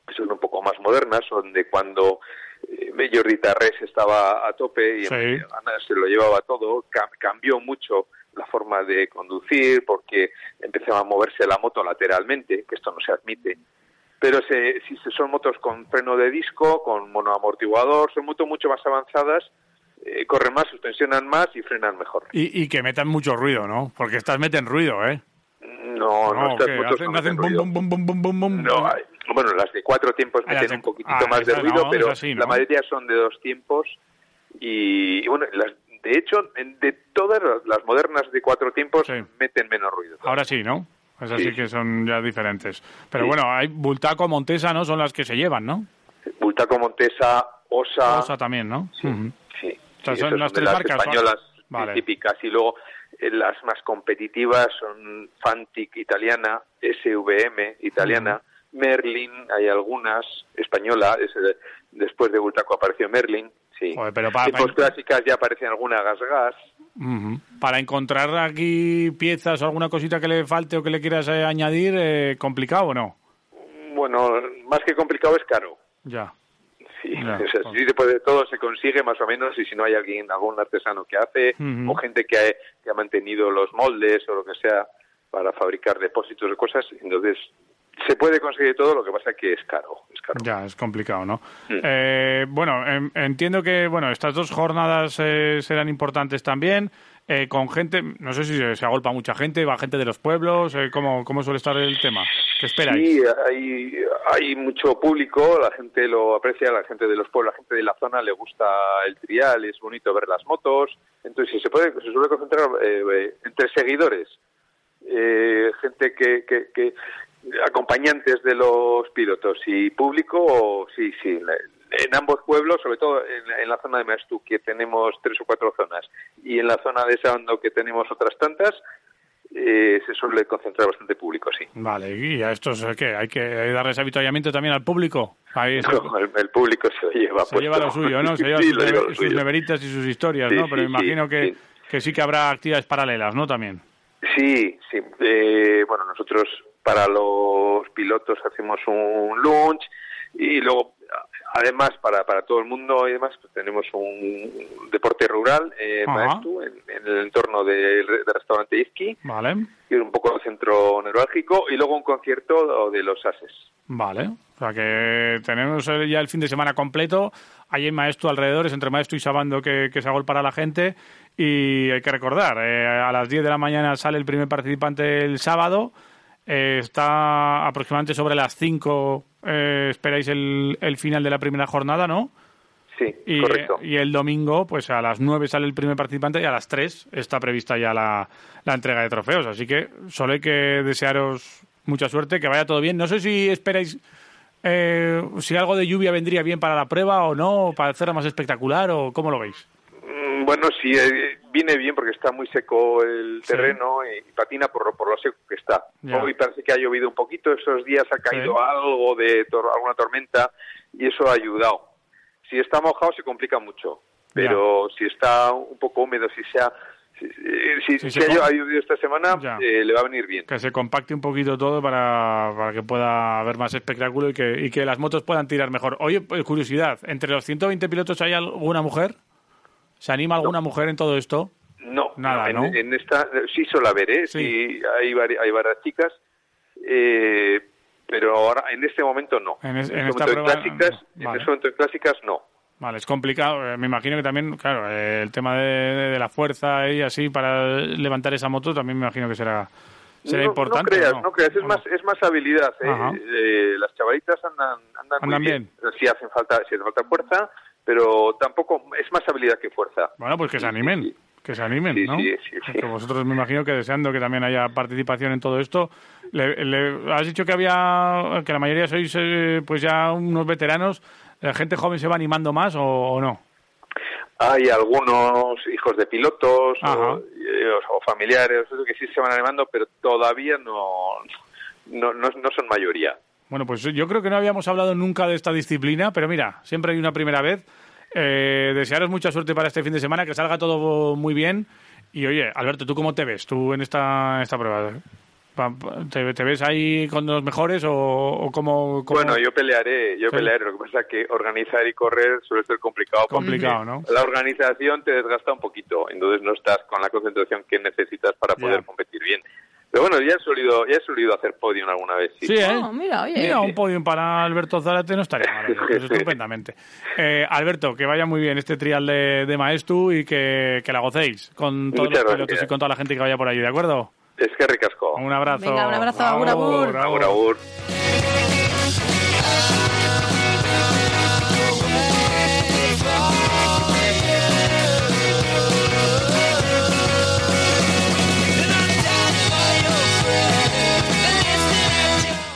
Speaker 26: que son un poco más modernas, son de cuando eh, Jordi Tarrés estaba a tope y
Speaker 3: Sí.
Speaker 26: Ana se lo llevaba todo, cam- cambió mucho la forma de conducir, porque empezaba a moverse la moto lateralmente, que esto no se admite. Pero se- si se- son motos con freno de disco, con monoamortiguador, son motos mucho más avanzadas, eh, corren más, suspensionan más y frenan mejor.
Speaker 3: Y, y que metan mucho ruido, ¿no? Porque estas meten ruido, ¿eh?
Speaker 26: No, no, estas
Speaker 3: ¿qué?
Speaker 26: motos
Speaker 3: hacen,
Speaker 26: no meten
Speaker 3: hacen bum,
Speaker 26: ruido.
Speaker 3: bum, bum, bum, bum, bum, bum.
Speaker 26: No, hay- bueno, las de cuatro tiempos
Speaker 3: Ah, las
Speaker 26: meten
Speaker 3: de-
Speaker 26: un poquito
Speaker 3: ah,
Speaker 26: más de
Speaker 3: esa no,
Speaker 26: ruido, pero
Speaker 3: esa sí, ¿no?
Speaker 26: la mayoría son de dos tiempos. Y, y bueno, las, de hecho, en- de todas las- las modernas de cuatro tiempos meten menos ruido.
Speaker 3: Ahora sí, ¿no? Esas sí.
Speaker 26: Sí.
Speaker 3: que son ya diferentes. Pero
Speaker 26: Sí.
Speaker 3: bueno, hay Bultaco, Montesa, ¿no? Son las que se llevan, ¿no?
Speaker 26: Bultaco Montesa, Osa,
Speaker 3: Osa también, ¿no? Ujú.
Speaker 26: Ah. sí,
Speaker 3: O sea,
Speaker 26: sí,
Speaker 3: son
Speaker 26: esas
Speaker 3: las
Speaker 26: de
Speaker 3: tres
Speaker 26: las
Speaker 3: marcas, ¿va?
Speaker 26: españolas
Speaker 3: Vale.
Speaker 26: típicas. Y luego eh, las más competitivas son Fantic italiana, SVM italiana, Merlin, hay algunas, española, es, eh, después de Bultaco apareció Merlin. Sí.
Speaker 3: Joder, pero para-
Speaker 26: Tipos clásicas ya aparecen algunas gas gas.
Speaker 3: Ujú. Para encontrar aquí piezas o alguna cosita que le falte o que le quieras eh, añadir, eh, ¿complicado o no?
Speaker 26: Bueno, más que complicado es caro.
Speaker 3: Ya.
Speaker 26: Sí,
Speaker 3: Ya,
Speaker 26: o sea, sí, después de todo se consigue más o menos y si no hay alguien, algún artesano que hace
Speaker 3: Ujú.
Speaker 26: o gente que ha, que ha mantenido los moldes o lo que sea para fabricar depósitos de cosas, entonces se puede conseguir todo, lo que pasa que es caro. es caro. Mm.
Speaker 3: Ya, es complicado, ¿no? Eh, bueno, em- entiendo que bueno estas dos jornadas eh, serán importantes también. eh, con gente, no sé si se, se agolpa mucha gente, va gente de los pueblos, eh, ¿cómo, ¿cómo suele estar el tema? ¿Qué esperáis?
Speaker 26: Sí, hay, hay mucho público, la gente lo aprecia, la gente de los pueblos, la gente de la zona le gusta el trial, es bonito ver las motos. Entonces, se, puede, se suele concentrar eh, eh, entre seguidores, eh, gente que, que, que- acompañantes de los pilotos y público, o- sí, sí. la- En ambos pueblos, sobre todo en, en la zona de Maestú, que tenemos tres o cuatro zonas, y en la zona de Sando, que tenemos otras tantas, eh, se suele concentrar bastante público, sí.
Speaker 3: Vale, y a estos, eh, ¿qué? ¿Hay que darles avituallamiento también al público? Ahí se-
Speaker 26: No, el, el público se lo lleva.
Speaker 3: se lleva lo suyo, Pues ¿no? Se lleva sus, neve- sus neveritas y sus historias,
Speaker 26: Sí,
Speaker 3: ¿no? Pero
Speaker 26: sí,
Speaker 3: imagino
Speaker 26: sí,
Speaker 3: que,
Speaker 26: sí.
Speaker 3: que sí que habrá actividades paralelas, ¿no? También.
Speaker 26: Sí, sí. Eh, bueno, nosotros para los pilotos hacemos un lunch y luego, a- además, para, para todo el mundo y demás, pues tenemos un deporte rural eh,
Speaker 3: Ajá.
Speaker 26: Maeztu, en, en el entorno del re- del restaurante Izqui,
Speaker 3: Vale,
Speaker 26: que es un poco centro neurálgico, y luego un concierto de los Ases.
Speaker 3: vale. O sea que tenemos eh, ya el fin de semana completo. Hay en Maestro alrededores, entre Maestro y Sabando, que, que se agolpará la gente. Y hay que recordar, eh, a las 10 de la mañana sale el primer participante el sábado. Eh, está aproximadamente sobre las 5, eh, esperáis el, el final de la primera jornada, ¿no?
Speaker 26: Sí,
Speaker 3: Y,
Speaker 26: correcto.
Speaker 3: y el domingo, pues a las 9 sale el primer participante y a las 3 está prevista ya la, la entrega de trofeos. Así que solo hay que desearos mucha suerte, que vaya todo bien. No sé si esperáis eh, si algo de lluvia vendría bien para la prueba o no, o para hacerla más espectacular o cómo lo veis.
Speaker 26: Mm, Bueno, sí, eh, viene bien porque está muy seco el
Speaker 3: Sí.
Speaker 26: terreno y, y patina por, lo- por lo seco que está.
Speaker 3: Ya.
Speaker 26: Hoy parece que ha llovido un poquito, esos días ha caído
Speaker 3: Sí.
Speaker 26: algo de tor- alguna tormenta y eso ha ayudado. Si está mojado se complica mucho, pero si está un poco húmedo, si se ha, si, eh, si-
Speaker 3: Si
Speaker 26: si
Speaker 3: se
Speaker 26: ha llo-
Speaker 3: co-
Speaker 26: ha llovido esta semana, eh, le va a venir bien.
Speaker 3: Que se compacte un poquito todo para, para que pueda haber más espectáculo y que, y que las motos puedan tirar mejor. Oye, pues, curiosidad, ¿entre los 120 pilotos hay alguna mujer? ¿Se anima alguna mujer en todo esto?
Speaker 26: No,
Speaker 3: Nada,
Speaker 26: en,
Speaker 3: Ah, ¿no?
Speaker 26: en esta sí suele ver, ¿eh? Sí, hay, vari- hay varias chicas, eh, pero ahora en este momento no.
Speaker 3: En es- en
Speaker 26: este momento
Speaker 3: esta prueba,
Speaker 26: en clásicas,
Speaker 3: vale.
Speaker 26: en este momento en clásicas no.
Speaker 3: Vale, es complicado. eh, Me imagino que también, claro, eh, el tema de, de la fuerza y así para levantar esa moto también me imagino que será, será
Speaker 26: no,
Speaker 3: importante.
Speaker 26: No creas,
Speaker 3: ¿o no?
Speaker 26: no, creas, es más, es más habilidad. ¿eh?
Speaker 3: Ajá.
Speaker 26: Eh, las chavalitas andan, andan, muy
Speaker 3: Andan
Speaker 26: bien. Sí hacen falta, sí hace falta fuerza, pero tampoco es más habilidad que fuerza.
Speaker 3: Bueno, pues que se animen, que se animen, ¿no?
Speaker 26: sí, sí, sí.
Speaker 3: Que vosotros me imagino que deseando que también haya participación en todo esto. Le, le- has dicho que había, que la mayoría sois eh, pues ya unos veteranos. ¿La gente joven se va animando más o, o no?
Speaker 26: Hay algunos hijos de pilotos
Speaker 3: Ajá.
Speaker 26: o, eh, o- o familiares eso que sí se van animando, pero todavía no, no, no, no son mayoría.
Speaker 3: Bueno, pues yo creo que no habíamos hablado nunca de esta disciplina, pero mira, siempre hay una primera vez. Eh, desearos mucha suerte para este fin de semana, que salga todo muy bien. Y oye, Alberto, ¿tú cómo te ves tú en esta, en esta prueba? Pa- pa- ¿Te, te ves ahí con los mejores o, o cómo, cómo-
Speaker 26: Bueno, yo pelearé, yo
Speaker 3: Sí.
Speaker 26: pelearé. Lo que pasa es que organizar y correr suele ser complicado. porque
Speaker 3: Complicado, ¿no?
Speaker 26: La organización te desgasta un poquito, entonces no estás con la concentración que necesitas para poder competir bien. Pero bueno, ya he solido, ya he solido hacer podium alguna vez. Sí,
Speaker 3: Sí, ¿eh?
Speaker 4: No, Oh, mira, oye.
Speaker 3: Mira, un podium para Alberto Zárate no estaría mal, oye, pues estupendamente. Eh, Alberto, que vaya muy bien este trial de, de Maestu y que, que la gocéis con todos
Speaker 26: Muchas
Speaker 3: los pilotos
Speaker 26: gracias.
Speaker 3: y con toda la gente que vaya por ahí, ¿de acuerdo?
Speaker 26: Es que ricasco.
Speaker 3: Un abrazo.
Speaker 4: Venga, un abrazo, agur, agur.
Speaker 26: Agur, agur.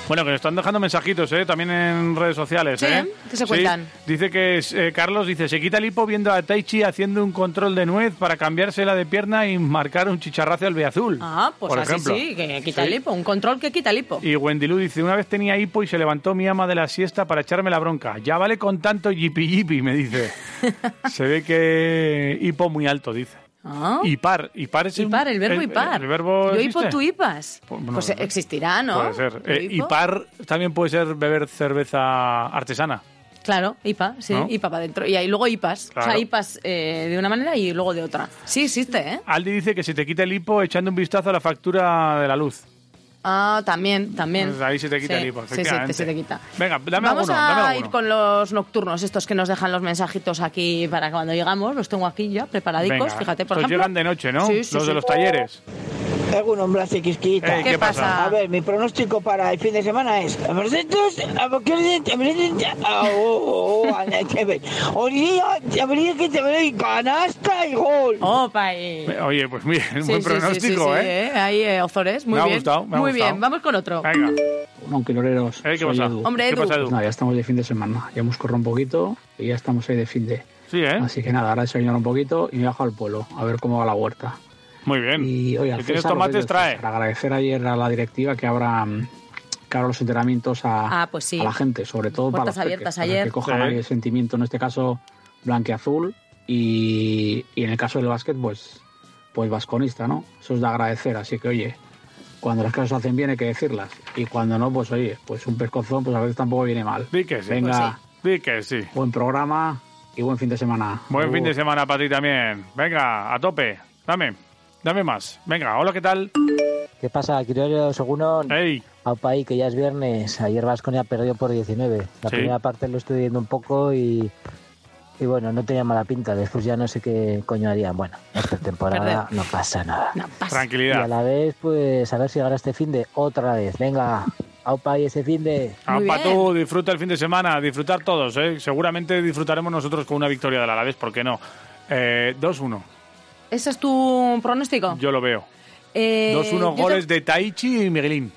Speaker 3: Bueno, que nos están dejando mensajitos, ¿eh? También en redes sociales,
Speaker 4: Sí,
Speaker 3: ¿eh?
Speaker 4: ¿qué se cuentan?
Speaker 3: Sí. Dice que, eh, Carlos dice, se quita el hipo viendo a Taichi haciendo un control de nuez para cambiársela de pierna y marcar un chicharrazo al beazul.
Speaker 4: Ah, pues
Speaker 3: por
Speaker 4: así
Speaker 3: ejemplo.
Speaker 4: sí, que quita
Speaker 3: Sí.
Speaker 4: el hipo. Un control que pues. quita el hipo.
Speaker 3: Y Wendy Lu dice, una vez tenía hipo y se levantó mi ama de la siesta para echarme la bronca. Ya vale con tanto yipi yipi, me dice. se ve que hipo muy alto, dice.
Speaker 4: Ah.
Speaker 3: Hipar, hipar es un-
Speaker 4: Hipar, el verbo hipar.
Speaker 3: El verbo
Speaker 4: Yo
Speaker 3: existe?
Speaker 4: hipo, tú hipas. Pues,
Speaker 3: bueno, no sé.
Speaker 4: existirá, ¿no?
Speaker 3: Puede ser.
Speaker 4: Yo pues
Speaker 3: Eh,
Speaker 4: hipo.
Speaker 3: hipar también puede ser beber cerveza artesana.
Speaker 4: Claro, IPA, sí,
Speaker 3: ¿No?
Speaker 4: IPA para adentro. Y ahí luego IPAs. O
Speaker 3: Claro.
Speaker 4: sea, IPAs eh, de una manera y luego de otra. Sí, existe, ¿eh?
Speaker 3: Aldi dice que se te quita el hipo echando un vistazo a la factura de la luz.
Speaker 4: Ah, también, también.
Speaker 3: Pues ahí se te quita
Speaker 4: Sí,
Speaker 3: el hipo,
Speaker 4: Sí, sí,
Speaker 3: efectivamente.
Speaker 4: te- se te quita.
Speaker 3: Venga, dame
Speaker 4: Vamos
Speaker 3: alguno,
Speaker 4: a
Speaker 3: dame alguno.
Speaker 4: ir con los nocturnos, estos que nos dejan los mensajitos aquí para cuando llegamos. Los tengo aquí ya preparadicos,
Speaker 3: Venga,
Speaker 4: fíjate, por
Speaker 3: estos
Speaker 4: ejemplo.
Speaker 3: llegan de noche, ¿no?
Speaker 4: Sí, sí,
Speaker 3: los
Speaker 4: sí.
Speaker 3: de los talleres.
Speaker 2: Egun on, Blas Quisquita.
Speaker 3: Ey, ¿qué ¿Qué pasa? pasa?
Speaker 2: A ver, mi pronóstico para el fin de semana es... Abrecentos, abrecentos, abrecentos, ah, oh, oh, Ana Echever. Olía, abrí que te abrí, canasta y gol.
Speaker 4: Opa, eh. y...
Speaker 3: Oye, pues mire, es
Speaker 4: Sí,
Speaker 3: buen
Speaker 4: sí, sí,
Speaker 3: pronóstico,
Speaker 4: sí, sí,
Speaker 3: ¿eh?
Speaker 4: Ahí, eh, Ozores, muy
Speaker 3: Me ha
Speaker 4: bien.
Speaker 3: gustado, me ha
Speaker 4: muy
Speaker 3: gustado.
Speaker 4: bien, vamos con otro.
Speaker 3: Venga.
Speaker 27: Bueno, aunque loreros.
Speaker 3: Eh, ¿qué
Speaker 27: soy
Speaker 3: pasa?
Speaker 4: Hombre, ¿Qué Edu. pasa, Edu?
Speaker 27: Pues nada, ya estamos de fin de semana. Ya hemos corrido un poquito y ya estamos ahí de fin de.
Speaker 3: Sí, ¿eh?
Speaker 27: Así que nada, ahora desayunar un poquito y me bajo al pueblo a ver cómo va la huerta.
Speaker 3: Muy bien.
Speaker 27: Y oye, al
Speaker 3: si
Speaker 27: César, lo
Speaker 3: tienes
Speaker 27: que
Speaker 3: tomates,
Speaker 27: es del
Speaker 3: trae.
Speaker 27: César, agradecer ayer a la directiva que abra, mm, que abra los entrenamientos a,
Speaker 4: Ah, pues sí.
Speaker 27: a la gente, sobre todo para
Speaker 4: Puertas
Speaker 27: los peques,
Speaker 4: abiertas
Speaker 27: para
Speaker 4: ayer.
Speaker 27: que cojan
Speaker 4: Sí.
Speaker 27: ahí el sentimiento, en este caso blanqueazul y, y en el caso del básquet, pues, pues vasconista, ¿no? Eso es de agradecer, así que oye, cuando las cosas se hacen bien hay que decirlas y cuando no, pues oye, pues un pescozón pues a veces tampoco viene mal.
Speaker 3: Di que sí.
Speaker 27: Venga,
Speaker 4: Pues
Speaker 3: Di que sí.
Speaker 27: buen programa y buen fin de semana.
Speaker 3: Buen fin
Speaker 27: Agur.
Speaker 3: de semana para ti también. Venga, a tope. Dame, dame más. Venga, hola, ¿qué tal?
Speaker 28: ¿Qué pasa, Quirorio Segunon?
Speaker 3: ¡Ey!
Speaker 28: Aupaí, que ya es viernes. Ayer Vasconia perdió por 19. La
Speaker 3: Sí.
Speaker 28: primera parte lo estuve viendo un poco y, y bueno, no tenía mala pinta. Después ya no sé qué coño harían. Bueno, esta temporada
Speaker 3: Perder.
Speaker 28: no pasa nada. Y a
Speaker 3: Tranquilidad.
Speaker 28: la vez, pues a ver si ahora este fin de otra vez. Venga, Aupaí ese fin de.
Speaker 3: Ampa, tú disfruta el fin de semana, disfrutar todos, ¿eh? Seguramente disfrutaremos nosotros con una victoria del Alavés, ¿por qué no? Eh, 2-1,
Speaker 4: ¿Ese es tu pronóstico?
Speaker 3: yo lo veo.
Speaker 4: Eh,
Speaker 3: 2-1
Speaker 4: yo
Speaker 3: goles de Taichi y Miguelín.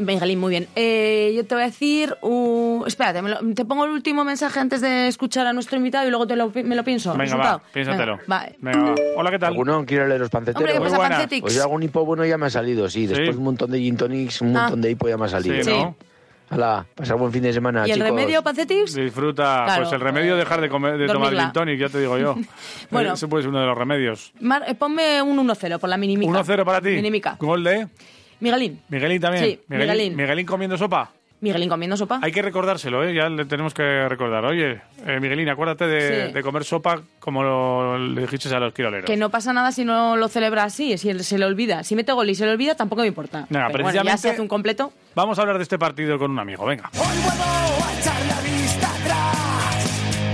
Speaker 4: Bengalín, muy bien. Eh, yo te voy a decir. un- Espérate, me lo- te pongo el último mensaje antes de escuchar a nuestro invitado y luego te lo pi- me lo pienso.
Speaker 28: Venga,
Speaker 4: ¿Resultado?
Speaker 28: va, piénsatero.
Speaker 4: Venga, va.
Speaker 3: Venga, va. Hola, ¿qué tal?
Speaker 28: Alguno quiero leer los panceteros.
Speaker 4: Hombre, ¿qué Muy pasa, buenas. pancetics?
Speaker 28: Pues yo hago un hipo bueno y ya me ha salido, sí. Después un montón de gin tonics, un
Speaker 4: Ah.
Speaker 28: montón de hipo ya me ha salido.
Speaker 4: Sí, ¿no?
Speaker 28: Hala, pasar buen fin de semana,
Speaker 4: ¿Y el
Speaker 28: chicos.
Speaker 4: remedio, Pancetics?
Speaker 3: Disfruta,
Speaker 4: Claro,
Speaker 3: pues el remedio dejar de, comer, de tomar
Speaker 4: dormirla.
Speaker 3: gin tonic, ya te digo yo. Eh,
Speaker 4: Bueno.
Speaker 3: Ese puede ser uno de los remedios.
Speaker 4: Mar- eh, ponme un 1-0 por la minimica.
Speaker 3: 1-0 para ti.
Speaker 4: Minimica.
Speaker 3: Gol de
Speaker 4: Miguelín.
Speaker 3: Miguelín también.
Speaker 4: Sí, Miguelín.
Speaker 3: Miguelín comiendo sopa.
Speaker 4: Miguelín comiendo sopa.
Speaker 3: Hay que recordárselo, ¿eh? ya le tenemos que recordar. Oye, eh, Miguelín, acuérdate de,
Speaker 4: Sí.
Speaker 3: de comer sopa como lo- le dijiste a los quiroleros.
Speaker 4: Que no pasa nada si no lo celebra así, si él se le olvida. Si mete gol y se le olvida, tampoco me importa.
Speaker 3: Venga,
Speaker 4: Pero bueno, ya
Speaker 3: precisamente-
Speaker 4: se hace un completo.
Speaker 3: Vamos a hablar de este partido con un amigo, venga.
Speaker 20: a echar la vista atrás.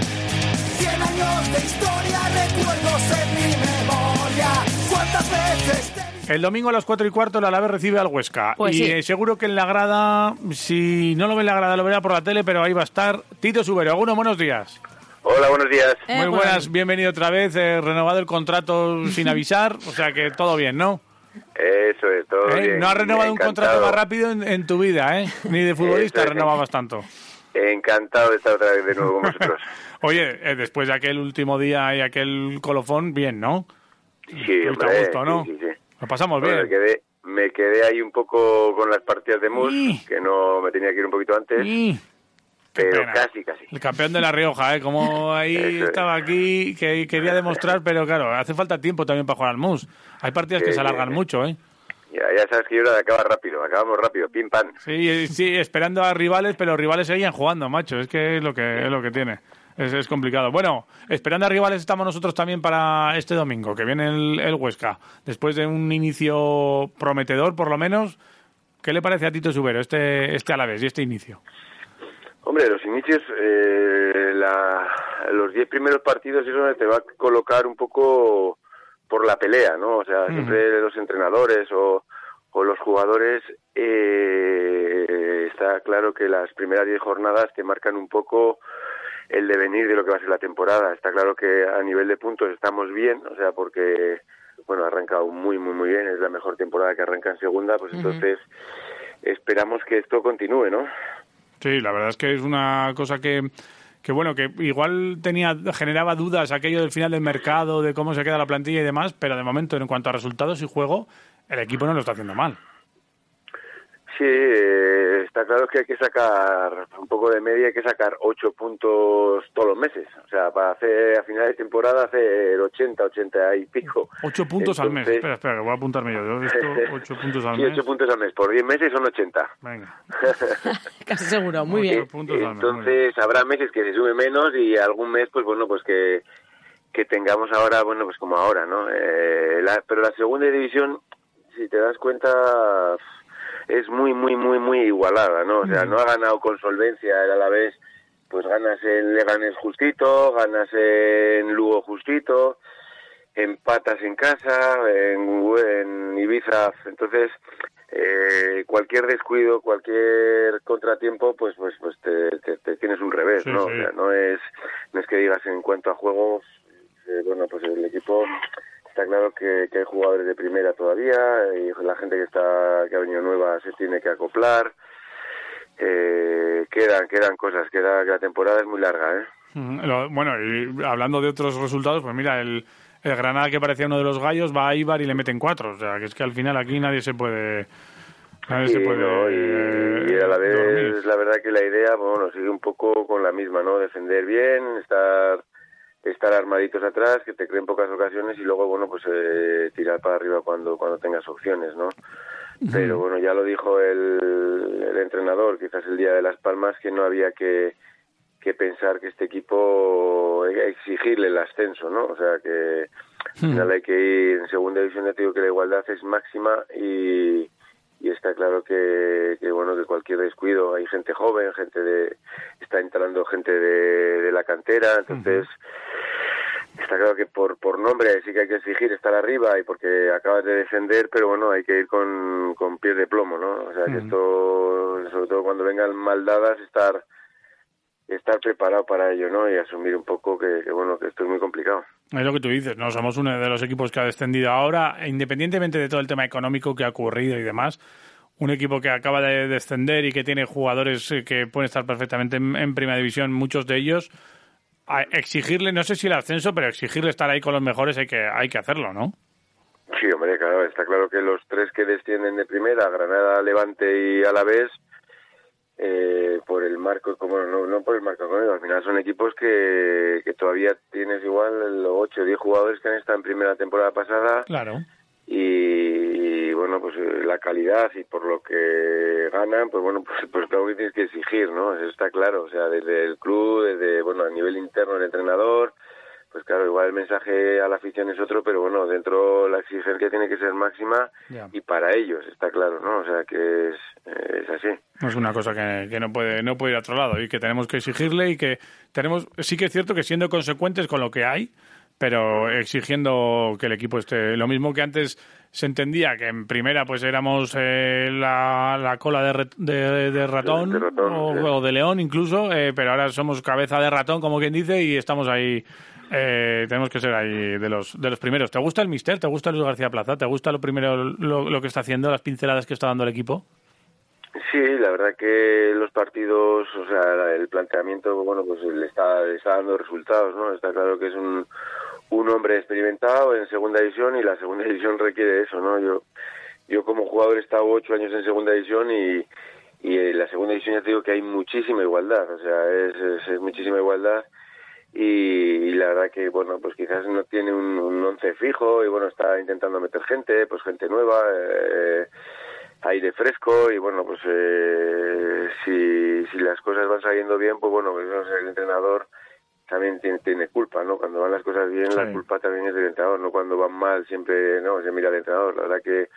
Speaker 20: Cien años de historia, recuerdos en mi memoria. ¿Cuántas veces
Speaker 3: El domingo a las 4 y cuarto el Alavés recibe al Huesca.
Speaker 20: Pues
Speaker 3: y
Speaker 20: sí.
Speaker 3: eh, seguro que en la grada, si no lo ve en la grada, lo verá por la tele, pero ahí va a estar Tito Subero. Alguno, buenos días.
Speaker 25: Hola, buenos días.
Speaker 4: Eh,
Speaker 3: Muy buenas, bienvenido otra vez, eh, renovado el contrato sin avisar, o sea que todo bien, ¿no?
Speaker 25: Eso es todo.
Speaker 3: ¿Eh?
Speaker 25: bien.
Speaker 3: No has renovado un contrato
Speaker 25: Encantado-
Speaker 3: más rápido en, en tu vida, ¿eh? Ni de futbolista
Speaker 25: Eso es.
Speaker 3: renovabas tanto.
Speaker 25: Encantado de estar otra vez de nuevo con vosotros.
Speaker 3: Oye, eh, después de aquel último día y aquel colofón, bien, ¿no?
Speaker 25: Sí,
Speaker 3: Está
Speaker 25: hombre.
Speaker 3: a gusto, ¿no?
Speaker 25: sí, sí, sí.
Speaker 3: Lo pasamos
Speaker 25: Bueno,
Speaker 3: bien.
Speaker 25: me, quedé, me quedé ahí un poco con las partidas de mus,
Speaker 3: Sí.
Speaker 25: que no me tenía que ir un poquito antes,
Speaker 3: Y
Speaker 25: pero
Speaker 3: pena.
Speaker 25: casi, casi.
Speaker 3: El campeón de La Rioja, ¿eh? Como ahí estaba aquí, que quería demostrar, pero claro, hace falta tiempo también para jugar al MUS. Hay partidas que
Speaker 25: Sí,
Speaker 3: se alargan
Speaker 25: sí.
Speaker 3: mucho, ¿eh?
Speaker 25: Ya, ya sabes que yo era de acabar rápido, acabamos rápido, pim pam.
Speaker 3: Sí, sí, esperando a rivales, pero los rivales seguían jugando, macho. Es que es lo que, es lo que tiene. Es, es complicado. Bueno, esperando a rivales estamos nosotros también para este domingo, que viene el, el Huesca. Después de un inicio prometedor, por lo menos, ¿qué le parece a Tito Subero este, este Alavés y este inicio?
Speaker 25: Hombre, los inicios, eh, la, los diez primeros partidos es donde te va a colocar un poco por la pelea, ¿no? O sea, siempre los entrenadores o, o los jugadores, eh, está claro que las primeras diez jornadas te marcan un poco el devenir de lo que va a ser la temporada. Está claro que a nivel de puntos estamos bien, o sea, porque, bueno, ha arrancado muy, muy, muy bien, es la mejor temporada que arranca en segunda, pues
Speaker 3: Ujú.
Speaker 25: entonces esperamos que esto continúe, ¿no?
Speaker 3: Sí, la verdad es que es una cosa que, que bueno, que igual tenía, generaba dudas aquello del final del mercado, de cómo se queda la plantilla y demás, pero de momento, en cuanto a resultados y juego, el equipo no lo está haciendo mal.
Speaker 25: Sí, eh, está claro que hay que sacar un poco de media, hay que sacar ocho puntos todos los meses. O sea, para hacer a final de temporada hacer 80, 80 y pico.
Speaker 3: Ocho puntos al mes.
Speaker 25: Entonces-
Speaker 3: Espera, espera, que voy a apuntarme yo. Yo esto, ocho puntos al
Speaker 25: Sí,
Speaker 3: mes.
Speaker 25: ocho puntos al mes. Por 10 meses son 80.
Speaker 3: Venga.
Speaker 4: Casi seguro, muy
Speaker 25: Eh,
Speaker 4: bien.
Speaker 25: Entonces habrá meses que se sube menos y algún mes, pues bueno, pues que, que tengamos ahora, bueno, pues como ahora, ¿no? Eh, la- pero la segunda división, si te das cuenta, es muy, muy, muy, muy igualada, ¿no? O sea, no ha ganado con solvencia el Alavés, pues ganas en Leganés justito, ganas en Lugo justito, empatas en casa, en, en Ibiza, entonces eh, cualquier descuido, cualquier contratiempo, pues pues pues te, te- te tienes un revés,
Speaker 9: Sí,
Speaker 25: ¿no?
Speaker 9: sí.
Speaker 25: O sea, no es no es que digas en cuanto a juegos, eh, bueno, pues el equipo está claro que, que hay jugadores de primera todavía y la gente que está que ha venido nueva se tiene que acoplar. Eh, quedan quedan cosas, queda que la temporada es muy larga, ¿eh?
Speaker 3: Ujú. Lo- Bueno, y hablando de otros resultados, pues mira, el, el Granada que parecía uno de los gallos va a Ibar y le meten cuatro. O sea, que es que al final aquí nadie se puede. Nadie se
Speaker 25: Sí,
Speaker 3: puede.
Speaker 25: no, y, y a la vez,
Speaker 3: dormir.
Speaker 25: la verdad que la idea, pues, bueno, sigue un poco con la misma, ¿no? Defender bien, estar estar armaditos atrás, que te creen pocas ocasiones y luego, bueno, pues eh, tirar para arriba cuando cuando tengas opciones, ¿no? Pero bueno, ya lo dijo el, el entrenador, quizás el día de Las Palmas, que no había que, que pensar que este equipo e-, exigirle el ascenso, ¿no? O sea, que al final hay que ir en segunda división, ya te digo que la igualdad es máxima y, y está claro que, que, bueno, que cualquier descuido, hay gente joven, gente de, está entrando gente de, de la cantera, entonces está claro que por, por nombre sí que hay que exigir estar arriba y porque acabas de descender, pero bueno, hay que ir con, con pies de plomo, ¿no? O sea, que esto, sobre todo cuando vengan maldadas, estar estar preparado para ello, ¿no? Y asumir un poco que, que, bueno, que esto es muy complicado.
Speaker 3: Es lo que tú dices, no somos uno de los equipos que ha descendido ahora, e independientemente de todo el tema económico que ha ocurrido y demás. Un equipo que acaba de descender y que tiene jugadores eh, que pueden estar perfectamente en, en primera división, muchos de ellos. A exigirle, no sé si el ascenso, pero exigirle estar ahí con los mejores hay que, hay que hacerlo, ¿no?
Speaker 25: Sí, hombre, claro, está claro que los tres que descienden de primera, Granada, Levante y Alavés, eh, por el marco, como no, no por el marco económico, al final son equipos que, que todavía tienes igual los 8 o 10 jugadores que han estado en primera temporada pasada
Speaker 3: Claro.
Speaker 25: y, y, bueno, pues eh, la calidad y por lo que ganan, pues bueno, pues, pues claro que tienes que exigir, ¿no? Eso está claro, o sea, desde el club, desde, bueno, a nivel interno el entrenador, pues claro, igual el mensaje a la afición es otro, pero bueno, dentro la exigencia tiene que ser máxima y para ellos, está claro, ¿no? O sea, que es, eh, es así.
Speaker 3: Es una cosa que, que no puede no puede ir a otro lado y que tenemos que exigirle y que tenemos sí que es cierto que siendo consecuentes con lo que hay, pero exigiendo que el equipo esté lo mismo que antes se entendía que en primera pues éramos eh, la, la cola de, re- de- de ratón, o, o de león incluso, eh, pero ahora somos cabeza de ratón como quien dice y estamos ahí eh, tenemos que ser ahí de los de los primeros. ¿Te gusta el mister? ¿Te gusta Luis García Plaza? ¿Te gusta lo primero lo, lo que está haciendo, las pinceladas que está dando el equipo?
Speaker 25: Sí, la verdad que los partidos, o sea, el planteamiento, bueno, pues le está, le está dando resultados, ¿no? Está claro que es un, un hombre experimentado en segunda división y la segunda división requiere eso, ¿no? Yo, yo como jugador he estado ocho años en segunda división y, y en la segunda división ya te digo que hay muchísima igualdad, o sea, es, es- es muchísima igualdad y, la verdad que bueno pues quizás no tiene un, un once fijo y bueno está intentando meter gente pues gente nueva eh, aire fresco y bueno pues eh, si, si las cosas van saliendo bien pues bueno pues, no sé, el entrenador también tiene, tiene, culpa no cuando van las cosas bien sí. la culpa también es del entrenador no cuando van mal siempre no se mira al entrenador la verdad que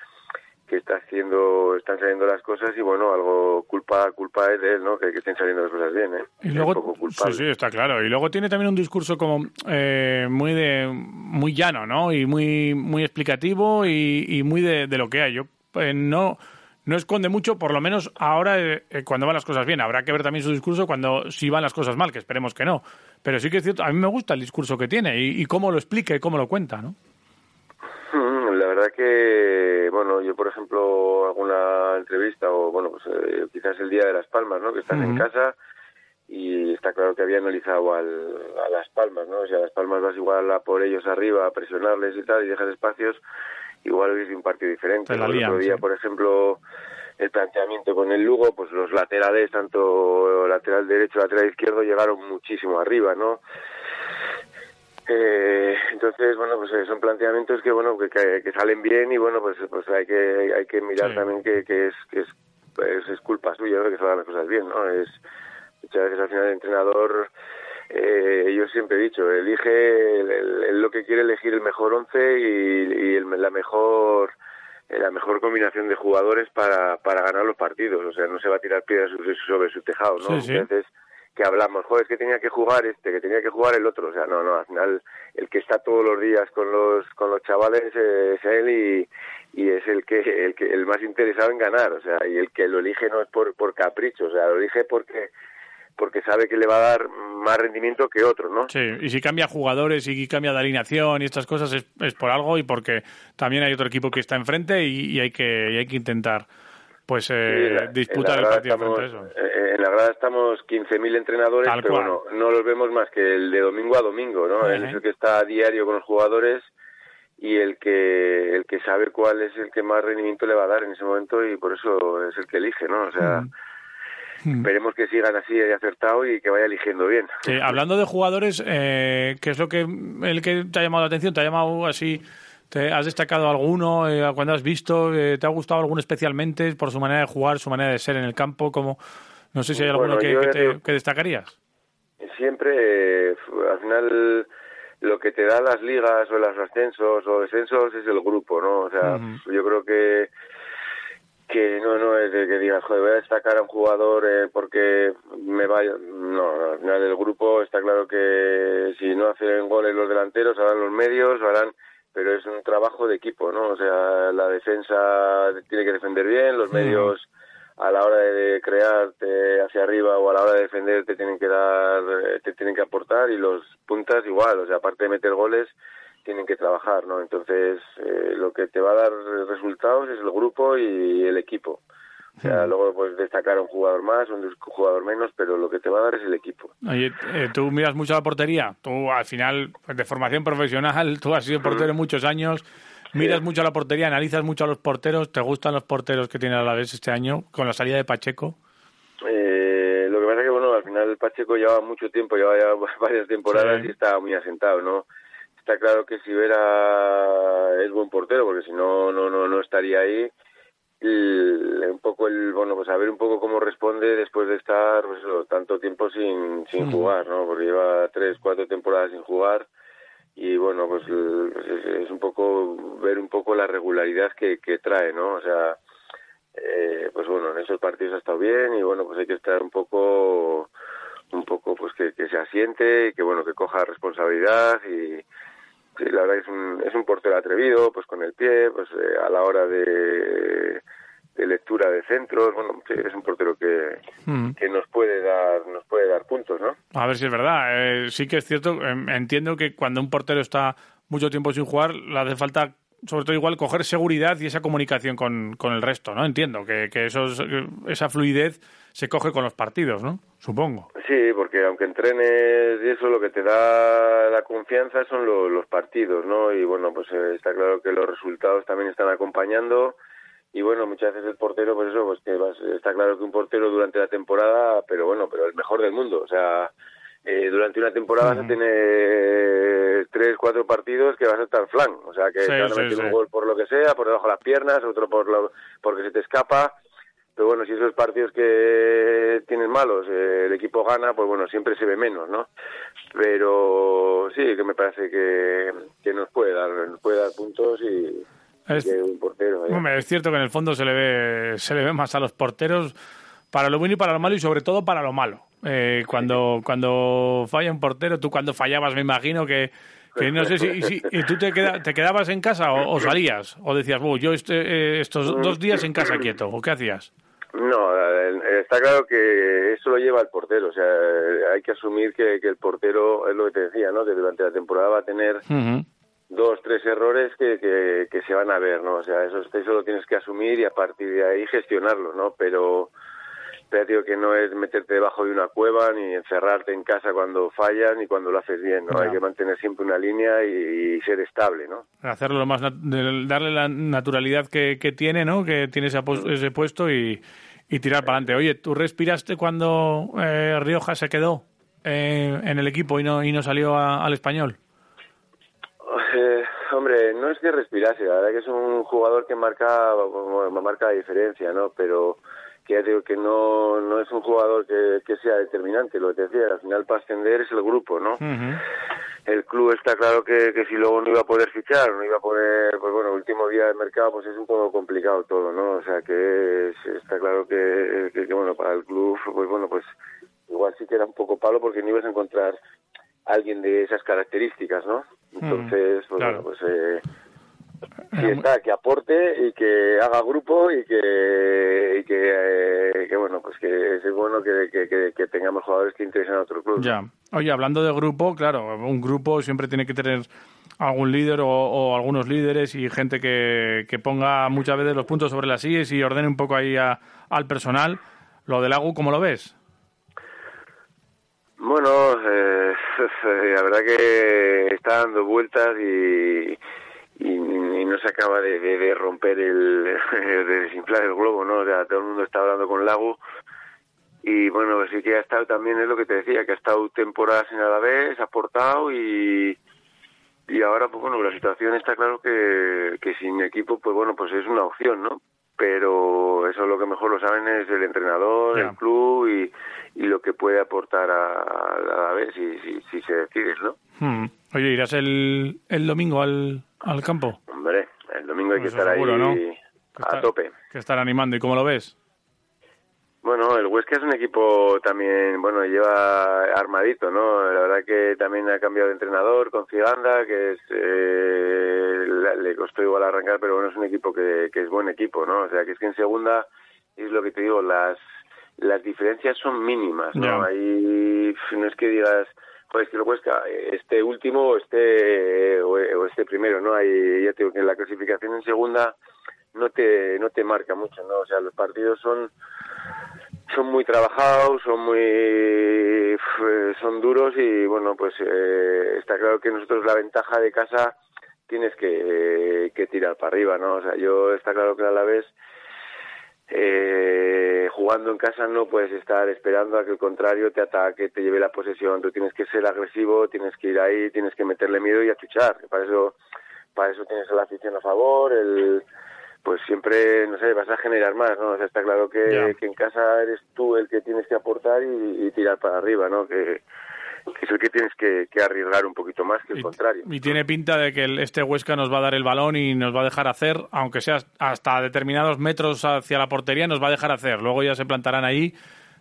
Speaker 25: que está haciendo, están saliendo las cosas y bueno, algo culpa culpa es de él, ¿no? Que, que estén saliendo las cosas bien, ¿eh?
Speaker 3: Y luego,
Speaker 25: es poco
Speaker 3: sí, sí, está claro. Y luego tiene también un discurso como eh, muy de muy llano, ¿no? Y muy muy explicativo y, y muy de, de, lo que hay. Yo eh, no no esconde mucho, por lo menos ahora eh, cuando van las cosas bien. Habrá que ver también su discurso cuando si van las cosas mal, que esperemos que no. Pero sí que es cierto, a mí me gusta el discurso que tiene y, y cómo lo explica y cómo lo cuenta, ¿no?
Speaker 25: La verdad que, bueno, yo por ejemplo alguna entrevista o bueno, pues, eh, quizás el día de las Palmas, ¿no? Que están uh -huh. en casa y está claro que había analizado al, a las Palmas, ¿no? O si sea, a las Palmas vas igual a por ellos arriba, a presionarles y tal y dejas espacios, igual hubiese un partido diferente.
Speaker 3: La
Speaker 25: ¿no?
Speaker 3: lian,
Speaker 25: el otro día,
Speaker 3: sí.
Speaker 25: por ejemplo, el planteamiento con el Lugo, pues los laterales, tanto lateral derecho, lateral izquierdo, llegaron muchísimo arriba, ¿no? Eh, entonces, bueno, pues son planteamientos que, bueno, que, que, que, salen bien y, bueno, pues, pues hay que hay que mirar sí. también que, que, es, que es, es, es culpa suya, ¿no? que salgan las cosas bien, ¿no? Es, muchas veces al final el entrenador, eh, yo siempre he dicho, elige el, el, el lo que quiere elegir el mejor once y, y el, la mejor eh, la mejor combinación de jugadores para, para ganar los partidos, o sea, no se va a tirar piedras sobre su tejado, ¿no?
Speaker 3: Sí, sí.
Speaker 25: Entonces, que hablamos, joder, es que tenía que jugar este, que tenía que jugar el otro, o sea, no, no, al final el que está todos los días con los con los chavales eh, es él y, y es el que el que el más interesado en ganar, o sea, y el que lo elige no es por por capricho, o sea, lo elige porque porque sabe que le va a dar más rendimiento que otro, ¿no?
Speaker 3: Sí, y si cambia jugadores y cambia de alineación y estas cosas es, es por algo y porque también hay otro equipo que está enfrente y, y hay que y hay que intentar pues eh,
Speaker 25: la,
Speaker 3: disputar
Speaker 25: en
Speaker 3: el
Speaker 25: la
Speaker 3: partido
Speaker 25: estamos,
Speaker 3: frente a eso.
Speaker 25: eh, En la grada estamos 15.000 entrenadores,
Speaker 3: Tal
Speaker 25: pero
Speaker 3: cual.
Speaker 25: bueno, no los vemos más que el de domingo a domingo, ¿no?
Speaker 3: Ajá.
Speaker 25: El, es el que está a diario con los jugadores y el que el que sabe cuál es el que más rendimiento le va a dar en ese momento y por eso es el que elige, ¿no? O sea,
Speaker 3: Mm.
Speaker 25: veremos que sigan así de acertado y que vaya eligiendo bien.
Speaker 3: Sí, hablando de jugadores, eh, ¿qué es lo que el que te ha llamado la atención? ¿Te ha llamado así? ¿Te has destacado alguno eh, cuando has visto? eh, ¿Te ha gustado alguno especialmente por su manera de jugar, su manera de ser en el campo? Como, no sé si hay alguno
Speaker 25: Pues Bueno,
Speaker 3: que,
Speaker 25: yo
Speaker 3: que
Speaker 25: ya
Speaker 3: te-
Speaker 25: digo-
Speaker 3: que destacarías.
Speaker 25: Siempre, eh, f- al final, lo que te da las ligas o los ascensos o descensos es el grupo, ¿no? O sea, yo creo que que no no es de que digas joder voy a destacar a un jugador eh, porque me vaya no, no, al final del grupo está claro que si no hacen goles los delanteros harán los medios harán pero es un trabajo de equipo no o sea la defensa tiene que defender bien los
Speaker 9: Sí.
Speaker 25: medios a la hora de crearte hacia arriba o a la hora de defender te tienen que dar eh, te tienen que aportar y los puntas igual o sea aparte de meter goles tienen que trabajar, ¿no? Entonces, eh, lo que te va a dar resultados es el grupo y el equipo. O sea, luego puedes destacar a un jugador más, un jugador menos, pero lo que te va a dar es el equipo.
Speaker 3: Oye, eh, tú miras mucho la portería. Tú, al final, pues, de formación profesional, tú has sido portero muchos años. Miras mucho a la portería, analizas mucho a los porteros. ¿Te gustan los porteros que tiene a la vez este año con la salida de Pacheco?
Speaker 25: Eh, lo que pasa es que, bueno, al final Pacheco lleva mucho tiempo, lleva ya varias temporadas
Speaker 3: Sí.
Speaker 25: y está muy asentado, ¿no? Está claro que si Vera es buen portero, porque si no, no, no, no estaría ahí. El- un poco el, bueno, pues a ver un poco cómo responde después de estar pues, eso, tanto tiempo sin, sin jugar, ¿no? Porque lleva tres, cuatro temporadas sin jugar y bueno, pues el- pues es, es un poco ver un poco la regularidad que, que trae, ¿no? O sea, eh, pues bueno, en esos partidos ha estado bien y bueno, pues hay que estar un poco, un poco pues que, que se asiente y que bueno, que coja responsabilidad y sí, la verdad que es un, es un portero atrevido, pues con el pie, pues eh, a la hora de, de lectura de centros, bueno, sí, es un portero que, que nos puede dar, nos puede dar puntos, ¿no?
Speaker 3: A ver si es verdad. Eh, sí que es cierto. em, entiendo que cuando un portero está mucho tiempo sin jugar, le hace falta, sobre todo igual, coger seguridad y esa comunicación con, con el resto, ¿no? Entiendo que, que eso es- que esa fluidez se coge con los partidos, ¿no? Supongo.
Speaker 25: Sí, porque aunque entrenes y eso, lo que te da la confianza son lo- los partidos, ¿no? Y bueno, pues eh, está claro que los resultados también están acompañando. Y bueno, muchas veces el portero, pues eso, pues que vas- está claro que un portero durante la temporada, pero bueno, pero el mejor del mundo, o sea, eh, durante una temporada vas a tener tres, cuatro partidos que vas a estar flan. O sea, que
Speaker 9: Sí,
Speaker 25: te van a
Speaker 9: sí,
Speaker 25: meter
Speaker 9: sí.
Speaker 25: un gol por lo que sea, por debajo de las piernas, otro por lo, porque se te escapa. Pero bueno, si esos partidos que tienes malos, eh, el equipo gana, pues bueno, siempre se ve menos, ¿no? Pero sí, que me parece que, que nos puede dar, nos puede dar puntos y,
Speaker 3: Es-
Speaker 25: y que un portero. ¿eh?
Speaker 3: Hombre, es cierto que en el fondo se le ve, se le ve más a los porteros para lo bueno y para lo malo y sobre todo para lo malo. Eh, cuando, cuando falla un portero, tú cuando fallabas me imagino que, que no sé si, si- y tú te, queda- te quedabas en casa o, o salías o decías, "Bu, yo este- eh, estos dos días en casa quieto, ¿o qué hacías?
Speaker 25: No, eh, está claro que eso lo lleva el portero. O sea, eh, hay que asumir que, que el portero, es lo que te decía, ¿no? Que durante la temporada va a tener dos, tres errores que, que, que se van a ver, ¿no? O sea, eso, eso lo tienes que asumir y a partir de ahí gestionarlo, ¿no? Pero, pero digo que no es meterte debajo de una cueva ni encerrarte en casa cuando fallas ni cuando lo haces bien, ¿no?
Speaker 3: Ya.
Speaker 25: Hay que mantener siempre una línea y, y ser estable, ¿no?
Speaker 3: Hacerlo lo más, nat- del- darle la naturalidad que, que tiene, ¿no? Que tiene ese, apos- ese puesto y, y tirar para adelante. Oye, ¿tú respiraste cuando eh, Rioja se quedó eh, en el equipo y no, y no salió a- al español?
Speaker 25: Eh, hombre, no es que respirase, la verdad que es un jugador que marca, bueno, marca la diferencia, ¿no? Pero que ya te digo que no, no es un jugador que, que sea determinante, lo que te decía, al final para ascender es el grupo, ¿no? El club está claro que, que si luego no iba a poder fichar, no iba a poder, pues bueno, último día de mercado, pues es un poco complicado todo, ¿no? O sea que es- está claro que, que, que, bueno, para el club, pues bueno, pues igual sí que era un poco palo porque no ibas a encontrar a alguien de esas características, ¿no? Entonces, pues,
Speaker 3: claro.
Speaker 25: bueno, pues eh, sí está, que aporte y que haga grupo y que, y que, eh, que, bueno, pues que es bueno que, que, que- que tengamos jugadores que interesen a otro club.
Speaker 3: Ya. Oye, hablando de grupo, claro, un grupo siempre tiene que tener algún líder o, o algunos líderes y gente que, que ponga muchas veces los puntos sobre las sillas y ordene un poco ahí a- al personal. Lo del Agu, ¿cómo lo ves?
Speaker 25: Bueno, eh, la verdad que está dando vueltas y, y- y no se acaba de, de- de romper el, de desinflar el globo, ¿no? O sea, todo el mundo está hablando con Lago y bueno, pues sí que ha estado también, es lo que te decía, que ha estado temporadas en Alavés, ha aportado y y ahora, pues bueno, la situación está claro que, que sin equipo, pues bueno, pues es una opción, ¿no? Pero eso lo que mejor lo saben es el entrenador, el club y, y lo que puede aportar a, a la vez si, si, si se decide, ¿no?
Speaker 3: Hmm. Oye, ¿irás el, el domingo al, al campo?
Speaker 25: Hombre, el domingo hay que
Speaker 3: Eso
Speaker 25: estar
Speaker 3: seguro,
Speaker 25: ahí
Speaker 3: ¿no?
Speaker 25: a
Speaker 3: está-
Speaker 25: tope.
Speaker 3: Que estar animando. ¿Y cómo lo ves?
Speaker 25: Bueno, el Huesca es un equipo también, bueno, lleva armadito, ¿no? La verdad que también ha cambiado de entrenador con Ciganda, que es, eh, la- le costó igual arrancar, pero bueno, es un equipo que, que es buen equipo, ¿no? O sea, que es que en segunda, es lo que te digo, las, las diferencias son mínimas, ¿no?
Speaker 10: Ya.
Speaker 25: Ahí pf, no es que digas, joder, es que el Huesca, eh, este último o este, o, o este primero, ¿no? Ahí ya te digo que la clasificación en segunda no te, no te marca mucho, ¿no? O sea, los partidos son son muy trabajados, son muy f- son duros y bueno, pues eh, está claro que nosotros la ventaja de casa tienes que, eh, que tirar para arriba, ¿no? O sea, yo está claro que a la vez eh, jugando en casa no puedes estar esperando a que el contrario te ataque, te lleve la posesión, tú tienes que ser agresivo, tienes que ir ahí, tienes que meterle miedo y achuchar, que para eso para eso tienes a la afición a favor, el pues siempre, no sé, vas a generar más, ¿no? O sea, está claro que,
Speaker 9: Ya.
Speaker 25: que en casa eres tú el que tienes que aportar y, y tirar para arriba, ¿no? Que, que es el que tienes que, que arriesgar un poquito más que el contrario.
Speaker 3: Y tiene pinta de que el- este Huesca nos va a dar el balón y nos va a dejar hacer, aunque sea hasta determinados metros hacia la portería, nos va a dejar hacer. Luego ya se plantarán ahí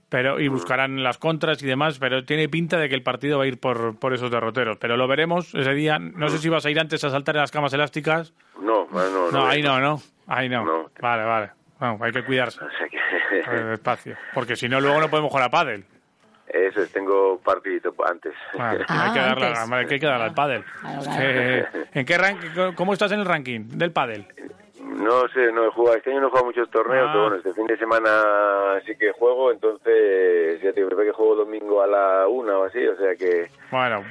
Speaker 3: pero y buscarán las contras y demás, pero tiene pinta de que el partido va a ir por, por esos derroteros. Pero lo veremos ese día. No sé si vas a ir antes a saltar en las camas elásticas.
Speaker 25: No, bueno, no.
Speaker 3: No, ahí no, ¿no? Ahí no. Vale, vale. Bueno, hay que cuidarse. Eh, Despacio. Porque si no, luego no podemos jugar a pádel.
Speaker 25: Eso es, tengo partidito antes.
Speaker 3: Bueno,
Speaker 4: Ah,
Speaker 3: hay que darle, a- hay que darle al pádel. Es que, ¿En qué ranking? ¿Cómo estás en el ranking del pádel?
Speaker 25: No sé, no he jugado, este año no he jugado muchos torneos,
Speaker 3: Ah.
Speaker 25: pero bueno, este fin de semana sí que juego, entonces ya te digo, creo que juego domingo a la una o así, o sea que...
Speaker 3: Bueno,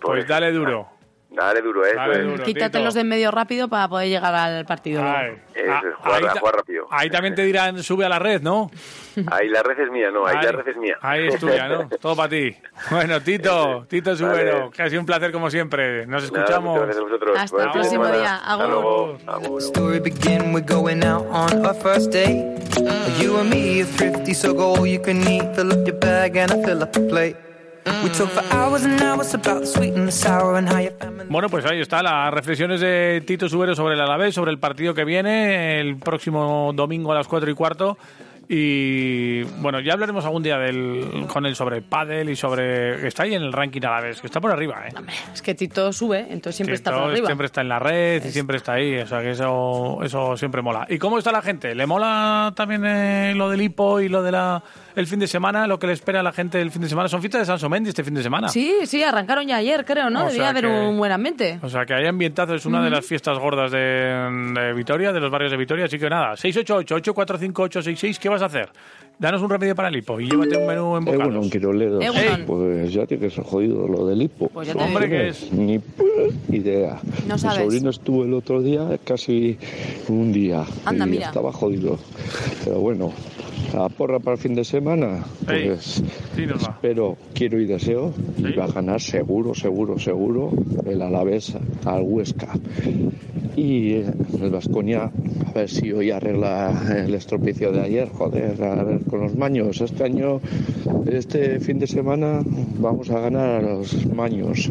Speaker 3: pues dale duro.
Speaker 25: Dale duro, ¿eh? eso
Speaker 3: Dale
Speaker 25: es.
Speaker 3: duro,
Speaker 4: Quítatelos de en medio rápido para poder llegar al partido.
Speaker 3: Ay.
Speaker 25: Eso es,
Speaker 3: Ah,
Speaker 25: jugar,
Speaker 3: ahí ta-
Speaker 25: jugar eh, rápido.
Speaker 3: Ahí también te dirán, sube a la red, ¿no?
Speaker 25: Ahí la red es mía, no, ahí
Speaker 3: Ahí-
Speaker 25: la red es mía.
Speaker 3: Ahí es tuya, ¿no? Todo para ti. Bueno, Tito, Tito Subero, que ha sido un placer como siempre. Nos
Speaker 25: Nada,
Speaker 3: escuchamos.
Speaker 25: muchas gracias a vosotros.
Speaker 4: Hasta el próximo día.
Speaker 25: Hasta luego. Agur.
Speaker 19: Story begin, we're going out on our first date. You and me are thrifty, so go all you can eat. Fill up your bag and I fill up the plate. We talk for hours and hours about the sweet and the sour and how your family.
Speaker 3: Bueno, pues ahí está las reflexiones de Tito Subero sobre el Alavés, sobre el partido que viene el próximo domingo a las 4 y cuarto. Y bueno, ya hablaremos algún día del, con él sobre el pádel y sobre... que Está ahí en el ranking Alavés, que está por arriba, ¿eh?
Speaker 4: Es que Tito sube, entonces siempre
Speaker 3: Sí,
Speaker 4: está por
Speaker 3: todo-
Speaker 4: arriba.
Speaker 3: Siempre está en la red y siempre está ahí. O sea que eso, eso siempre mola. ¿Y cómo está la gente? ¿Le mola también eh, lo del hipo y lo del el fin de semana? ¿Lo que le espera a la gente el fin de semana? Son fiestas de San Somendi este fin de semana.
Speaker 4: Sí, sí, arrancaron ya ayer, creo, ¿no?
Speaker 3: O
Speaker 4: Debía
Speaker 3: sea
Speaker 4: haber
Speaker 3: que-
Speaker 4: un buen ambiente.
Speaker 3: O sea que hay ambientazo, es una de
Speaker 4: Ujú.
Speaker 3: las fiestas gordas de, de Vitoria, de los barrios de Vitoria. Así que nada, 688-845-866, ¿qué vas a hacer? Danos un remedio para el hipo y llévate un menú en bocados.
Speaker 9: Egunon, Quiroleros.
Speaker 3: Egunon.
Speaker 9: Pues ya tienes jodido lo del hipo.
Speaker 3: Pues ya te Hombre, digo. que es.
Speaker 9: Ni p- idea.
Speaker 4: No
Speaker 9: Mi
Speaker 4: sabes.
Speaker 9: sobrino estuvo el otro día casi un día.
Speaker 4: Anda,
Speaker 9: y
Speaker 4: mira.
Speaker 9: estaba jodido. Pero bueno, la porra para el fin de semana.
Speaker 3: Ey,
Speaker 9: Pues espero, quiero y deseo. Y va a ganar seguro, seguro, seguro el Alavés al Huesca. Y eh, el Vasconia, a ver si hoy arregla el estropicio de ayer, joder, a ver con los maños. Este año, este fin de semana, vamos a ganar a los maños.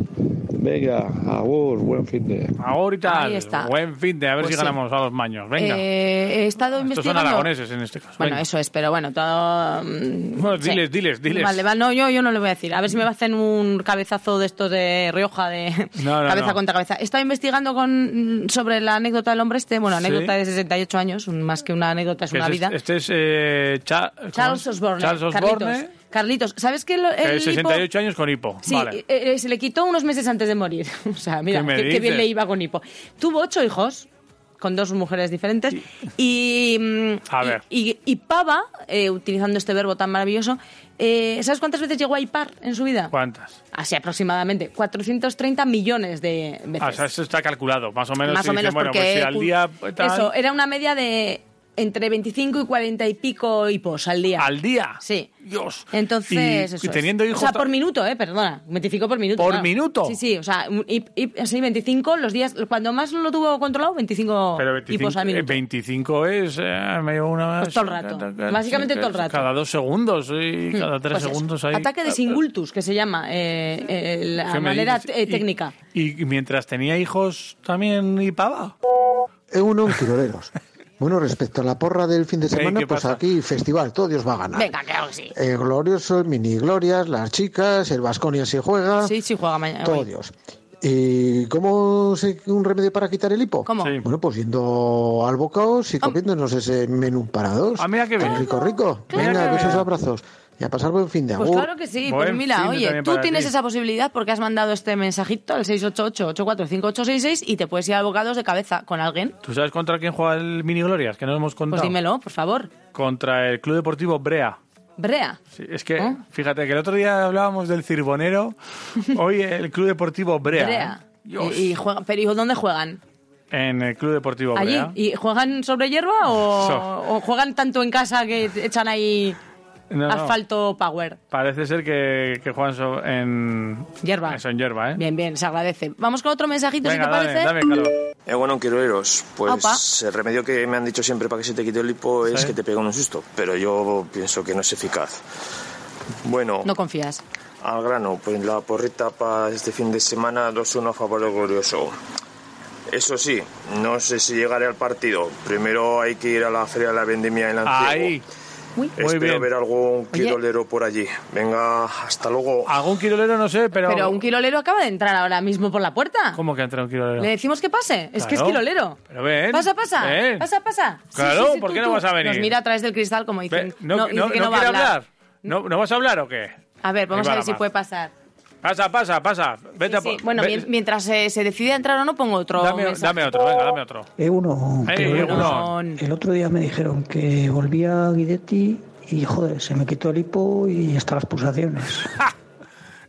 Speaker 9: Venga, agur, buen fin de.
Speaker 3: Ahorita,
Speaker 4: Ahí está.
Speaker 3: buen fin de a ver
Speaker 4: Pues
Speaker 3: si
Speaker 4: sí.
Speaker 3: ganamos a los maños. Venga.
Speaker 4: Eh, he estado
Speaker 3: Estos son
Speaker 4: investigando.
Speaker 3: aragoneses en este caso.
Speaker 4: Bueno,
Speaker 3: Venga.
Speaker 4: eso es, pero bueno, todo. mm,
Speaker 3: Bueno,
Speaker 4: sí.
Speaker 3: diles, diles, diles.
Speaker 4: Vale, vale, no, yo, yo no lo voy a decir. A ver si me va a hacer un cabezazo de estos de Rioja, de
Speaker 3: No, no,
Speaker 4: cabeza
Speaker 3: no.
Speaker 4: contra cabeza. He estado investigando con, mm, sobre la anécdota del hombre este, bueno,
Speaker 3: Sí.
Speaker 4: anécdota de 68 años, un- más que una anécdota, es
Speaker 3: Que
Speaker 4: una
Speaker 3: este
Speaker 4: vida.
Speaker 3: es- Este es eh, Cha- ¿cómo
Speaker 4: Charles
Speaker 3: es?
Speaker 4: Osborne.
Speaker 3: Charles
Speaker 4: Carlitos.
Speaker 3: Osborne,
Speaker 4: Carlitos, ¿sabes qué? lo-
Speaker 3: que
Speaker 4: El
Speaker 3: es
Speaker 4: hipo-
Speaker 3: 68 años con hipo.
Speaker 4: Sí,
Speaker 3: vale.
Speaker 4: eh, eh, se le quitó unos meses antes de morir. O sea, mira,
Speaker 3: ¿Qué me
Speaker 4: qué, qué bien
Speaker 3: dices?
Speaker 4: le iba con hipo. Tuvo ocho hijos con dos mujeres diferentes y, mm,
Speaker 3: A ver.
Speaker 4: y, y Pava, eh, utilizando este verbo tan maravilloso, eh, ¿sabes cuántas veces llegó a hipar en su vida?
Speaker 3: ¿Cuántas?
Speaker 4: Así aproximadamente, 430 millones de veces.
Speaker 3: Ah, o sea, eso está calculado, más o menos.
Speaker 4: Más
Speaker 3: si
Speaker 4: o
Speaker 3: dicen,
Speaker 4: menos,
Speaker 3: bueno,
Speaker 4: porque
Speaker 3: pues si al
Speaker 4: cu-
Speaker 3: día... tal,
Speaker 4: Eso, era una media de entre 25 y 40 y pico hipos al día.
Speaker 3: ¿Al día?
Speaker 4: Sí.
Speaker 3: Dios.
Speaker 4: Entonces,
Speaker 3: Y-
Speaker 4: eso
Speaker 3: y teniendo
Speaker 4: es. O
Speaker 3: hijos
Speaker 4: sea,
Speaker 3: ta-
Speaker 4: por minuto, ¿eh? Perdona. 25 por minuto.
Speaker 3: ¿Por
Speaker 4: claro.
Speaker 3: minuto?
Speaker 4: Sí, sí. O sea, un hip- hip- sí, 25 los días... Cuando más lo tuvo controlado, 25,
Speaker 3: Pero
Speaker 4: hipos
Speaker 3: 25,
Speaker 4: pues al
Speaker 3: eh,
Speaker 4: minuto.
Speaker 3: 25 es eh, medio una...
Speaker 4: Pues todo el rato. Básicamente todo el rato.
Speaker 3: Cada dos segundos y
Speaker 4: Mm,
Speaker 3: cada tres
Speaker 4: pues eso.
Speaker 3: segundos hay...
Speaker 4: Ataque de singultus, que se llama eh, eh, la
Speaker 3: ¿Qué eh, me
Speaker 4: manera
Speaker 3: dices?
Speaker 4: eh,
Speaker 3: Y-
Speaker 4: técnica.
Speaker 3: Y mientras tenía hijos también hipaba.
Speaker 29: Eunon Quiroleros. Bueno, respecto a la porra del fin de
Speaker 3: Ey,
Speaker 29: semana,
Speaker 3: ¿qué
Speaker 29: pues
Speaker 3: pasa?
Speaker 29: aquí festival, todo Dios va a ganar.
Speaker 4: Venga, claro que sí.
Speaker 29: El glorioso, el mini glorias, las chicas, el Vasconia si juega,
Speaker 4: Sí, sí juega mañana.
Speaker 29: Ah. todo
Speaker 4: hoy.
Speaker 29: Dios. ¿Y cómo se, un remedio para quitar el hipo?
Speaker 4: ¿Cómo? Sí.
Speaker 29: Bueno, pues yendo al bocaos y comiéndonos ese menú para dos.
Speaker 3: Ah, mira qué bien.
Speaker 29: Rico, rico.
Speaker 4: claro.
Speaker 29: Venga,
Speaker 4: Mira qué
Speaker 29: besos,
Speaker 4: bien.
Speaker 29: abrazos. Y a pasar buen fin de
Speaker 4: Pues
Speaker 29: agur.
Speaker 4: claro que sí.
Speaker 29: Buen
Speaker 4: pues mira,
Speaker 29: fin de
Speaker 4: oye,
Speaker 29: también
Speaker 4: tú
Speaker 29: para
Speaker 4: tienes
Speaker 29: ti.
Speaker 4: esa posibilidad porque has mandado este mensajito al 688-845-866 y te puedes ir a abogados de cabeza con alguien.
Speaker 3: ¿Tú sabes contra quién juega el Mini Glorias? Que no hemos contado.
Speaker 4: Pues dímelo, por favor.
Speaker 3: Contra el Club Deportivo Brea.
Speaker 4: Brea.
Speaker 3: Sí, es que,
Speaker 4: ¿Oh?
Speaker 3: fíjate, que el otro día hablábamos del Cirbonero, hoy el Club Deportivo Brea. ¿eh?
Speaker 4: Brea. Y, y juega- pero ¿y dónde juegan?
Speaker 3: En el Club Deportivo
Speaker 4: ¿Allí?
Speaker 3: Oh, Brea.
Speaker 4: ¿Y juegan sobre hierba o,
Speaker 3: So-
Speaker 4: o juegan tanto en casa que te echan ahí
Speaker 3: No, no.
Speaker 4: asfalto power?
Speaker 3: Parece ser que, que juegan so- en...
Speaker 4: Hierba.
Speaker 3: Eso, en hierba, ¿eh?
Speaker 4: Bien, bien, se agradece. Vamos con otro mensajito, si te
Speaker 3: dame,
Speaker 4: parece.
Speaker 3: dame, Carlos.
Speaker 8: Egunon Eh, Quiroleros, pues
Speaker 4: Aupa.
Speaker 8: el remedio que me han dicho siempre para que se te quite el hipo es
Speaker 4: Sí.
Speaker 8: que te peguen un susto, pero yo pienso que no es eficaz. Bueno,
Speaker 4: No confías.
Speaker 8: al grano, pues la porrita para este fin de semana 2-1 a favor del glorioso. Eso sí, no sé si llegaré al partido. Primero hay que ir a la feria de la vendimia en la
Speaker 3: Ahí.
Speaker 8: Muy
Speaker 3: Muy
Speaker 8: Espero
Speaker 3: bien.
Speaker 8: ver algún quirolero por allí. Venga, hasta luego.
Speaker 3: Algún quirolero no sé, pero...
Speaker 4: Pero un quirolero acaba de entrar ahora mismo por la puerta.
Speaker 3: ¿Cómo que ha entrado un quirolero?
Speaker 4: Le decimos que pase. Es que es
Speaker 3: Claro.
Speaker 4: quirolero.
Speaker 3: Pero ven.
Speaker 4: Pasa, pasa.
Speaker 3: ven.
Speaker 4: Pasa, pasa. Sí,
Speaker 3: Claro,
Speaker 4: sí, sí,
Speaker 3: ¿por
Speaker 4: tú,
Speaker 3: qué no
Speaker 4: tú.
Speaker 3: vas a venir?
Speaker 4: Nos mira a través del cristal como dicen.
Speaker 3: Ve, no,
Speaker 4: dice
Speaker 3: no-
Speaker 4: que
Speaker 3: no
Speaker 4: no va a
Speaker 3: quiere
Speaker 4: hablar.
Speaker 3: hablar. ¿No, ¿No vas a hablar o qué?
Speaker 4: A ver, vamos
Speaker 3: Ahí va
Speaker 4: a
Speaker 3: la
Speaker 4: ver si
Speaker 3: mar.
Speaker 4: puede pasar.
Speaker 3: Pasa, pasa, pasa. Vete a
Speaker 4: Sí,
Speaker 3: po-
Speaker 4: bueno,
Speaker 3: ve-
Speaker 4: mien- mientras eh, se decide entrar o no, pongo otro.
Speaker 3: Dame,
Speaker 4: mensaje.
Speaker 3: dame otro, venga, dame otro.
Speaker 30: Egunon,
Speaker 3: Ey,
Speaker 30: que-
Speaker 3: Egunon.
Speaker 30: El otro día me dijeron que volvía Guidetti y joder, se me quitó el hipo y hasta las pulsaciones.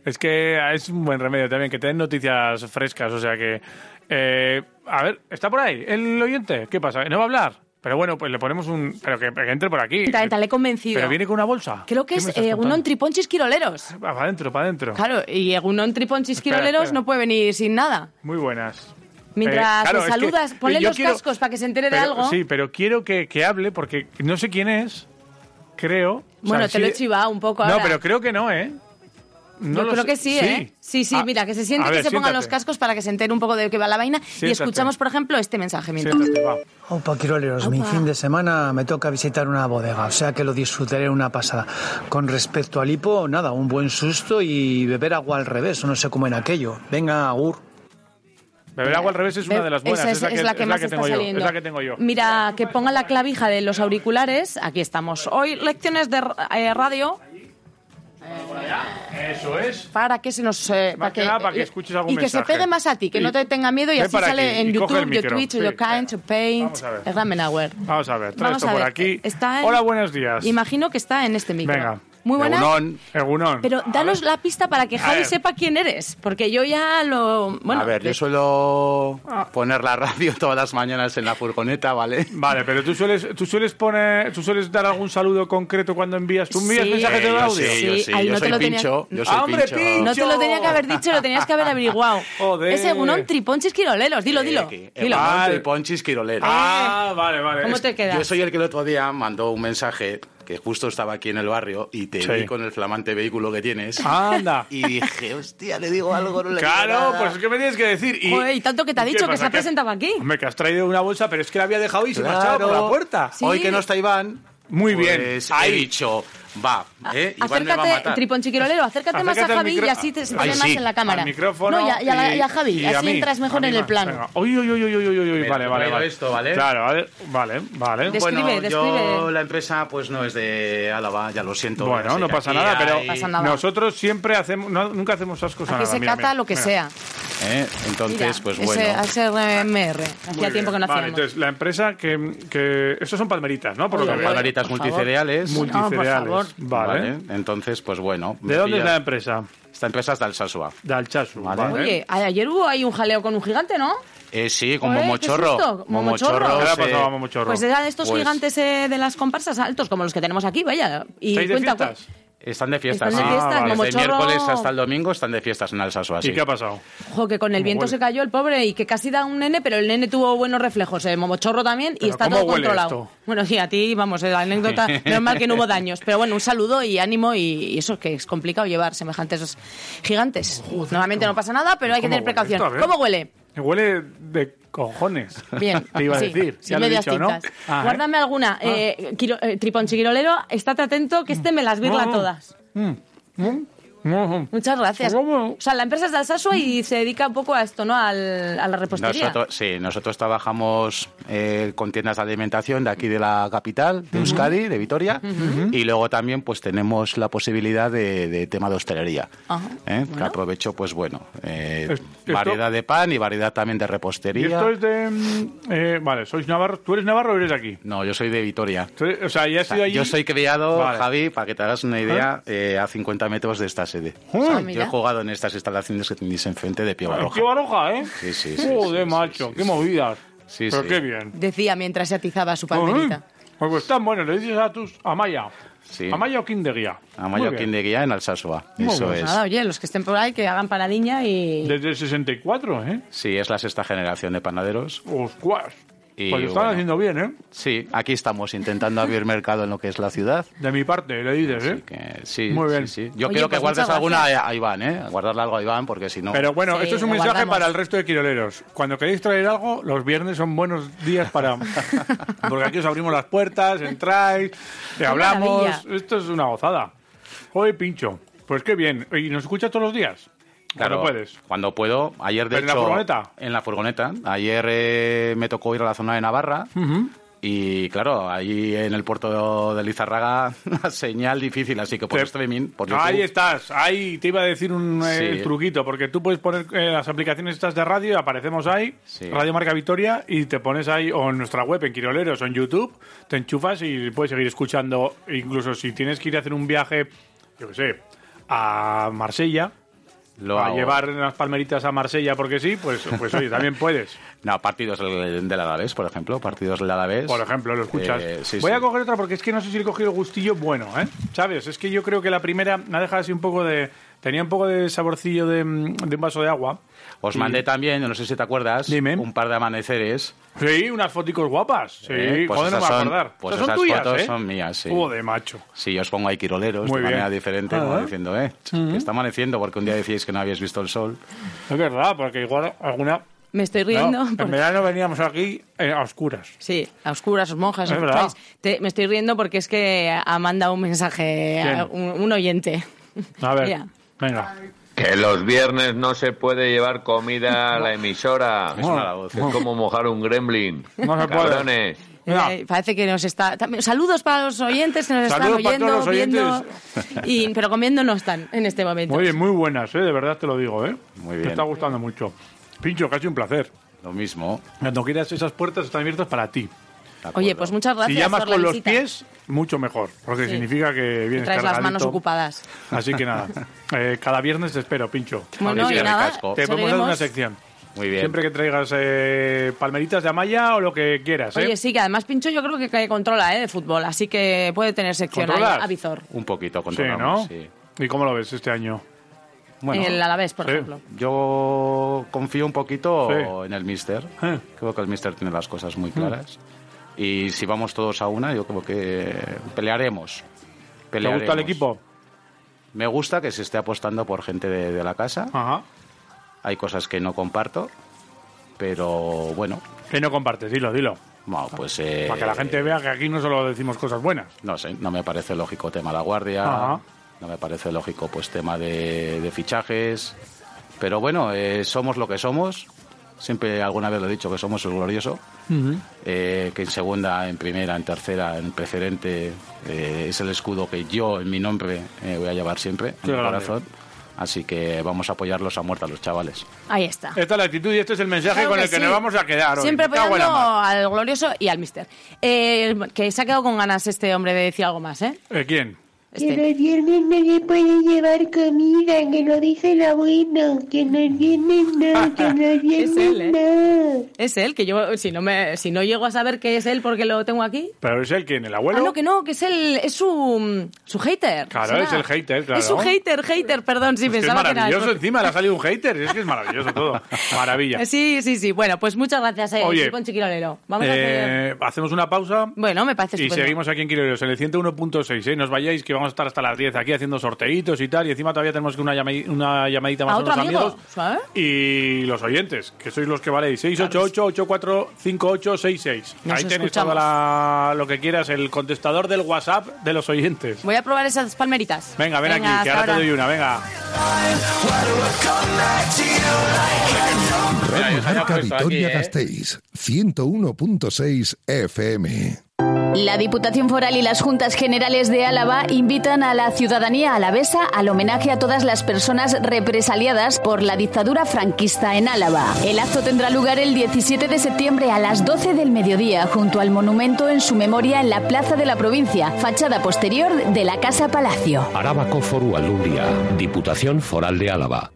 Speaker 3: Es que es un buen remedio también, que te den noticias frescas, o sea que... eh, a ver, ¿está por ahí el oyente? ¿Qué pasa? ¿No va a hablar? Pero bueno, pues le ponemos un... Pero que, que entre por aquí.
Speaker 4: Talenta, le he convencido.
Speaker 3: Pero viene con una bolsa.
Speaker 4: Creo que
Speaker 3: ¿Qué me
Speaker 4: es
Speaker 3: estás
Speaker 4: eh,
Speaker 3: contando?
Speaker 4: Egunon Triponchis Quiroleros.
Speaker 3: Ah, Para adentro, para adentro.
Speaker 4: Claro, y Egunon Triponchis
Speaker 3: Espera,
Speaker 4: Quiroleros
Speaker 3: espera.
Speaker 4: no puede venir sin nada.
Speaker 3: Muy buenas.
Speaker 4: Mientras
Speaker 3: Eh, claro,
Speaker 4: le
Speaker 3: es que
Speaker 4: saludas, ponle
Speaker 3: yo
Speaker 4: los
Speaker 3: quiero-
Speaker 4: cascos para que se entere de
Speaker 3: Pero-
Speaker 4: algo.
Speaker 3: Sí, pero quiero que, que hable porque no sé quién es, creo. O
Speaker 4: bueno, te
Speaker 3: sea,
Speaker 4: lo
Speaker 3: sí-
Speaker 4: he chivado un poco
Speaker 3: No,
Speaker 4: ahora.
Speaker 3: pero creo que no, ¿eh? No
Speaker 4: Yo
Speaker 3: lo
Speaker 4: creo
Speaker 3: sé.
Speaker 4: que sí, ¿eh? Sí, sí,
Speaker 3: Ah,
Speaker 4: mira, que se
Speaker 3: a
Speaker 4: siente
Speaker 3: ver,
Speaker 4: que se pongan
Speaker 3: siéntate.
Speaker 4: los cascos para que se entere un poco de qué va la vaina. Y
Speaker 13: Siéntate.
Speaker 4: escuchamos, por ejemplo, este mensaje. mientras.
Speaker 3: Siéntate, va.
Speaker 13: Opa, Quiroleros, mi fin de semana me toca visitar una bodega, o sea que lo disfrutaré una pasada. Con respecto al hipo, nada, un buen susto y beber agua al revés, o no sé cómo en aquello. Venga, Agur.
Speaker 3: Beber agua al revés es una de las buenas.
Speaker 4: Eh, Esa es, es la que más está
Speaker 3: tengo yo.
Speaker 4: saliendo.
Speaker 3: Es la que tengo yo.
Speaker 4: Mira, que ponga la clavija de los auriculares. Aquí estamos. Hoy lecciones de eh, radio
Speaker 3: Eso es.
Speaker 4: para que se nos... eh, para
Speaker 3: que nada, para que escuches algún
Speaker 4: Y que
Speaker 3: mensaje.
Speaker 4: se pegue más a ti, que
Speaker 3: Y-
Speaker 4: no te tenga miedo y
Speaker 3: Ven
Speaker 4: así
Speaker 3: para
Speaker 4: sale
Speaker 3: aquí,
Speaker 4: en
Speaker 3: y coge el
Speaker 4: YouTube, your
Speaker 3: micro.
Speaker 4: Twitch,
Speaker 3: Sí.
Speaker 4: your kind, your paint,
Speaker 3: Vamos a ver.
Speaker 4: el Ramenauer.
Speaker 3: Vamos a ver, trae
Speaker 4: Vamos
Speaker 3: esto
Speaker 4: a
Speaker 3: por
Speaker 4: ver,
Speaker 3: aquí.
Speaker 4: está en-
Speaker 3: Hola, buenos días.
Speaker 4: Imagino que está en este micro.
Speaker 3: Venga.
Speaker 4: Muy buenas.
Speaker 3: Egunon. Egunon.
Speaker 4: Pero danos la pista para que
Speaker 15: A
Speaker 4: Javi
Speaker 15: ver.
Speaker 4: sepa quién eres, porque yo ya lo... Bueno,
Speaker 15: a ver, yo suelo
Speaker 3: Ah.
Speaker 15: poner la radio todas las mañanas en la furgoneta, ¿vale?
Speaker 3: Vale, pero tú sueles, tú sueles poner, tú sueles dar algún saludo concreto cuando envías, tú envías
Speaker 15: Sí.
Speaker 3: mensajes de
Speaker 15: Eh, yo
Speaker 3: audio.
Speaker 15: sí, yo Sí, sí, ahí yo no te soy lo tenía- pincho, yo soy
Speaker 3: ¡Ah, ¡Hombre,
Speaker 15: pincho!
Speaker 3: pincho!
Speaker 4: No te lo tenía que haber dicho, lo tenías que haber averiguado.
Speaker 15: Joder.
Speaker 4: Ese Egunon Triponchis Quiroleros, dilo, dilo. dilo.
Speaker 15: El Ponchis Quirolero.
Speaker 3: Ah, vale, vale.
Speaker 4: ¿Cómo te quedas?
Speaker 15: Yo soy el que el otro día mandó un mensaje que justo estaba aquí en el barrio y te
Speaker 3: Sí.
Speaker 15: vi con el flamante vehículo que tienes.
Speaker 3: Anda.
Speaker 15: Y dije, hostia, le digo algo, no le digo
Speaker 3: Claro,
Speaker 15: nada.
Speaker 3: pues es que me tienes que decir. Y,
Speaker 4: Joder, y tanto que te ha
Speaker 3: ¿y qué
Speaker 4: dicho que
Speaker 3: pasa?
Speaker 4: se ha
Speaker 3: ¿Qué?
Speaker 4: presentado aquí.
Speaker 3: Hombre, que has traído una bolsa, pero es que la había dejado y se
Speaker 15: Claro.
Speaker 3: me echaba por la puerta.
Speaker 4: Sí. Hoy que no
Speaker 15: está Iván.
Speaker 3: Muy bien.
Speaker 15: Pues he dicho, va, ¿eh? Iván me va a
Speaker 4: Ah, Acércate,
Speaker 15: matar.
Speaker 4: Triponchiquirolero, acércate, más
Speaker 15: Acércate
Speaker 4: a
Speaker 15: al
Speaker 4: Javi
Speaker 15: micro-
Speaker 4: y así te se
Speaker 15: Ay,
Speaker 4: pone más
Speaker 15: sí,
Speaker 4: en la cámara.
Speaker 15: al micrófono
Speaker 4: No, ya, ya la-
Speaker 15: y-
Speaker 4: ya
Speaker 15: y
Speaker 4: Javi,
Speaker 15: a
Speaker 4: así
Speaker 15: mí,
Speaker 4: entras mejor en el plano.
Speaker 3: Venga. Uy, uy, uy, uy, uy, uy, uy,
Speaker 15: Mira,
Speaker 3: vale,
Speaker 15: te
Speaker 3: vale,
Speaker 15: traigo
Speaker 3: vale.
Speaker 15: esto, ¿vale?
Speaker 3: Claro, vale, vale, vale.
Speaker 15: bueno, yo la empresa pues no es de Álava, ya lo siento.
Speaker 3: Bueno,
Speaker 15: ya sé
Speaker 3: no
Speaker 15: que
Speaker 3: pasa
Speaker 15: aquí
Speaker 3: nada, pero
Speaker 15: hay-
Speaker 3: nosotros siempre hacemos, no- nunca hacemos ascos a
Speaker 4: Aquí
Speaker 3: nada.
Speaker 4: se
Speaker 3: mira,
Speaker 4: cata
Speaker 3: mira,
Speaker 4: lo que
Speaker 3: mira.
Speaker 4: sea.
Speaker 15: ¿Eh? Entonces,
Speaker 4: Mira,
Speaker 15: pues
Speaker 4: ese
Speaker 15: bueno.
Speaker 4: HRMR. Hacía tiempo que
Speaker 3: Muy bien.
Speaker 4: no
Speaker 3: Vale,
Speaker 4: hacíamos.
Speaker 3: entonces, la empresa que... que estos son palmeritas, ¿no? Por lo
Speaker 15: Son
Speaker 3: que veo.
Speaker 15: palmeritas
Speaker 3: Por
Speaker 15: multicereales.
Speaker 3: favor.
Speaker 15: No, por
Speaker 3: Multicereales.
Speaker 15: favor.
Speaker 3: Vale.
Speaker 15: Entonces, pues bueno.
Speaker 3: ¿De dónde es la empresa?
Speaker 15: Esta empresa es de Alsasua.
Speaker 3: De Alsasua,
Speaker 15: ¿vale?
Speaker 4: Oye, ayer hubo ahí un jaleo con un gigante, ¿no?
Speaker 15: Eh, sí, con
Speaker 4: Oye, qué
Speaker 15: Momochorro.
Speaker 4: susto, Momochorro.
Speaker 3: ¿Qué le ha pasado a
Speaker 15: Momochorro?
Speaker 4: Pues eran estos
Speaker 15: Pues
Speaker 4: gigantes eh, de las comparsas altos, como los que tenemos aquí, vaya. Y
Speaker 15: ¿Estáis de
Speaker 4: cuenta,
Speaker 15: fiestas? Están de fiestas,
Speaker 4: Están de
Speaker 15: sí.
Speaker 4: fiestas,
Speaker 15: Desde
Speaker 4: Momochorro.
Speaker 15: miércoles hasta el domingo están de fiestas en Alsasua, sí.
Speaker 3: Ah, qué ha pasado?
Speaker 4: Ojo, que con el
Speaker 15: ¿Cómo
Speaker 4: viento
Speaker 15: huele?
Speaker 4: se cayó el pobre y que casi da un nene, pero el nene tuvo buenos reflejos, eh, momochorro también, y
Speaker 15: Pero
Speaker 4: está
Speaker 15: ¿cómo
Speaker 4: todo
Speaker 15: huele
Speaker 4: controlado.
Speaker 15: esto?
Speaker 4: Bueno, sí, a ti, vamos, eh, la anécdota, menos mal que no hubo daños. Pero bueno, un saludo y ánimo, y, y eso que es complicado llevar semejantes gigantes. Normalmente no pasa nada, pero hay que
Speaker 3: ¿Cómo
Speaker 4: tener
Speaker 3: huele
Speaker 4: precaución.
Speaker 3: esto? A ver.
Speaker 4: ¿Cómo huele?
Speaker 3: Me Huele de cojones.
Speaker 4: Bien,
Speaker 3: Te iba a
Speaker 4: sí,
Speaker 3: decir.
Speaker 4: sí,
Speaker 3: ya lo he
Speaker 4: medias
Speaker 3: dicho, ¿no?
Speaker 4: tintas.
Speaker 3: Ah, ¿eh?
Speaker 4: Guárdame alguna. Eh, quiro- eh, Triponchi Quirolero, estate atento que este me las virla
Speaker 3: Mm.
Speaker 4: todas. Muchas gracias. O sea, la empresa es de Alsasua y se dedica un poco a esto, ¿no? Al- a la repostería.
Speaker 15: Nosotros, sí, nosotros trabajamos eh, con tiendas de alimentación de aquí de la capital, de Euskadi, de Vitoria, y luego también pues tenemos la posibilidad de, de tema de hostelería.
Speaker 4: Ajá.
Speaker 15: ¿eh? Que aprovecho, pues bueno, eh,
Speaker 3: Es- esto-
Speaker 15: variedad de pan y variedad también de
Speaker 3: Y
Speaker 15: repostería.
Speaker 3: esto es de... mm, eh, vale, sois navarros. ¿Tú eres navarro o eres de aquí?
Speaker 15: No, yo soy de Vitoria.
Speaker 3: O sea, ya has
Speaker 15: O sea,
Speaker 3: ido allí...
Speaker 15: yo soy criado,
Speaker 3: Vale.
Speaker 15: Javi, para que te hagas una idea, eh, a 50 metros de esta sede. O sea, yo
Speaker 3: mira.
Speaker 15: he jugado en estas instalaciones que tenéis enfrente de Piedra
Speaker 3: Ay,
Speaker 15: Roja.
Speaker 3: ¡Qué baroja, eh!
Speaker 15: Sí, sí, sí,
Speaker 3: Joder, macho, qué movidas.
Speaker 15: Sí,
Speaker 3: Pero
Speaker 15: sí.
Speaker 3: qué bien.
Speaker 4: Decía mientras se atizaba su palmerita.
Speaker 3: Pues pues están buenos, le dices a tus... A Maya.
Speaker 15: Sí.
Speaker 3: A Maya o Kindeguía. Muy
Speaker 15: Amayo
Speaker 3: bien.
Speaker 15: Kindeguía en Alsasua.
Speaker 3: Muy
Speaker 15: Eso
Speaker 3: bien.
Speaker 15: es.
Speaker 4: pues Nada, oye, los que estén por ahí que hagan panadiña y...
Speaker 3: Desde el 64, ¿eh?
Speaker 15: Sí, es la sexta generación de panaderos.
Speaker 3: ¡Ostras!
Speaker 15: Y
Speaker 3: pues lo están
Speaker 15: bueno,
Speaker 3: haciendo bien, ¿eh?
Speaker 15: Sí, aquí estamos intentando abrir mercado en lo que es la ciudad.
Speaker 3: De mi parte, le dices, ¿eh?
Speaker 15: Que sí,
Speaker 3: Muy
Speaker 15: sí,
Speaker 3: bien.
Speaker 15: sí. Yo
Speaker 3: Oye,
Speaker 15: quiero
Speaker 3: pues
Speaker 15: que guardes
Speaker 3: muchas
Speaker 15: alguna
Speaker 3: gracias.
Speaker 15: a a Iván, ¿eh? Guardarle algo a Iván, porque si no...
Speaker 3: Pero bueno, esto es un mensaje para el resto de quiroleros. Cuando queréis traer algo, los viernes son buenos días para... Porque aquí os abrimos las puertas, entráis, te
Speaker 4: Qué
Speaker 3: hablamos.
Speaker 4: maravilla.
Speaker 3: Esto es una gozada. Joder, pincho. Pues qué bien. ¿Y nos escuchas todos los días?
Speaker 15: Claro,
Speaker 3: Cuando puedes.
Speaker 15: Cuando puedo. Ayer, de
Speaker 3: ¿Pero en la
Speaker 15: hecho...
Speaker 3: furgoneta?
Speaker 15: En la furgoneta. Ayer eh, me tocó ir a la zona de Navarra. Y claro, ahí en el puerto de Lizarraga, una señal difícil, así que por
Speaker 3: Te-
Speaker 15: streaming, por YouTube.
Speaker 3: Ahí estás, ahí te iba a decir un eh,
Speaker 15: Sí.
Speaker 3: truquito, porque tú puedes poner eh, las aplicaciones estas de radio, aparecemos ahí, Radio Marca Victoria, y te pones ahí, o en nuestra web, en Quiroleros, o en YouTube, te enchufas y puedes seguir escuchando, incluso si tienes que ir a hacer un viaje, yo qué sé, a Marsella,
Speaker 15: Lo
Speaker 3: Para
Speaker 15: hago.
Speaker 3: llevar unas palmeritas a Marsella porque sí, pues, pues oye, también puedes.
Speaker 15: No, partidos del del Alavés, por ejemplo. Partidos del Alavés.
Speaker 3: Por ejemplo, lo escuchas.
Speaker 15: Eh, sí,
Speaker 3: Voy
Speaker 15: sí.
Speaker 3: a coger otra porque es que no sé si le he cogido gustillo bueno, ¿eh? ¿Sabes? Es que yo creo que la primera me ha dejado así un poco de... Tenía un poco de saborcillo de, mm, de un vaso de agua.
Speaker 15: Os
Speaker 3: Y-
Speaker 15: mandé también, no sé si te acuerdas, un par de amaneceres.
Speaker 3: Sí, unas foticos guapas. Sí,
Speaker 15: Eh, pues
Speaker 3: joder, no me
Speaker 15: esas
Speaker 3: voy a
Speaker 15: son-
Speaker 3: acordar.
Speaker 15: pues
Speaker 3: Esas son
Speaker 15: esas
Speaker 3: tuyas,
Speaker 15: fotos
Speaker 3: ¿eh?
Speaker 15: son mías, sí.
Speaker 3: Joder, macho.
Speaker 15: Sí, yo os pongo ahí quiroleros
Speaker 3: Muy
Speaker 15: de manera
Speaker 3: bien.
Speaker 15: diferente,
Speaker 3: Ah,
Speaker 15: como
Speaker 3: ¿eh?
Speaker 15: diciendo, eh,
Speaker 3: Ujú.
Speaker 15: que está amaneciendo porque un día decíais que no habíais visto el sol.
Speaker 3: Es verdad, porque igual alguna...
Speaker 4: Me estoy
Speaker 3: No,
Speaker 4: riendo.
Speaker 3: en
Speaker 4: porque-
Speaker 3: verano veníamos aquí eh, a oscuras.
Speaker 4: pues- Sí, a oscuras, os monjas,
Speaker 3: Es
Speaker 4: os
Speaker 3: verdad.
Speaker 4: traes. Te- me estoy riendo porque es que ha mandado un mensaje, a un, un oyente.
Speaker 3: A
Speaker 4: ver.
Speaker 3: Venga.
Speaker 7: Que los viernes no se puede llevar comida a la emisora.
Speaker 3: Me suena la voz.
Speaker 7: Es como mojar un gremlin.
Speaker 3: No se puede.
Speaker 7: Cabrones.
Speaker 4: Eh, parece que nos está. también- saludos para los oyentes que nos
Speaker 3: Saludos para
Speaker 4: están oyendo,
Speaker 3: todos los
Speaker 4: viendo.
Speaker 3: oyentes.
Speaker 4: y- pero comiendo no están en este momento.
Speaker 3: Muy bien, muy buenas, ¿eh? de verdad te lo digo. ¿eh?
Speaker 15: Muy
Speaker 3: Me
Speaker 15: bien.
Speaker 3: está gustando mucho. Pincho, casi un placer.
Speaker 15: Lo mismo.
Speaker 3: Cuando quieras, esas puertas están abiertas para ti.
Speaker 4: Oye, pues muchas gracias.
Speaker 3: Si llamas
Speaker 4: por la
Speaker 3: con los
Speaker 4: visita.
Speaker 3: pies, mucho mejor, porque
Speaker 4: Sí.
Speaker 3: significa que vienes
Speaker 4: Traes las manos
Speaker 3: cargadito.
Speaker 4: ocupadas.
Speaker 3: Así que nada, eh, cada viernes te espero, Pincho.
Speaker 4: Bueno, y nada,
Speaker 3: Te podemos hacer
Speaker 4: seguiremos.
Speaker 3: una sección.
Speaker 15: Muy bien.
Speaker 3: Siempre que traigas eh, palmeritas de Amaya o lo que quieras, ¿eh?
Speaker 4: Oye, sí, que además Pincho yo creo que, que controla, ¿eh? De fútbol, así que puede tener sección ahí,
Speaker 3: ¿Controlas?
Speaker 4: a Vizor.
Speaker 15: Un poquito
Speaker 3: Sí,
Speaker 15: controlamos,
Speaker 3: ¿no?
Speaker 15: sí.
Speaker 3: ¿Y cómo lo ves este año?
Speaker 4: el Alavés, por
Speaker 15: Sí.
Speaker 4: ejemplo.
Speaker 15: Yo confío un poquito
Speaker 3: Sí. Eh. Mm.
Speaker 15: en el Mister. Creo que el Mister tiene las cosas muy claras. Y si vamos todos a una, yo creo que pelearemos.
Speaker 3: ¿Te
Speaker 15: pelearemos.
Speaker 3: gusta el equipo?
Speaker 15: Me gusta que se esté apostando por gente de, de la casa. Hay cosas que no comparto, pero bueno.
Speaker 3: ¿Qué no compartes? Dilo, dilo.
Speaker 15: Bueno, pues... eh,
Speaker 3: Para que la gente vea que aquí no solo decimos cosas buenas.
Speaker 15: No sé, no me parece lógico tema la guardia,
Speaker 3: Ajá.
Speaker 15: no me parece lógico pues tema de, de fichajes, pero bueno, eh, somos lo que somos, siempre alguna vez lo he dicho que somos el glorioso, eh, que en segunda, en primera, en tercera, en preferente eh, es el escudo que yo en mi nombre eh, voy a llevar siempre en
Speaker 3: Qué
Speaker 15: mi
Speaker 3: grande.
Speaker 15: corazón, así que vamos a apoyarlos a muerte a los chavales.
Speaker 4: Ahí está.
Speaker 3: Esta es la actitud y este es el mensaje
Speaker 4: Claro
Speaker 3: con
Speaker 4: que
Speaker 3: el que
Speaker 4: sí.
Speaker 3: nos vamos a quedar hoy.
Speaker 4: Siempre
Speaker 3: Me cago en
Speaker 4: apoyando
Speaker 3: la mar.
Speaker 4: al glorioso y al mister. Eh, que se ha quedado con ganas este hombre de decir algo más, ¿eh?
Speaker 3: ¿Eh, ¿Quién?
Speaker 4: Este.
Speaker 7: Que los viernes no se puede llevar comida, que lo dice el abuelo, que los viernes no, que los
Speaker 4: Es él, ¿eh?
Speaker 7: viernes no.
Speaker 4: Es él, que yo, si no, me, si no llego a saber que es él porque lo tengo aquí.
Speaker 3: ¿Pero es el quién? ¿El
Speaker 4: Ah,
Speaker 3: abuelo?
Speaker 4: no, que no, que es el, es su, su hater.
Speaker 3: Claro,
Speaker 4: ¿será?
Speaker 3: es el hater, claro.
Speaker 4: Es su hater, hater, perdón, sí,
Speaker 3: Es que es
Speaker 4: pensaba que era...
Speaker 3: maravilloso encima, le ha salido un hater. Es que es maravilloso todo. Maravilla.
Speaker 4: Eh, Sí, sí, sí. Bueno, pues muchas gracias, eh,
Speaker 3: Oye,
Speaker 4: sí, Ponchi Quirolero. Vamos a hacer...
Speaker 3: Eh, Hacemos una pausa.
Speaker 4: Bueno, me parece
Speaker 3: Y
Speaker 4: estupendo.
Speaker 3: seguimos aquí en Quiroleros, en el 101.6, ¿eh? No os vayáis, que vamos a estar hasta las 10 aquí haciendo sorteitos y tal. Y encima todavía tenemos que una, llama- una llamadita más
Speaker 4: A
Speaker 3: a
Speaker 4: otro
Speaker 3: unos
Speaker 4: amigo,
Speaker 3: amigos.
Speaker 4: ¿sabes?
Speaker 3: Y los oyentes, que sois los que valéis. 688-845866.
Speaker 4: Nos
Speaker 3: Ahí tenéis
Speaker 4: escuchamos.
Speaker 3: todo la, lo que quieras, el contestador del WhatsApp de los oyentes.
Speaker 4: Voy a probar esas palmeritas.
Speaker 3: Venga, ven
Speaker 4: Venga,
Speaker 3: aquí, que
Speaker 4: hasta
Speaker 3: ahora, te
Speaker 4: ahora.
Speaker 3: doy una, venga.
Speaker 17: Radio Marca
Speaker 3: puesto aquí,
Speaker 17: Vitoria
Speaker 3: ¿eh?
Speaker 17: Gasteiz, 101.6 FM.
Speaker 14: La Diputación Foral y las Juntas Generales de Álava invitan a la ciudadanía alavesa al homenaje a todas las personas represaliadas por la dictadura franquista en Álava. El acto tendrá lugar el 17 de septiembre a las 12 del mediodía junto al monumento en su memoria en la Plaza de la Provincia, fachada posterior de la Casa Palacio.
Speaker 16: Arábaco Foru Alundia, Diputación Foral de Álava.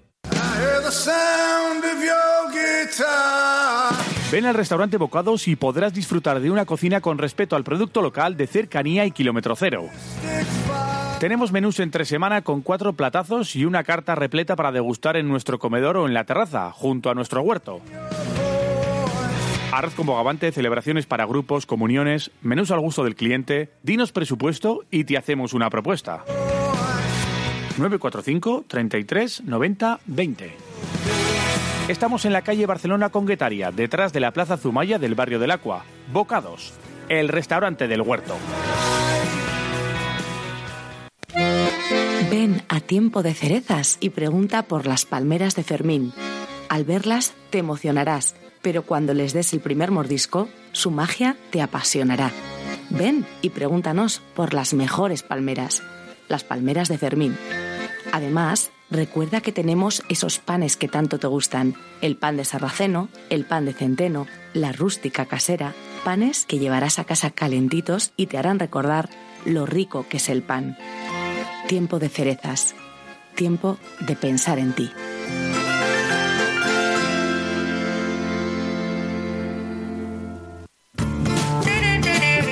Speaker 3: Ven al restaurante Bocados y podrás disfrutar de una cocina con respeto al producto local de cercanía y kilómetro cero. Tenemos menús entre semana con cuatro platazos y una carta repleta para degustar en nuestro comedor o en la terraza, junto a nuestro huerto. Arroz con bogavante, celebraciones para grupos, comuniones, menús al gusto del cliente, dinos presupuesto y te hacemos una propuesta. 945 33 90 20. Estamos en la calle Barcelona Conguetaria, detrás de la Plaza Zumaya del barrio del Acua. Bocados, el restaurante del huerto.
Speaker 18: Ven a tiempo de cerezas y pregunta por las palmeras de Fermín. Al verlas te emocionarás, pero cuando les des el primer mordisco, su magia te apasionará. Ven y pregúntanos por las mejores palmeras, las palmeras de Fermín. Además, recuerda que tenemos esos panes que tanto te gustan, el pan de sarraceno, el pan de centeno, la rústica casera, panes que llevarás a casa calentitos y te harán recordar lo rico que es el pan. Tiempo de cerezas. Tiempo de pensar en ti.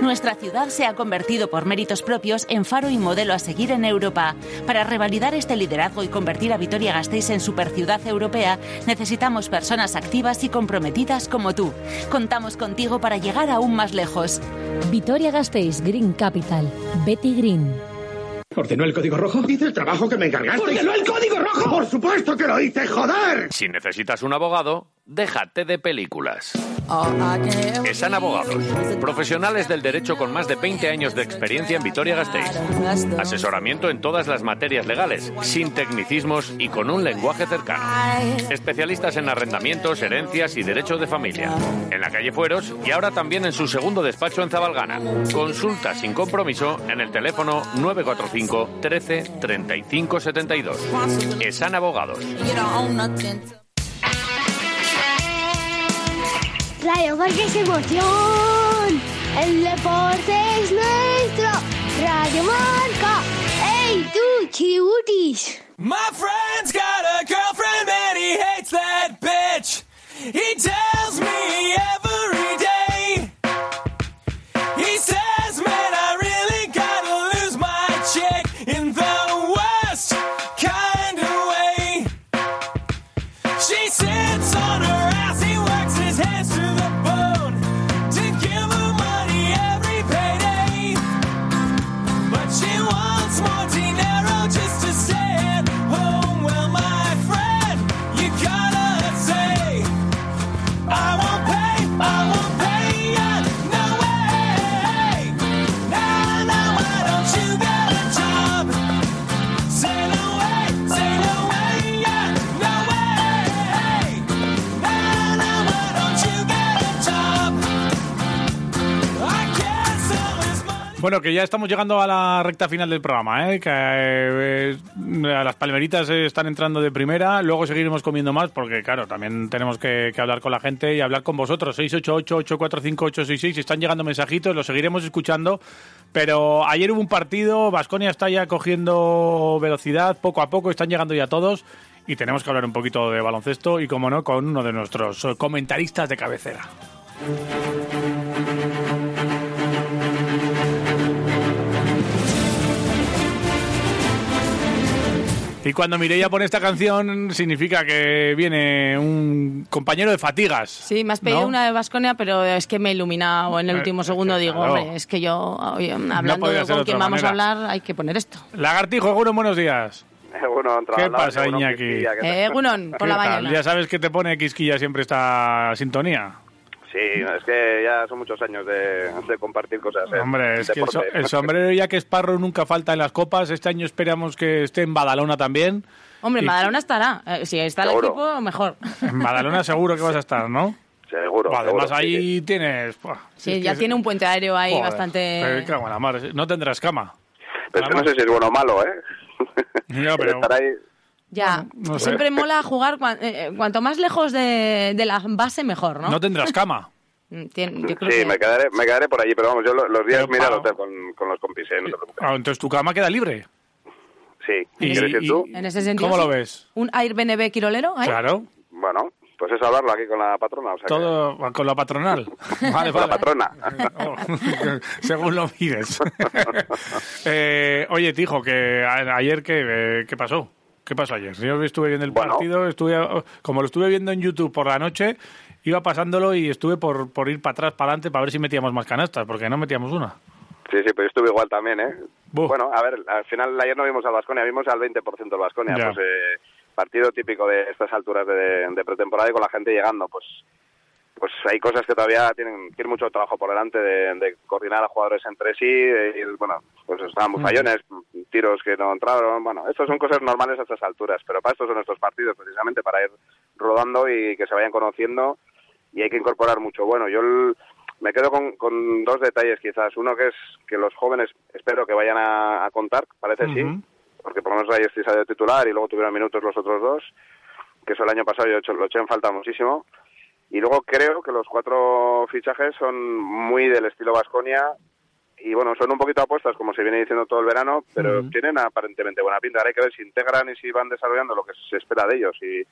Speaker 21: Nuestra ciudad se ha convertido por méritos propios en faro y modelo a seguir en Europa. Para revalidar este liderazgo y convertir a Vitoria-Gasteiz en superciudad europea, necesitamos personas activas y comprometidas como tú. Contamos contigo para llegar aún más lejos.
Speaker 31: Vitoria Gasteiz Green Capital. Betty Green.
Speaker 5: ¿Ordenó el código rojo? Hice el trabajo que me encargaste.
Speaker 13: ¡Ordenó el código rojo!
Speaker 5: ¡Por supuesto que lo hice, joder!
Speaker 20: Si necesitas un abogado, déjate de películas. Esan Abogados, profesionales del derecho con más de 20 años de experiencia en Vitoria-Gasteiz. Asesoramiento en todas las materias legales, sin tecnicismos y con un lenguaje cercano. Especialistas en arrendamientos, herencias y derecho de familia. En la calle Fueros y ahora también en su segundo despacho en Zabalgana. Consulta sin compromiso en el teléfono 945 13 35 72. Esan Abogados.
Speaker 19: Radio Marca es emoción. El deporte es nuestro. Radio Marca. ¡Ey, tú, chibutis!
Speaker 2: My friend's got a girlfriend and he hates that bitch. He tells me every day. He says, man, I really gotta lose my chick in the worst kind of way. She sits on her ass, he works his hands to the bone to give her money every payday. But she wants more dinero just to stay at home. Well, my friend, you gotta say, I won't pay, I won't pay ya, no way. Now, now, why don't you get a job? Say no way, say no way, yeah, no way. Now, now, why don't you get a job? I can't sell this
Speaker 3: Bueno, que ya estamos llegando a la recta final del programa, ¿eh? que eh, eh, las palmeritas eh, están entrando de primera, luego seguiremos comiendo más porque, claro, también tenemos que, que hablar con la gente y hablar con vosotros. 688-845-866, están llegando mensajitos, los seguiremos escuchando, pero ayer hubo un partido, Vasconia está ya cogiendo velocidad, poco a poco están llegando ya todos y tenemos que hablar un poquito de baloncesto y, como no, con uno de nuestros eh, comentaristas de cabecera. Y cuando Mireia pone esta canción, significa que viene un compañero de fatigas.
Speaker 4: Sí, me has pedido
Speaker 3: ¿No?
Speaker 4: una de Vasconia, pero es que me he iluminado en el
Speaker 3: Eh,
Speaker 4: último segundo. Digo,
Speaker 3: claro.
Speaker 4: hombre, es que yo, oye, hablando
Speaker 3: podía
Speaker 4: de
Speaker 3: ser de
Speaker 4: con quien
Speaker 3: otra
Speaker 4: vamos a
Speaker 3: manera.
Speaker 4: hablar, hay que poner esto.
Speaker 3: Lagartijo, Egunon, buenos días. ¿Qué pasa, Iñaki?
Speaker 4: Eh, Egunon, por la
Speaker 3: ¿Qué tal?
Speaker 4: mañana.
Speaker 3: Ya sabes que te pone quisquilla siempre esta sintonía.
Speaker 1: Sí, es que ya son muchos años de, de compartir cosas. ¿eh?
Speaker 3: Hombre, es que el, so-
Speaker 1: Deporte.
Speaker 3: el sombrero ya que es parro nunca falta en las copas. Este año esperamos que esté en Badalona también.
Speaker 4: Hombre,
Speaker 3: Y-
Speaker 4: Madalona estará. Eh, si está el
Speaker 3: Seguro.
Speaker 4: equipo, mejor.
Speaker 3: En Badalona seguro que vas a estar, ¿no?
Speaker 1: Seguro.
Speaker 3: Además
Speaker 1: seguro,
Speaker 3: ahí tienes... buah,
Speaker 4: Sí,
Speaker 3: es que
Speaker 4: ya
Speaker 3: es-
Speaker 4: tiene un puente aéreo ahí
Speaker 3: joder,
Speaker 4: bastante...
Speaker 3: me cago en la madre. No tendrás cama.
Speaker 1: Pero es que no sé si es bueno o malo, ¿eh?
Speaker 3: No,
Speaker 1: pero... Estar ahí...
Speaker 4: Ya,
Speaker 1: no sé.
Speaker 4: siempre mola jugar cuan- eh, eh, cuanto más lejos de, de la base, mejor, ¿no?
Speaker 1: No
Speaker 3: tendrás cama.
Speaker 4: Mm, tien- yo creo
Speaker 1: Sí,
Speaker 4: que-
Speaker 1: me quedaré, me quedaré por allí, pero vamos, yo lo- los días
Speaker 3: Pero,
Speaker 1: me iré al
Speaker 3: Pau.
Speaker 1: hotel con, con los compis, ¿eh? No te preocupes.
Speaker 3: Ah, entonces tu cama queda libre.
Speaker 1: Sí.
Speaker 3: ¿Y-
Speaker 1: ¿Quieres ir
Speaker 3: y-
Speaker 1: tú?
Speaker 4: En ese sentido,
Speaker 1: ¿Cómo lo
Speaker 4: sí.
Speaker 1: ves?
Speaker 4: ¿Un Airbnb quirolero? ahí?
Speaker 3: Claro.
Speaker 1: Bueno, pues eso hablarlo aquí con la patrona. O sea que-
Speaker 3: Todo con la patronal. Vale,
Speaker 1: Con
Speaker 3: vale.
Speaker 1: la patrona.
Speaker 3: Según lo mires. Eh, oye, Tijo, que a- ayer qué, eh, qué pasó. ¿Qué pasó ayer? Yo estuve viendo el partido, estuve, oh, como lo estuve viendo en YouTube por la noche, iba pasándolo y estuve por, por ir para atrás, para adelante, para ver si metíamos más canastas, porque no metíamos una.
Speaker 1: Sí, sí, pero yo estuve igual también, ¿eh? Bueno, a ver, al final ayer no vimos al Vasconia, vimos al 20% del Vasconia.
Speaker 3: Ya.
Speaker 1: Pues eh, partido típico de estas alturas de, de pretemporada y con la gente llegando, pues pues hay cosas que todavía tienen, tienen mucho trabajo por delante de, de coordinar a jugadores entre sí, de ir, bueno, pues estaban muy fallones, tiros que no entraron, bueno, estas son cosas normales a estas alturas, pero para estos son estos partidos precisamente, para ir rodando y que se vayan conociendo y hay que incorporar mucho. Bueno, yo el- me quedo con, con dos detalles quizás, uno que es que los jóvenes espero que vayan a, a contar, parece sí, porque por lo menos ahí estoy salido titular y luego tuvieron minutos los otros dos, que eso el año pasado yo echo- lo eché en falta muchísimo. Y luego creo que los cuatro fichajes son muy del estilo Vasconia y bueno, son un poquito apuestas, como se viene diciendo todo el verano, pero tienen aparentemente buena pinta. Ahora hay que ver si integran y si van desarrollando lo que se espera de ellos. Y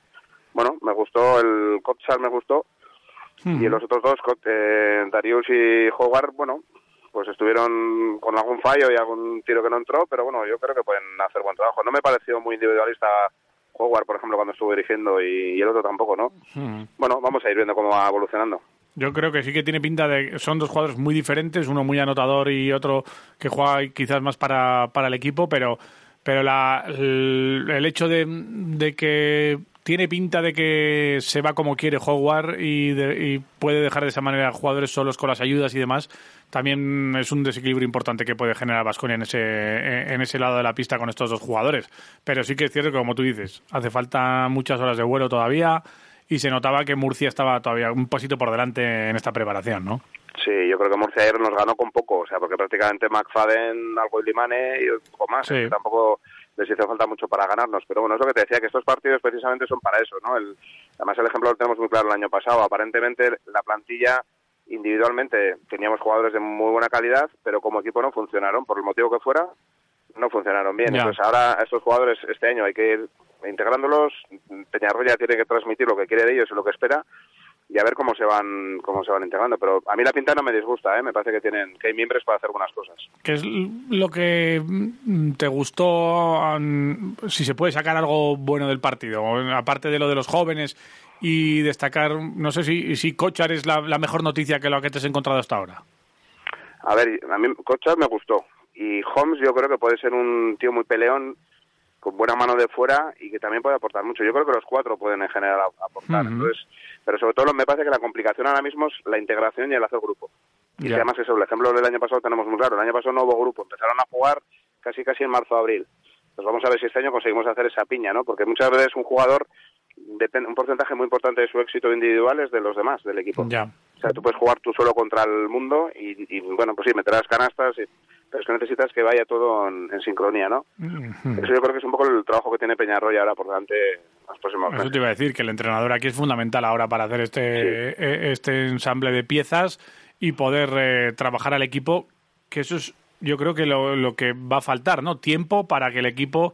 Speaker 1: bueno, me gustó el Kopsar, me gustó.
Speaker 3: Mm.
Speaker 1: Y los otros dos, Kot- eh, Darius y Howard, bueno, pues estuvieron con algún fallo y algún tiro que no entró, pero bueno, yo creo que pueden hacer buen trabajo. No me pareció muy individualista Howard, por ejemplo, cuando estuvo dirigiendo y, y el otro tampoco, ¿no? Bueno, vamos a ir viendo cómo va evolucionando.
Speaker 3: Yo creo que sí que tiene pinta de. Son dos jugadores muy diferentes, uno muy anotador y otro que juega quizás más para, para el equipo, pero, pero la, el, el hecho de, de que tiene pinta de que se va como quiere Howard y, de- y puede dejar de esa manera a jugadores solos con las ayudas y demás, también es un desequilibrio importante que puede generar Vasconia en ese, en ese lado de la pista con estos dos jugadores. Pero sí que es cierto que, como tú dices, hace falta muchas horas de vuelo todavía y se notaba que Murcia estaba todavía un pasito por delante en esta preparación, ¿no?
Speaker 1: Sí, yo creo que Murcia ayer nos ganó con poco, o sea, porque prácticamente McFadden, algo Limane y un poco más,
Speaker 3: Sí.
Speaker 1: es que tampoco les hizo falta mucho para ganarnos, pero bueno, es lo que te decía, que estos partidos precisamente son para eso, ¿no? El- además el ejemplo lo tenemos muy claro el año pasado, aparentemente la plantilla individualmente teníamos jugadores de muy buena calidad, pero como equipo no funcionaron, por el motivo que fuera, no funcionaron bien.
Speaker 5: Ya.
Speaker 1: Entonces ahora a estos jugadores este año hay que ir integrándolos, Peñarroya tiene que transmitir lo que quiere de ellos y lo que espera, y a ver cómo se van cómo se van integrando. Pero a mí la pinta no me disgusta, ¿eh? me parece que tienen que hay miembros para hacer buenas cosas.
Speaker 3: ¿Qué es l- lo que mm, te gustó? an- Si se puede sacar algo bueno del partido, aparte de lo de los jóvenes y destacar, no sé si, si Cochar es la, la mejor noticia que lo que te has encontrado hasta ahora.
Speaker 1: A ver, a mí Cochas me gustó y Holmes yo creo que puede ser un tío muy peleón con buena mano de fuera y que también puede aportar mucho. Yo creo que los cuatro pueden en general ap- aportar.
Speaker 5: Ujú.
Speaker 1: Entonces, pero sobre todo lo- me parece que la complicación ahora mismo es la integración y el hacer grupo. Y
Speaker 5: Ya.
Speaker 1: además eso, el ejemplo del año pasado lo tenemos muy claro. El año pasado no hubo grupo, empezaron a jugar casi casi en marzo abril. Pues vamos a ver si este año conseguimos hacer esa piña, ¿no? Porque muchas veces un jugador depende un porcentaje muy importante de su éxito individual es de los demás del equipo.
Speaker 3: Ya.
Speaker 1: O sea, tú puedes jugar tú solo contra el mundo y, y, bueno, pues sí, meterás canastas, y- pero es que necesitas que vaya todo en, en sincronía, ¿no? Eso yo creo que es un poco el trabajo que tiene Peñarroya ahora por delante en los próximos
Speaker 3: Eso
Speaker 1: meses.
Speaker 3: te iba a decir, que el entrenador aquí es fundamental ahora para hacer este, eh, este ensamble de piezas y poder eh, trabajar al equipo, que eso es yo creo que lo, lo que va a faltar, ¿no? Tiempo para que el equipo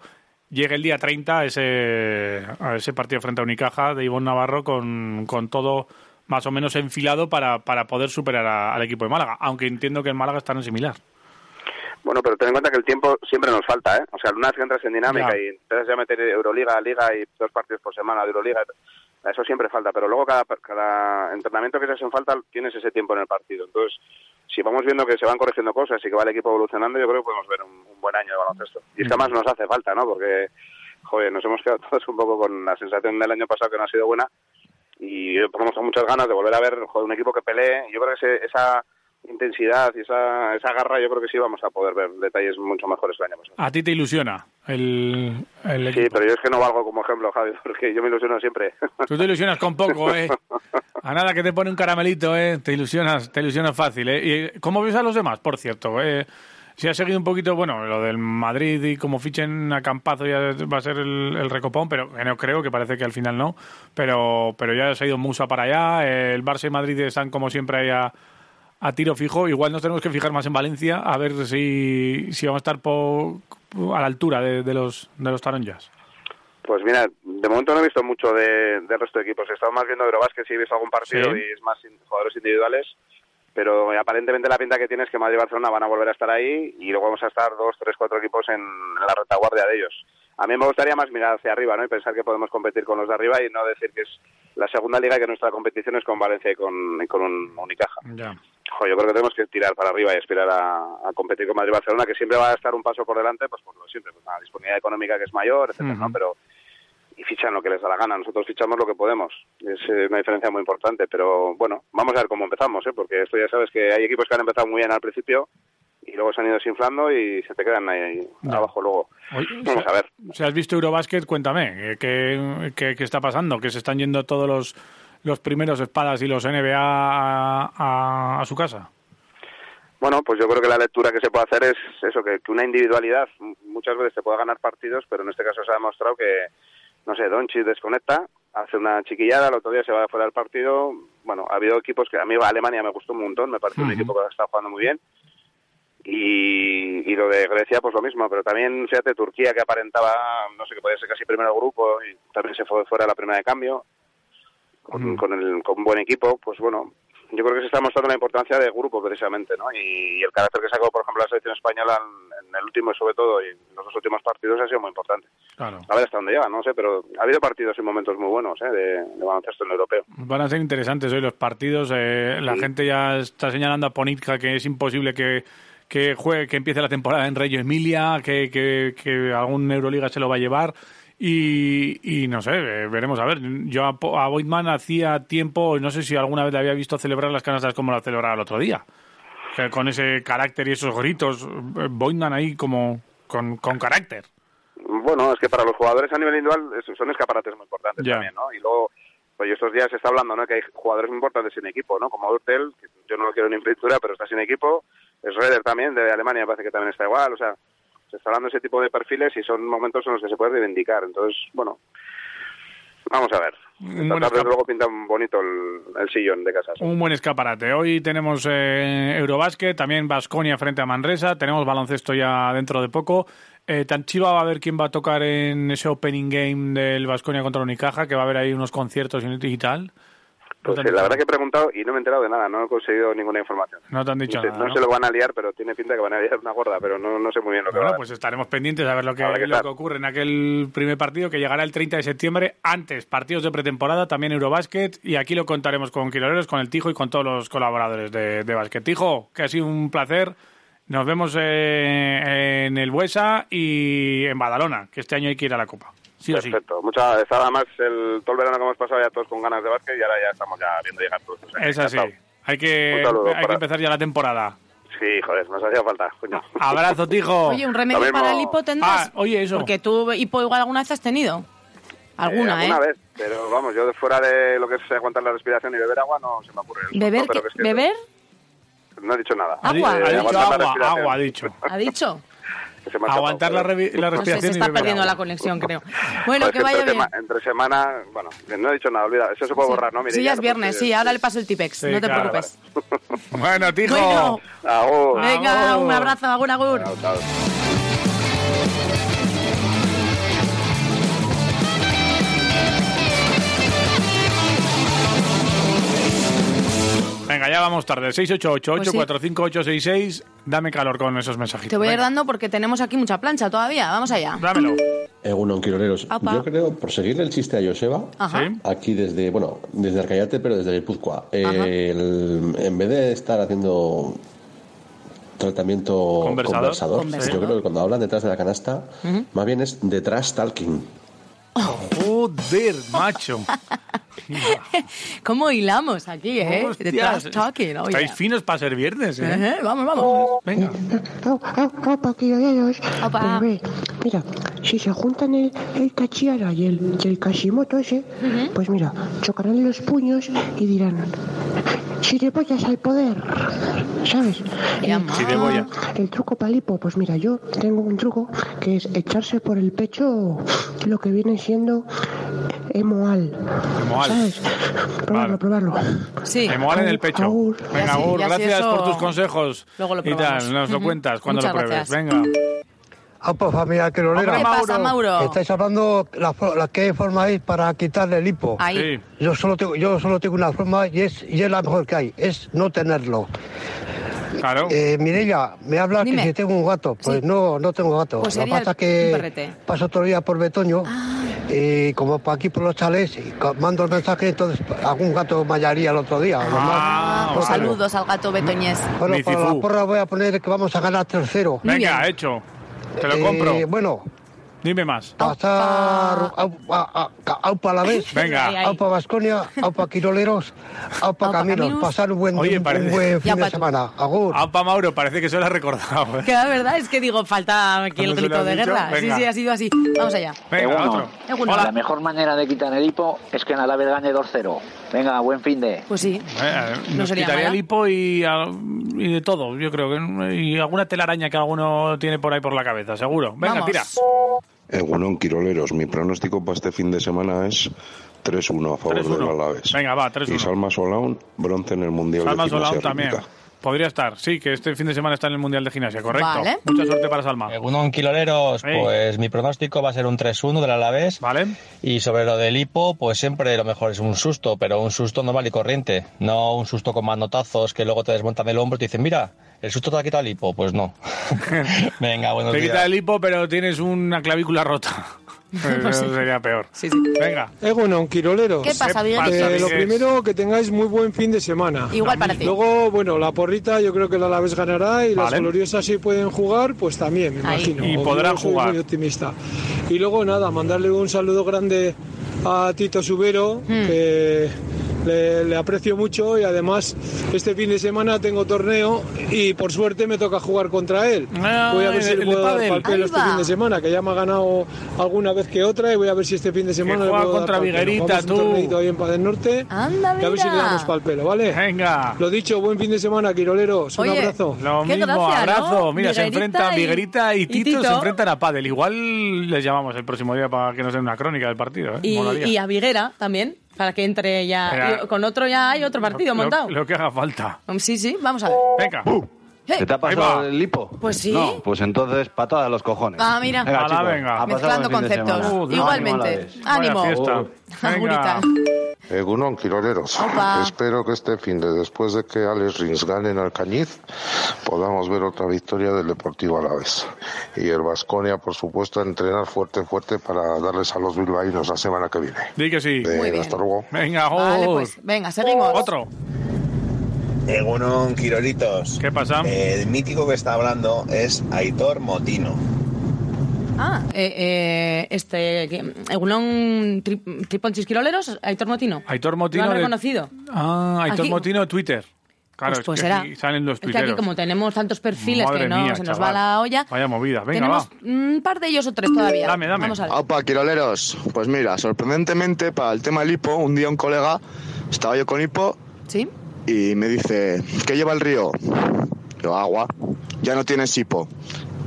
Speaker 3: llegue el día 30 a ese, a ese partido frente a Unicaja de Ivonne Navarro con, con todo más o menos enfilado para, para poder superar a- al equipo de Málaga, aunque entiendo que en Málaga están en similar.
Speaker 1: Bueno, pero ten en cuenta que el tiempo siempre nos falta, ¿eh? O sea, una vez que entras en dinámica
Speaker 3: Ya.
Speaker 1: y empiezas ya a meter Euroliga, Liga y dos partidos por semana de Euroliga, eso siempre falta, pero luego cada, cada entrenamiento que se hacen falta tienes ese tiempo en el partido. Entonces, si vamos viendo que se van corrigiendo cosas y que va el equipo evolucionando, yo creo que podemos ver un, un buen año de baloncesto. Y es que además nos hace falta, ¿no? Porque, joder, nos hemos quedado todos un poco con la sensación del año pasado que no ha sido buena y yo tenemos muchas ganas de volver a ver joder, un equipo que pelee. Yo creo que ese- esa intensidad y esa, esa garra, yo creo que sí vamos a poder ver detalles mucho mejores que el año pasado.
Speaker 3: ¿A ti te ilusiona el, el
Speaker 1: Sí,
Speaker 3: equipo?
Speaker 1: pero yo es que no valgo como ejemplo, Javi, porque yo me ilusiono siempre.
Speaker 3: Tú te ilusionas con poco, ¿eh? A nada que te pone un caramelito, ¿eh? Te ilusionas, te ilusionas fácil, ¿eh? ¿Y cómo ves a los demás, por cierto? Eh, si has seguido un poquito, bueno, lo del Madrid y como fichen a Campazo ya va a ser el, el recopón, pero que no creo, que parece que al final no. Pero, pero ya se ha ido Musa para allá, eh, el Barça y Madrid están como siempre ahí a, a tiro fijo. Igual nos tenemos que fijar más en Valencia a ver si, si vamos a estar po- a la altura de, de los, de los taronjas.
Speaker 1: Pues mira, de momento no he visto mucho de, del resto de equipos. He estado más viendo Eurobasket, sí he visto algún partido
Speaker 5: Sí.
Speaker 1: y es más in- jugadores individuales. Pero eh, aparentemente la pinta que tiene es que Madrid y Barcelona van a volver a estar ahí y luego vamos a estar dos, tres, cuatro equipos en la retaguardia de ellos. A mí me gustaría más mirar hacia arriba ¿no? y pensar que podemos competir con los de arriba y no decir que es la segunda liga y que nuestra competición es con Valencia y con, y con un- Unicaja.
Speaker 3: Ya.
Speaker 1: Jo, yo creo que tenemos que tirar para arriba y aspirar a, a competir con Madrid y Barcelona, que siempre va a estar un paso por delante, pues por lo siempre, pues, la disponibilidad económica que es mayor, etcétera, ¿no? Pero y fichan lo que les da la gana. Nosotros fichamos lo que podemos. Es eh, una diferencia muy importante, pero bueno, vamos a ver cómo empezamos, ¿eh? porque esto ya sabes que hay equipos que han empezado muy bien al principio y luego se han ido desinflando y se te quedan ahí
Speaker 3: Ya.
Speaker 1: abajo luego.
Speaker 3: Oye,
Speaker 1: Vamos
Speaker 3: si-
Speaker 1: a ver.
Speaker 3: Si has visto Eurobasket, cuéntame, eh, ¿qué, qué, qué está pasando? ¿Que se están yendo todos los, los primeros espadas y los NBA a, a- a su casa?
Speaker 1: Bueno, pues yo creo que la lectura que se puede hacer es eso, que, que una individualidad m- muchas veces te puede ganar partidos, pero en este caso se ha demostrado que, no sé, Doncic desconecta, hace una chiquillada, el otro día se va fuera del partido. Bueno, ha habido equipos que a mí Alemania me gustó un montón, me parece un
Speaker 5: Ujú.
Speaker 1: equipo que está jugando muy bien. Y, y lo de Grecia, pues lo mismo, pero también, fíjate, Turquía que aparentaba, no sé, que podía ser casi primero del grupo y también se fue fuera a la primera de cambio con, con el, con un buen equipo, pues bueno, yo creo que se está mostrando la importancia de grupo precisamente, ¿no? Y, el carácter que sacó, por ejemplo, la selección española en, en el último, sobre todo, y en los dos últimos partidos ha sido muy importante.
Speaker 3: Claro.
Speaker 1: A ver hasta dónde llega, no sé, pero ha habido partidos y momentos muy buenos, ¿eh? De, de baloncesto en el europeo.
Speaker 3: Van a ser interesantes hoy los partidos. eh, la gente ya está señalando a Ponitka que es imposible que, que juegue, que empiece la temporada en Reggio Emilia, que, que, que algún Euroliga se lo va a llevar. Y, y no sé, eh, veremos a ver. Yo a, Po- a Voigtman hacía tiempo, no sé si alguna vez le había visto celebrar las canastas como la celebraba el otro día. Que Con ese carácter y esos gritos, Voigtman ahí como con, con carácter.
Speaker 1: Bueno, es que para los jugadores a nivel individual es- son escaparates muy importantes
Speaker 3: Ya.
Speaker 1: también, ¿no? Y luego, pues estos días se está hablando, ¿no? Que hay jugadores muy importantes sin equipo, ¿no? Como Hurtel, que yo no lo quiero ni en pintura, pero está sin equipo. Schroeder también, de Alemania, me parece que también está igual. O sea, se está hablando de ese tipo de perfiles y son momentos en los que se puede reivindicar. Entonces, bueno, vamos a ver.
Speaker 3: Un
Speaker 1: Esta
Speaker 3: buen
Speaker 1: tarde
Speaker 3: escap-
Speaker 1: luego pinta bonito el, el sillón de casas.
Speaker 3: Un buen escaparate. Hoy tenemos eh, Eurobásquet, también Vasconia frente a Manresa, tenemos baloncesto ya dentro de poco. Eh, Tanchiva va a ver quién va a tocar en ese opening game del Vasconia contra Unicaja, que va a haber ahí unos conciertos y y tal.
Speaker 1: Pues eh, la verdad que he preguntado y no me he enterado de nada, no he conseguido ninguna información.
Speaker 3: No te han dicho
Speaker 1: no, sé-
Speaker 3: nada.
Speaker 1: no se lo van a liar, pero tiene pinta que van a liar una gorda, pero no, no sé muy bien lo que va
Speaker 3: Bueno,
Speaker 1: a dar.
Speaker 3: pues estaremos pendientes a ver lo que,
Speaker 1: Habrá que
Speaker 3: lo
Speaker 1: estar.
Speaker 3: que ocurre en aquel primer partido que llegará el 30 de septiembre. Antes, partidos de pretemporada, también Eurobásquet. Y aquí lo contaremos con Quiroleros, con el Tijo y con todos los colaboradores de, de Básquet. Tijo, que ha sido un placer. Nos vemos eh, en el Buesa y en Badalona, que este año hay que ir a la Copa. Sí o sí.
Speaker 1: Perfecto. Muchas está nada más el todo el verano que hemos pasado ya todos con ganas de básquet y ahora ya estamos ya viendo llegar todos. O sea,
Speaker 3: Es así.
Speaker 1: encantado.
Speaker 3: Hay que,
Speaker 1: Un saludo
Speaker 3: hay que
Speaker 1: para-
Speaker 3: empezar ya la temporada.
Speaker 1: Sí, joder, nos hacía falta. coño.
Speaker 3: Abrazo, Tijo.
Speaker 4: Oye, un remedio para el hipo tendrás.
Speaker 3: Ah, oye, eso.
Speaker 4: Porque tú hipo igual alguna vez has tenido. Alguna, ¿eh?
Speaker 1: alguna vez, pero vamos, yo de fuera de lo que es aguantar la respiración y beber agua no se me ocurre.
Speaker 4: ¿Beber?
Speaker 1: No,
Speaker 4: qué-
Speaker 1: pero que es que
Speaker 4: ¿Beber?
Speaker 1: No he dicho nada.
Speaker 3: Ha dicho-
Speaker 1: Eh,
Speaker 3: Ha dicho
Speaker 1: aguantar la
Speaker 3: agua,
Speaker 1: respiración,
Speaker 3: agua, ha dicho.
Speaker 4: ¿Ha dicho?
Speaker 1: que se me ha
Speaker 3: Aguantar la,
Speaker 1: escapado, pero-
Speaker 3: revi- la
Speaker 4: No sé,
Speaker 3: respiración
Speaker 4: se
Speaker 3: y
Speaker 4: está
Speaker 3: beber
Speaker 4: perdiendo
Speaker 3: agua.
Speaker 4: la conexión, creo.
Speaker 1: Este
Speaker 4: Bueno,
Speaker 1: Joder,
Speaker 4: que vaya
Speaker 1: entre,
Speaker 4: bien.
Speaker 1: sema- entre semana, bueno, no he dicho nada, olvida. Eso se puede borrar, ¿no? Mire,
Speaker 4: Sí, ya es viernes, sí, ahora le paso el Tipex,
Speaker 1: Sí,
Speaker 4: no te
Speaker 1: claro,
Speaker 4: preocupes.
Speaker 3: Bueno, Tijo.
Speaker 4: Bueno.
Speaker 1: Agur.
Speaker 4: Venga, un abrazo, agur, agur.
Speaker 3: Venga, ya vamos tarde.
Speaker 4: Pues
Speaker 3: 688-845-866. Dame calor con esos
Speaker 4: Te
Speaker 3: mensajitos.
Speaker 4: voy a ir dando porque tenemos aquí mucha plancha todavía, vamos allá.
Speaker 3: Dámelo.
Speaker 6: Egunon Quiroleros.
Speaker 4: Apa.
Speaker 6: Yo creo, por seguirle el chiste a Joseba,
Speaker 4: Ajá. Sí.
Speaker 6: aquí desde, bueno, desde Arcayate, pero desde Guipúzcoa, el- en vez de estar haciendo tratamiento
Speaker 8: Conversador.
Speaker 6: conversador,
Speaker 8: Conversador.
Speaker 6: yo creo que cuando hablan detrás de la canasta, más bien es detrás talking.
Speaker 3: Joder, macho.
Speaker 4: ¿Cómo hilamos aquí, eh?
Speaker 3: Hostias.
Speaker 4: De trash talking, oh, oye.
Speaker 3: Estáis finos para servirles, ¿eh?
Speaker 4: Ejé, Vamos, vamos.
Speaker 3: Venga.
Speaker 7: Opa, quiroleros. Pues ve, mira, si se juntan el, el Cachiara y el, y el Kashimoto ese, pues mira, chocarán los puños y dirán, si te pollas al poder, ¿sabes?
Speaker 4: Mira,
Speaker 7: Y-
Speaker 4: Chirimoya.
Speaker 7: El truco palipo, pues mira, yo tengo un truco que es echarse por el pecho lo que viene siendo emoal.
Speaker 3: Emoal.
Speaker 7: ¿Sabes? Probarlo, probarlo.
Speaker 4: Sí.
Speaker 3: Me molan en el pecho.
Speaker 7: Agur.
Speaker 3: Venga,
Speaker 7: Ya sí,
Speaker 3: Agur,
Speaker 7: ya sí,
Speaker 3: gracias
Speaker 7: eso-
Speaker 3: por tus consejos.
Speaker 4: Luego lo
Speaker 3: y
Speaker 4: probamos.
Speaker 3: tal, nos lo
Speaker 4: Ujú.
Speaker 3: cuentas cuando
Speaker 4: Muchas
Speaker 3: lo pruebes.
Speaker 4: gracias.
Speaker 3: Venga.
Speaker 9: Apa, Ah, pues, familia quirolera.
Speaker 4: Hombre, ¿Qué pasa, Mauro? Mauro?
Speaker 9: Que Estáis hablando la, fo- la que formáis para quitarle el hipo.
Speaker 4: Ahí.
Speaker 9: Yo solo tengo, yo solo tengo una forma y es, y es la mejor que hay, es no tenerlo.
Speaker 3: Claro.
Speaker 9: Eh, Mirella, me habla
Speaker 4: Dime.
Speaker 9: que si tengo un gato. Pues no, no tengo gato.
Speaker 4: Pues
Speaker 9: Lo que
Speaker 4: sería
Speaker 9: pasa
Speaker 4: el- un perrete. Ah.
Speaker 9: que paso todo el día por Betoño y como pa- aquí por los chales y co- mando el mensaje, entonces algún gato mallaría el otro día. lo
Speaker 3: Ah,
Speaker 9: más-
Speaker 4: Pues
Speaker 9: Porque-
Speaker 4: saludos al gato betoñés.
Speaker 9: Bueno, para la porra voy a poner que vamos a ganar tercero.
Speaker 3: Venga, hecho. Te eh, lo
Speaker 9: Eh,
Speaker 3: compro.
Speaker 9: bueno,
Speaker 3: Dime más.
Speaker 24: Pasar aupa, aupa a la vez,
Speaker 3: Venga. Ahí, ahí.
Speaker 24: aupa Vasconia, aupa Quiroleros, aupa Caminos.
Speaker 3: Caminos.
Speaker 24: Pasar un buen,
Speaker 3: Oye,
Speaker 24: un
Speaker 3: parece-
Speaker 24: buen
Speaker 3: Ya,
Speaker 24: fin de
Speaker 3: Patu.
Speaker 24: semana. Agur.
Speaker 3: Apa Mauro, parece que se lo ha recordado. ¿eh?
Speaker 4: Que la verdad es que digo, falta aquí el
Speaker 3: ¿Cuándo se lo
Speaker 4: grito
Speaker 3: has
Speaker 4: de
Speaker 3: dicho?
Speaker 4: guerra.
Speaker 3: Venga.
Speaker 4: Sí, sí, ha sido así. Vamos allá.
Speaker 3: Venga,
Speaker 27: Eguno.
Speaker 3: otro.
Speaker 4: Eguno.
Speaker 27: La mejor manera de quitar el hipo es que en Alavés gane 2-0. Venga, buen fin de.
Speaker 4: Pues sí.
Speaker 3: Eh,
Speaker 4: No
Speaker 3: nos
Speaker 4: sería
Speaker 3: quitaría
Speaker 4: mala.
Speaker 3: el hipo y, a- y de todo, yo creo. que Y alguna telaraña que alguno tiene por ahí por la cabeza, seguro. Venga,
Speaker 4: Vamos.
Speaker 3: tira.
Speaker 1: Egunon Quiroleros, mi pronóstico para este fin de semana es 3-1 a favor
Speaker 3: 3-1.
Speaker 1: del Alavés.
Speaker 3: Venga, va,
Speaker 1: Y
Speaker 3: 3-1.
Speaker 1: Salma Solaun, bronce en el Mundial
Speaker 3: Salma
Speaker 1: de
Speaker 3: Solán
Speaker 1: Gimnasia
Speaker 3: también.
Speaker 1: Rítmica.
Speaker 3: Podría estar, sí, que este fin de semana está en el Mundial de Gimnasia, correcto.
Speaker 32: Vale.
Speaker 3: Mucha suerte para Salma.
Speaker 32: Egunon Quiroleros,
Speaker 3: Ey.
Speaker 32: pues mi pronóstico va a ser un 3-1 del Alavés. Vale. Y sobre lo del hipo, pues siempre lo mejor es un susto, pero un susto normal y corriente. No un susto con manotazos que luego te desmontan el hombro y te dicen, mira, el susto te ha quitado el hipo. Pues no. Venga, buenos
Speaker 3: Te
Speaker 32: días.
Speaker 3: quita el hipo, pero tienes una clavícula rota.
Speaker 4: Pues
Speaker 3: Eso
Speaker 32: sí.
Speaker 3: sería peor. Venga.
Speaker 33: Egunon, Quiroleros.
Speaker 28: ¿Qué pasa,
Speaker 3: ¿Qué
Speaker 28: Miguel?
Speaker 3: pasa,
Speaker 33: Eh, lo
Speaker 3: Miguel?
Speaker 33: primero, que tengáis muy buen fin de semana.
Speaker 28: Igual para ti.
Speaker 33: Luego, bueno, la porrita yo creo que la Alavés ganará y las
Speaker 28: Vale.
Speaker 33: gloriosas si pueden jugar, pues también, me
Speaker 28: Ahí.
Speaker 33: imagino.
Speaker 28: Y podrán
Speaker 33: Yo soy
Speaker 28: jugar.
Speaker 33: Muy optimista. Y luego, nada, mandarle un saludo grande a Tito Subero, que le, le aprecio mucho y además este fin de semana tengo torneo y por suerte me toca jugar contra él.
Speaker 3: Ah,
Speaker 33: Voy a ver si
Speaker 3: el-
Speaker 33: le
Speaker 3: el
Speaker 33: puedo dar
Speaker 3: pádel.
Speaker 33: pal pelo
Speaker 3: Ahí
Speaker 33: este
Speaker 3: va.
Speaker 33: fin de semana, que ya me ha ganado alguna vez que otra y voy a ver si este fin de semana
Speaker 3: Que
Speaker 33: le
Speaker 3: juega
Speaker 33: puedo dar
Speaker 3: contra
Speaker 33: pa'l pelo.
Speaker 3: Viguerita,
Speaker 33: Vamos a
Speaker 3: tú.
Speaker 33: Un torneito ahí en Paz del Norte.
Speaker 3: Anda,
Speaker 33: Que a ver si le
Speaker 3: mira.
Speaker 33: damos pa'l pelo, ¿vale?
Speaker 3: Venga.
Speaker 33: Lo dicho, buen fin de semana, Quiroleros. Un
Speaker 3: Oye,
Speaker 33: abrazo.
Speaker 3: Lo mismo, abrazo. Mira, se enfrentan Viguerita y, Tito, se
Speaker 4: Tito.
Speaker 3: enfrentan a Padel. Igual les llamamos el próximo día para que nos den una crónica del partido. ¿eh?
Speaker 4: Y,
Speaker 3: Molaría.
Speaker 4: y a Viguera también, para que entre ya.
Speaker 3: Espera.
Speaker 4: y con otro ya hay otro partido
Speaker 3: Lo-
Speaker 4: montado. Mm,
Speaker 3: Lo, que haga falta.
Speaker 4: Sí, sí, vamos a ver. Uh.
Speaker 3: Venga.
Speaker 4: Hey.
Speaker 33: ¿Se te ha
Speaker 3: Ahí
Speaker 33: pasado
Speaker 3: va.
Speaker 33: el lipo?
Speaker 4: Pues sí.
Speaker 33: No, pues entonces patada a los cojones.
Speaker 4: Ah, mira. Ala,
Speaker 33: chicos,
Speaker 4: venga.
Speaker 33: a pasar
Speaker 4: Mezclando
Speaker 33: buen fin de
Speaker 4: conceptos.
Speaker 33: semana.
Speaker 4: Joder, Igualmente. ánimo. Vaya fiesta. Aguritas.
Speaker 22: Egunon, Quiroleros.
Speaker 4: Opa.
Speaker 22: Espero que este fin de después de que Alex Rins gane en Alcañiz, podamos ver otra victoria del Deportivo Alavés. Y el Vasconia, por supuesto, a entrenar fuerte, fuerte para darles a los bilbaínos la semana que viene.
Speaker 3: Di que sí.
Speaker 22: Venga, hasta luego.
Speaker 3: Venga,
Speaker 22: Vale,
Speaker 3: Gor.
Speaker 22: pues,
Speaker 4: Venga, seguimos.
Speaker 3: Otro.
Speaker 13: Egunon Quirolitos.
Speaker 3: ¿Qué pasa?
Speaker 13: Eh, El mítico que está hablando es Aitor Motino.
Speaker 4: Ah, eh, eh, este. que- Egunon tri, Triponchis Quiroleros, Aitor Motino.
Speaker 3: Aitor
Speaker 4: Lo
Speaker 3: Motino.
Speaker 4: han
Speaker 3: de-
Speaker 4: reconocido.
Speaker 3: Ah, Aitor
Speaker 4: Aquí-
Speaker 3: Motino, Twitter. Claro,
Speaker 4: Pues, pues
Speaker 3: es que
Speaker 4: será.
Speaker 3: aquí salen los
Speaker 4: Es que aquí,
Speaker 3: tuiteros.
Speaker 4: como tenemos tantos perfiles
Speaker 3: Madre
Speaker 4: que no
Speaker 3: mía,
Speaker 4: se nos va
Speaker 3: chaval.
Speaker 4: la olla,
Speaker 34: Vaya movida,
Speaker 4: tenemos un par de ellos o tres todavía.
Speaker 34: Dame, dame.
Speaker 4: Vamos a ver.
Speaker 34: Opa, quiroleros. Pues mira, sorprendentemente para el tema del hipo, un día un colega estaba yo con hipo
Speaker 4: ¿Sí?
Speaker 34: y me dice, ¿qué lleva el río? Yo, agua. Ya no tienes hipo.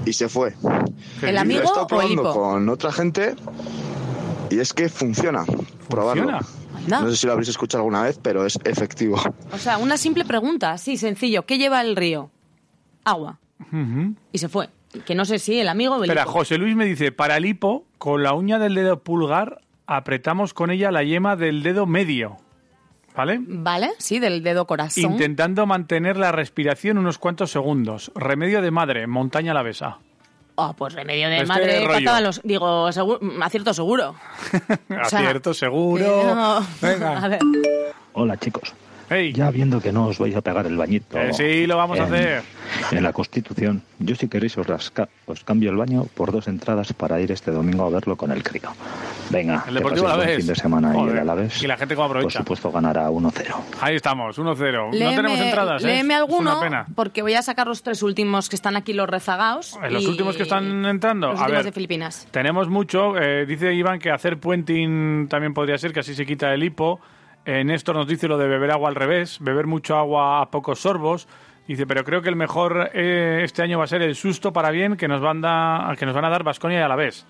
Speaker 34: Y se fue.
Speaker 4: ¿El
Speaker 34: Y lo he
Speaker 4: amigo
Speaker 34: estado
Speaker 4: o el
Speaker 34: probando
Speaker 4: hipo?
Speaker 34: con otra gente y es que funciona. Probarlo.
Speaker 4: Anda.
Speaker 34: No sé si lo habréis escuchado alguna vez, pero es efectivo.
Speaker 4: O sea, una simple pregunta, así sencillo. ¿Qué lleva el río? Agua. Y se fue. Que no sé si el amigo o el
Speaker 3: Espera,
Speaker 4: hijo.
Speaker 3: José Luis me dice, para el hipo, con la uña del dedo pulgar apretamos con ella la yema del dedo medio. ¿Vale?
Speaker 4: ¿Vale? Sí, del dedo corazón.
Speaker 3: Intentando mantener la respiración unos cuantos segundos. Remedio de madre, montaña la besa.
Speaker 4: Ah, pues remedio de
Speaker 3: Este
Speaker 4: madre,
Speaker 3: rollo.
Speaker 4: patada a los... Digo, seguro, acierto seguro. sea,
Speaker 3: Acierto, seguro.
Speaker 4: No.
Speaker 3: Venga.
Speaker 4: A ver.
Speaker 35: Hola chicos. Ya viendo que no os vais a pegar el bañito.
Speaker 3: Que Eh, sí, lo vamos a
Speaker 35: en-
Speaker 3: hacer.
Speaker 35: En la Constitución, yo si queréis os, las ca- os cambio el baño por dos entradas para ir este domingo a verlo con el crío. Venga, que
Speaker 3: El
Speaker 35: paséis
Speaker 3: Deportivo
Speaker 35: buen
Speaker 3: Alavés.
Speaker 35: fin de semana y el
Speaker 3: Joder.
Speaker 35: Alavés.
Speaker 3: Y la gente cómo
Speaker 35: Por
Speaker 3: aprovecha.
Speaker 35: supuesto ganará 1-0.
Speaker 3: Ahí estamos, 1-0. No
Speaker 4: Léeme-
Speaker 3: tenemos entradas, ¿eh?
Speaker 4: léeme
Speaker 3: Es
Speaker 4: alguno,
Speaker 3: una pena.
Speaker 4: porque voy a sacar los tres últimos que están aquí, los rezagados.
Speaker 3: Eh, Los
Speaker 4: y-
Speaker 3: últimos que están entrando.
Speaker 4: Los
Speaker 3: a
Speaker 4: últimos
Speaker 3: ver,
Speaker 4: de Filipinas.
Speaker 3: Tenemos mucho. Eh, dice Iván que hacer puenting también podría ser, que así se quita el hipo. Eh, Néstor nos dice lo de beber agua al revés, beber mucho agua a pocos sorbos. Dice, pero creo que el mejor eh, este año va a ser el susto para bien que nos van, da- que nos van a dar Vasconia y a la vez.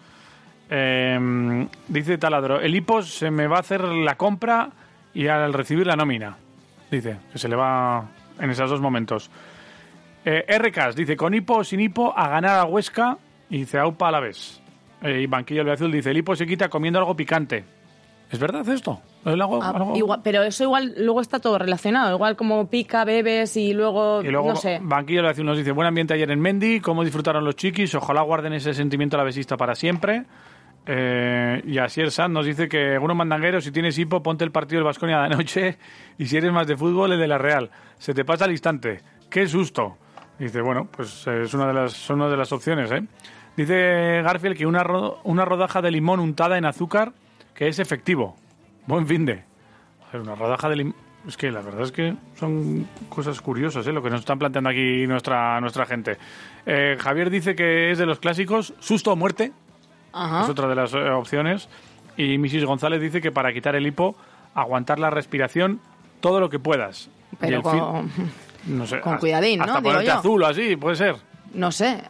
Speaker 3: Em, dice Taladro, el hipo se me va a hacer la compra y al recibir la nómina. Dice, que se le va en esos dos momentos. Eh, RKs dice, con hipo o sin hipo, a ganar a Huesca. Y dice, aupa a la vez. Eh, y Banquillo el Azul dice, el hipo se quita comiendo algo picante. ¿Es verdad esto? ¿El algo-
Speaker 4: Ah,
Speaker 3: Oh, algo-
Speaker 4: igual- pero eso igual luego está todo relacionado. Igual como pica, bebes y luego,
Speaker 3: Y luego
Speaker 4: no sé.
Speaker 3: Banquillo el Azul nos dice, buen ambiente ayer en Mendy, cómo disfrutaron los chiquis, ojalá guarden ese sentimiento alavesista para siempre. Eh, y Asier Sanz nos dice que uno mandanguero, si tienes hipo, ponte el partido del Vasconia de la noche y si eres más de fútbol, el de la Real. Se te pasa al instante. ¡Qué susto! Dice, bueno, pues eh, es una de las, son una de las opciones, ¿eh? Dice Garfield que una, ro- una rodaja de limón untada en azúcar que es efectivo. Buen fin de. Joder, Una rodaja de limón. Es que la verdad es que son cosas curiosas ¿eh? lo que nos están planteando aquí nuestra, nuestra gente. Eh, Javier dice que es de los clásicos, susto o muerte.
Speaker 4: Ajá.
Speaker 36: Ah.
Speaker 3: Es otra de las eh, opciones. Y Mrs. González dice que para quitar el hipo, aguantar la respiración todo lo que puedas. Y
Speaker 36: Pero
Speaker 3: el fin-
Speaker 36: con-
Speaker 3: no sé,
Speaker 36: con
Speaker 3: hasta-
Speaker 36: cuidadín, ¿no?
Speaker 3: Hasta
Speaker 36: Digo
Speaker 3: ponerte
Speaker 36: yo.
Speaker 3: azul o así, puede ser.
Speaker 36: No sé.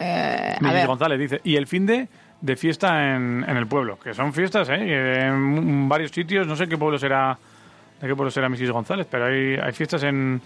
Speaker 36: Eh, a
Speaker 3: Miguel
Speaker 36: ver,
Speaker 3: González dice, y el fin de, de fiesta en, en el pueblo, que son fiestas, ¿eh? En varios sitios, no sé en qué pueblo será, de qué pueblo será Mrs. González, pero hay, hay fiestas en,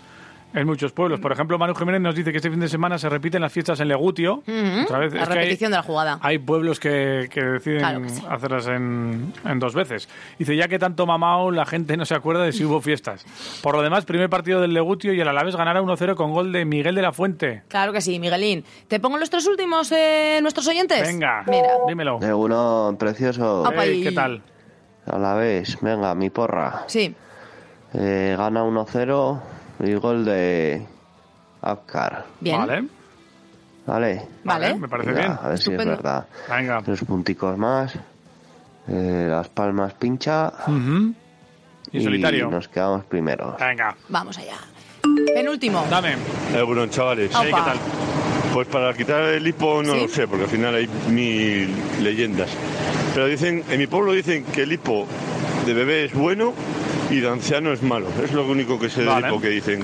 Speaker 3: en muchos pueblos. Por ejemplo, Manu Jiménez nos dice que este fin de semana se repiten las fiestas en Legutio.
Speaker 36: Ujú,
Speaker 3: Otra vez,
Speaker 36: la
Speaker 3: es que hay-
Speaker 36: repetición de la jugada.
Speaker 3: hay pueblos que, que deciden
Speaker 36: Claro que sí.
Speaker 3: hacerlas en, en dos veces. Dice, ya que tanto mamao, la gente no se acuerda de si hubo fiestas. Por lo demás, primer partido del Legutio y el Alavés ganará 1-0 con gol de Miguel de la Fuente.
Speaker 4: Claro que sí, Miguelín. ¿Te pongo los tres últimos, eh, nuestros oyentes?
Speaker 3: Venga,
Speaker 4: Mira.
Speaker 3: dímelo.
Speaker 37: Egunon, precioso.
Speaker 4: Apa Ey, y- ¿qué
Speaker 3: tal?
Speaker 37: A la vez, venga, mi porra.
Speaker 4: Sí.
Speaker 37: Eh, gana 1-0 y gol de Apcar.
Speaker 4: Bien. Vale.
Speaker 37: Vale.
Speaker 4: Vale, me parece
Speaker 37: Venga,
Speaker 4: bien.
Speaker 37: A ver si es
Speaker 4: Estupendo.
Speaker 37: verdad.
Speaker 3: Venga.
Speaker 37: Tres punticos más. Eh, las palmas pincha.
Speaker 3: Y solitario.
Speaker 37: nos quedamos primeros.
Speaker 3: Venga.
Speaker 4: Vamos allá. Penúltimo.
Speaker 3: Dame.
Speaker 38: Euron, Eh, chavales.
Speaker 4: Opa. Sí, ¿qué tal?
Speaker 38: Pues para quitar el hipo no
Speaker 4: ¿Sí?
Speaker 38: lo sé, porque al final hay mil leyendas. Pero dicen, en mi pueblo dicen que el hipo de bebé es bueno y de anciano es malo. Es lo único que sé del hipo que dicen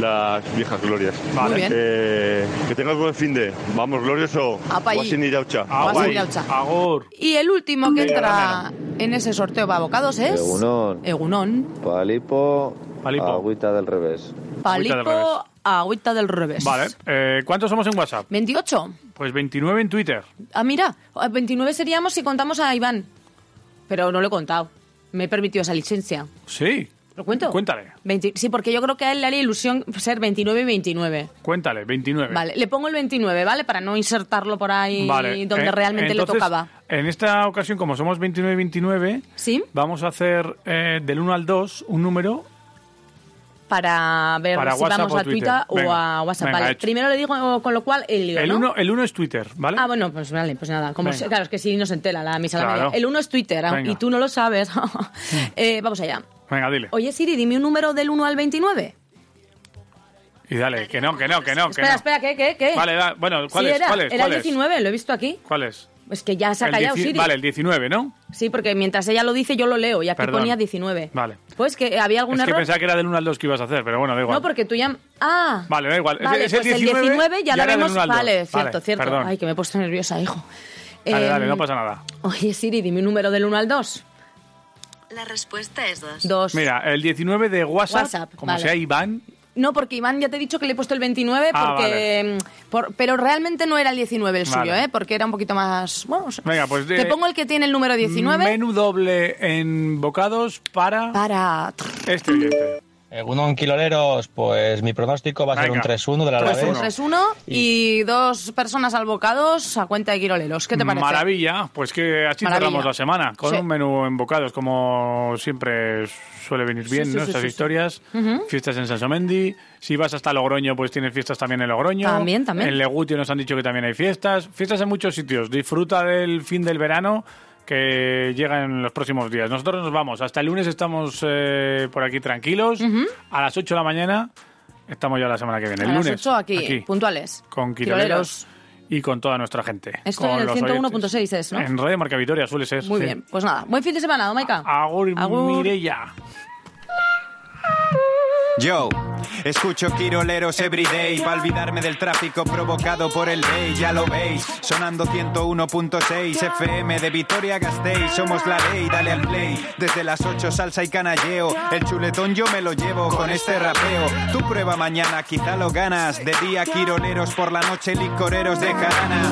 Speaker 38: las viejas glorias.
Speaker 4: Vale. Ah. Muy bien.
Speaker 38: Eh, que tengas buen fin de. Vamos, glorioso.
Speaker 36: Apa y-
Speaker 38: Guasin iraucha.
Speaker 36: Guasin iraucha.
Speaker 3: Agur.
Speaker 36: Y el último que
Speaker 38: Venga,
Speaker 36: entra en ese sorteo para bocados es.
Speaker 37: Egunon.
Speaker 36: Egunon.
Speaker 37: Palipo.
Speaker 3: Palipo.
Speaker 37: Agüita del revés.
Speaker 3: Agüita del revés.
Speaker 36: Palipo, agüita del revés.
Speaker 3: Vale. eh, ¿Cuántos somos en WhatsApp?
Speaker 4: 28.
Speaker 3: Pues 29 en Twitter.
Speaker 4: Ah, mira, 29 seríamos si contamos a Iván. Pero no lo he contado. Me he permitido esa licencia.
Speaker 3: Sí.
Speaker 4: ¿Lo cuento?
Speaker 3: Cuéntale.
Speaker 4: 20 sí, porque yo creo que a él le haría ilusión ser 29 y 29.
Speaker 3: Cuéntale, 29.
Speaker 4: Vale, le pongo el 29, ¿vale? Para no insertarlo por ahí
Speaker 3: Vale,
Speaker 4: donde
Speaker 3: eh,
Speaker 4: realmente
Speaker 3: entonces,
Speaker 4: le tocaba.
Speaker 3: En esta ocasión, como somos 29-29, vamos a hacer eh, del 1 al 2 un número.
Speaker 4: Para ver
Speaker 3: Para
Speaker 4: si
Speaker 3: WhatsApp
Speaker 4: vamos
Speaker 3: o
Speaker 4: a Twitter
Speaker 3: Twitter.
Speaker 4: o
Speaker 3: Venga,
Speaker 4: a WhatsApp.
Speaker 3: venga,
Speaker 4: Vale,
Speaker 3: hecho.
Speaker 4: primero le digo, con lo cual, el lío,
Speaker 3: El
Speaker 4: ¿no?
Speaker 3: 1 el uno es Twitter, ¿vale?
Speaker 4: Ah, bueno, pues vale, pues nada. Como
Speaker 3: Venga.
Speaker 4: se- claro, es que si no se entera la misa a la
Speaker 3: Claro.
Speaker 4: media. El 1 es Twitter ah,
Speaker 3: Venga. Mm.
Speaker 4: y tú no lo sabes. Eh, vamos allá.
Speaker 3: Venga, dile.
Speaker 4: Oye, Siri, dime un número del 1 al 29.
Speaker 3: Y dale, que no, que no, que no. que
Speaker 4: espera,
Speaker 3: no.
Speaker 4: espera, ¿qué, qué, qué?
Speaker 3: Vale, da- bueno, ¿cuál
Speaker 4: sí,
Speaker 3: es?
Speaker 4: era,
Speaker 3: ¿Cuál es?
Speaker 4: era
Speaker 3: ¿Cuál
Speaker 4: el
Speaker 3: es?
Speaker 4: 19, lo he visto aquí.
Speaker 3: ¿Cuál es?
Speaker 4: Pues que ya se ha
Speaker 3: El
Speaker 4: callado,
Speaker 3: 19
Speaker 4: Siri.
Speaker 3: Vale, el 19, ¿no?
Speaker 4: Sí, porque mientras ella lo dice, yo lo leo y aquí
Speaker 3: Perdón.
Speaker 4: ponía 19.
Speaker 3: Vale.
Speaker 4: Pues que había algún
Speaker 3: Es que
Speaker 4: error.
Speaker 3: pensaba que era del 1 al 2 que ibas a hacer, pero bueno, da igual.
Speaker 4: No, porque tú ya. Ah,
Speaker 3: Vale, da igual. Es-
Speaker 4: Vale,
Speaker 3: es
Speaker 4: pues el 19, ya lo
Speaker 3: era del
Speaker 4: vemos.
Speaker 3: 1 al 2.
Speaker 4: Vale, cierto,
Speaker 3: Vale,
Speaker 4: cierto.
Speaker 3: Perdón.
Speaker 4: Ay, que me he puesto nerviosa, hijo.
Speaker 3: Dale,
Speaker 4: Em,
Speaker 3: dale, no pasa nada.
Speaker 4: Oye, Siri, dime un número del 1 al 2.
Speaker 21: La respuesta es dos.
Speaker 4: Dos.
Speaker 3: Mira, el 19 de WhatsApp,
Speaker 4: WhatsApp,
Speaker 3: como
Speaker 4: vale.
Speaker 3: sea Iván,
Speaker 4: No, porque Iván ya te he dicho que le he puesto el 29,
Speaker 3: Ah,
Speaker 4: porque,
Speaker 3: vale.
Speaker 4: em, por- pero realmente no era el 19 el suyo,
Speaker 3: Vale.
Speaker 4: ¿eh? porque era un poquito más... Bueno, no sé.
Speaker 3: Venga, pues,
Speaker 4: Te
Speaker 3: eh,
Speaker 4: pongo el que tiene el número 19.
Speaker 3: menú doble en bocados para...
Speaker 4: Para...
Speaker 3: Este oyente.
Speaker 32: Egunon Quiloleros, pues mi pronóstico va a ser un
Speaker 3: Venga.
Speaker 32: 3-1 de la
Speaker 4: Pues un
Speaker 32: Alavés.
Speaker 4: 3-1 y dos personas al bocados a cuenta de quiroleros. ¿Qué te parece?
Speaker 3: Maravilla, pues que así
Speaker 4: Maravilla.
Speaker 3: cerramos la semana, con
Speaker 4: Sí.
Speaker 3: un menú en bocados, como siempre suele venir
Speaker 4: Sí,
Speaker 3: bien,
Speaker 4: sí,
Speaker 3: ¿no?
Speaker 4: sí,
Speaker 3: Estas
Speaker 4: sí, Mm. sí.
Speaker 3: historias,
Speaker 4: Ujú.
Speaker 3: fiestas en Sansomendi, si vas hasta Logroño, pues tienes fiestas también en Logroño.
Speaker 4: También, también.
Speaker 3: En Legutio nos han dicho que también hay fiestas, fiestas en muchos sitios, disfruta del fin del verano que llega en los próximos días. Nosotros nos vamos, hasta el lunes estamos eh, por aquí tranquilos, a las 8 de la mañana estamos ya la semana que viene, el
Speaker 4: a las
Speaker 3: lunes.
Speaker 4: 8 aquí, puntuales.
Speaker 3: con
Speaker 4: Quiroleros.
Speaker 3: Quiroleros y con toda nuestra gente.
Speaker 4: Esto
Speaker 3: con
Speaker 4: en el
Speaker 3: los oyentes.
Speaker 4: 101.6 es, ¿no?
Speaker 3: En Radio Marca Vitoria suele ser.
Speaker 4: Muy
Speaker 3: sí.
Speaker 4: bien, pues nada. Buen fin de semana, Domaica.
Speaker 3: Agur,
Speaker 4: Agur.
Speaker 3: Mireia.
Speaker 39: Yo escucho quiroleros everyday para olvidarme del tráfico provocado por el ley, ya lo veis, sonando 101.6 FM de Vitoria Gasteiz, somos la ley, dale al play, desde las 8 salsa y canalleo, el chuletón yo me lo llevo con este rapeo, tu prueba mañana, quizá lo ganas, de día quiroleros, por la noche licoreros de jarana,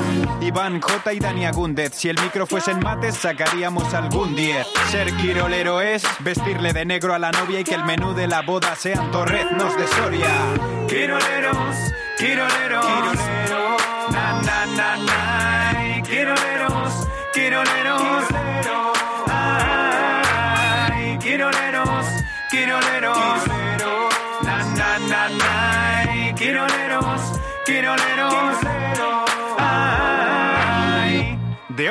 Speaker 39: Iván J y Dani Agúndez, si el micro fuese en mates sacaríamos algún 10, ser quirolero es vestirle de negro a la novia y que el menú de la boda sean torreznos de Soria. Quiroleros, quiroleros, quiroleros, na na na na, quiroleros, quiroleros, ay, quiroleros, quiroleros, na na na na, quiroleros, quiroleros, ay. de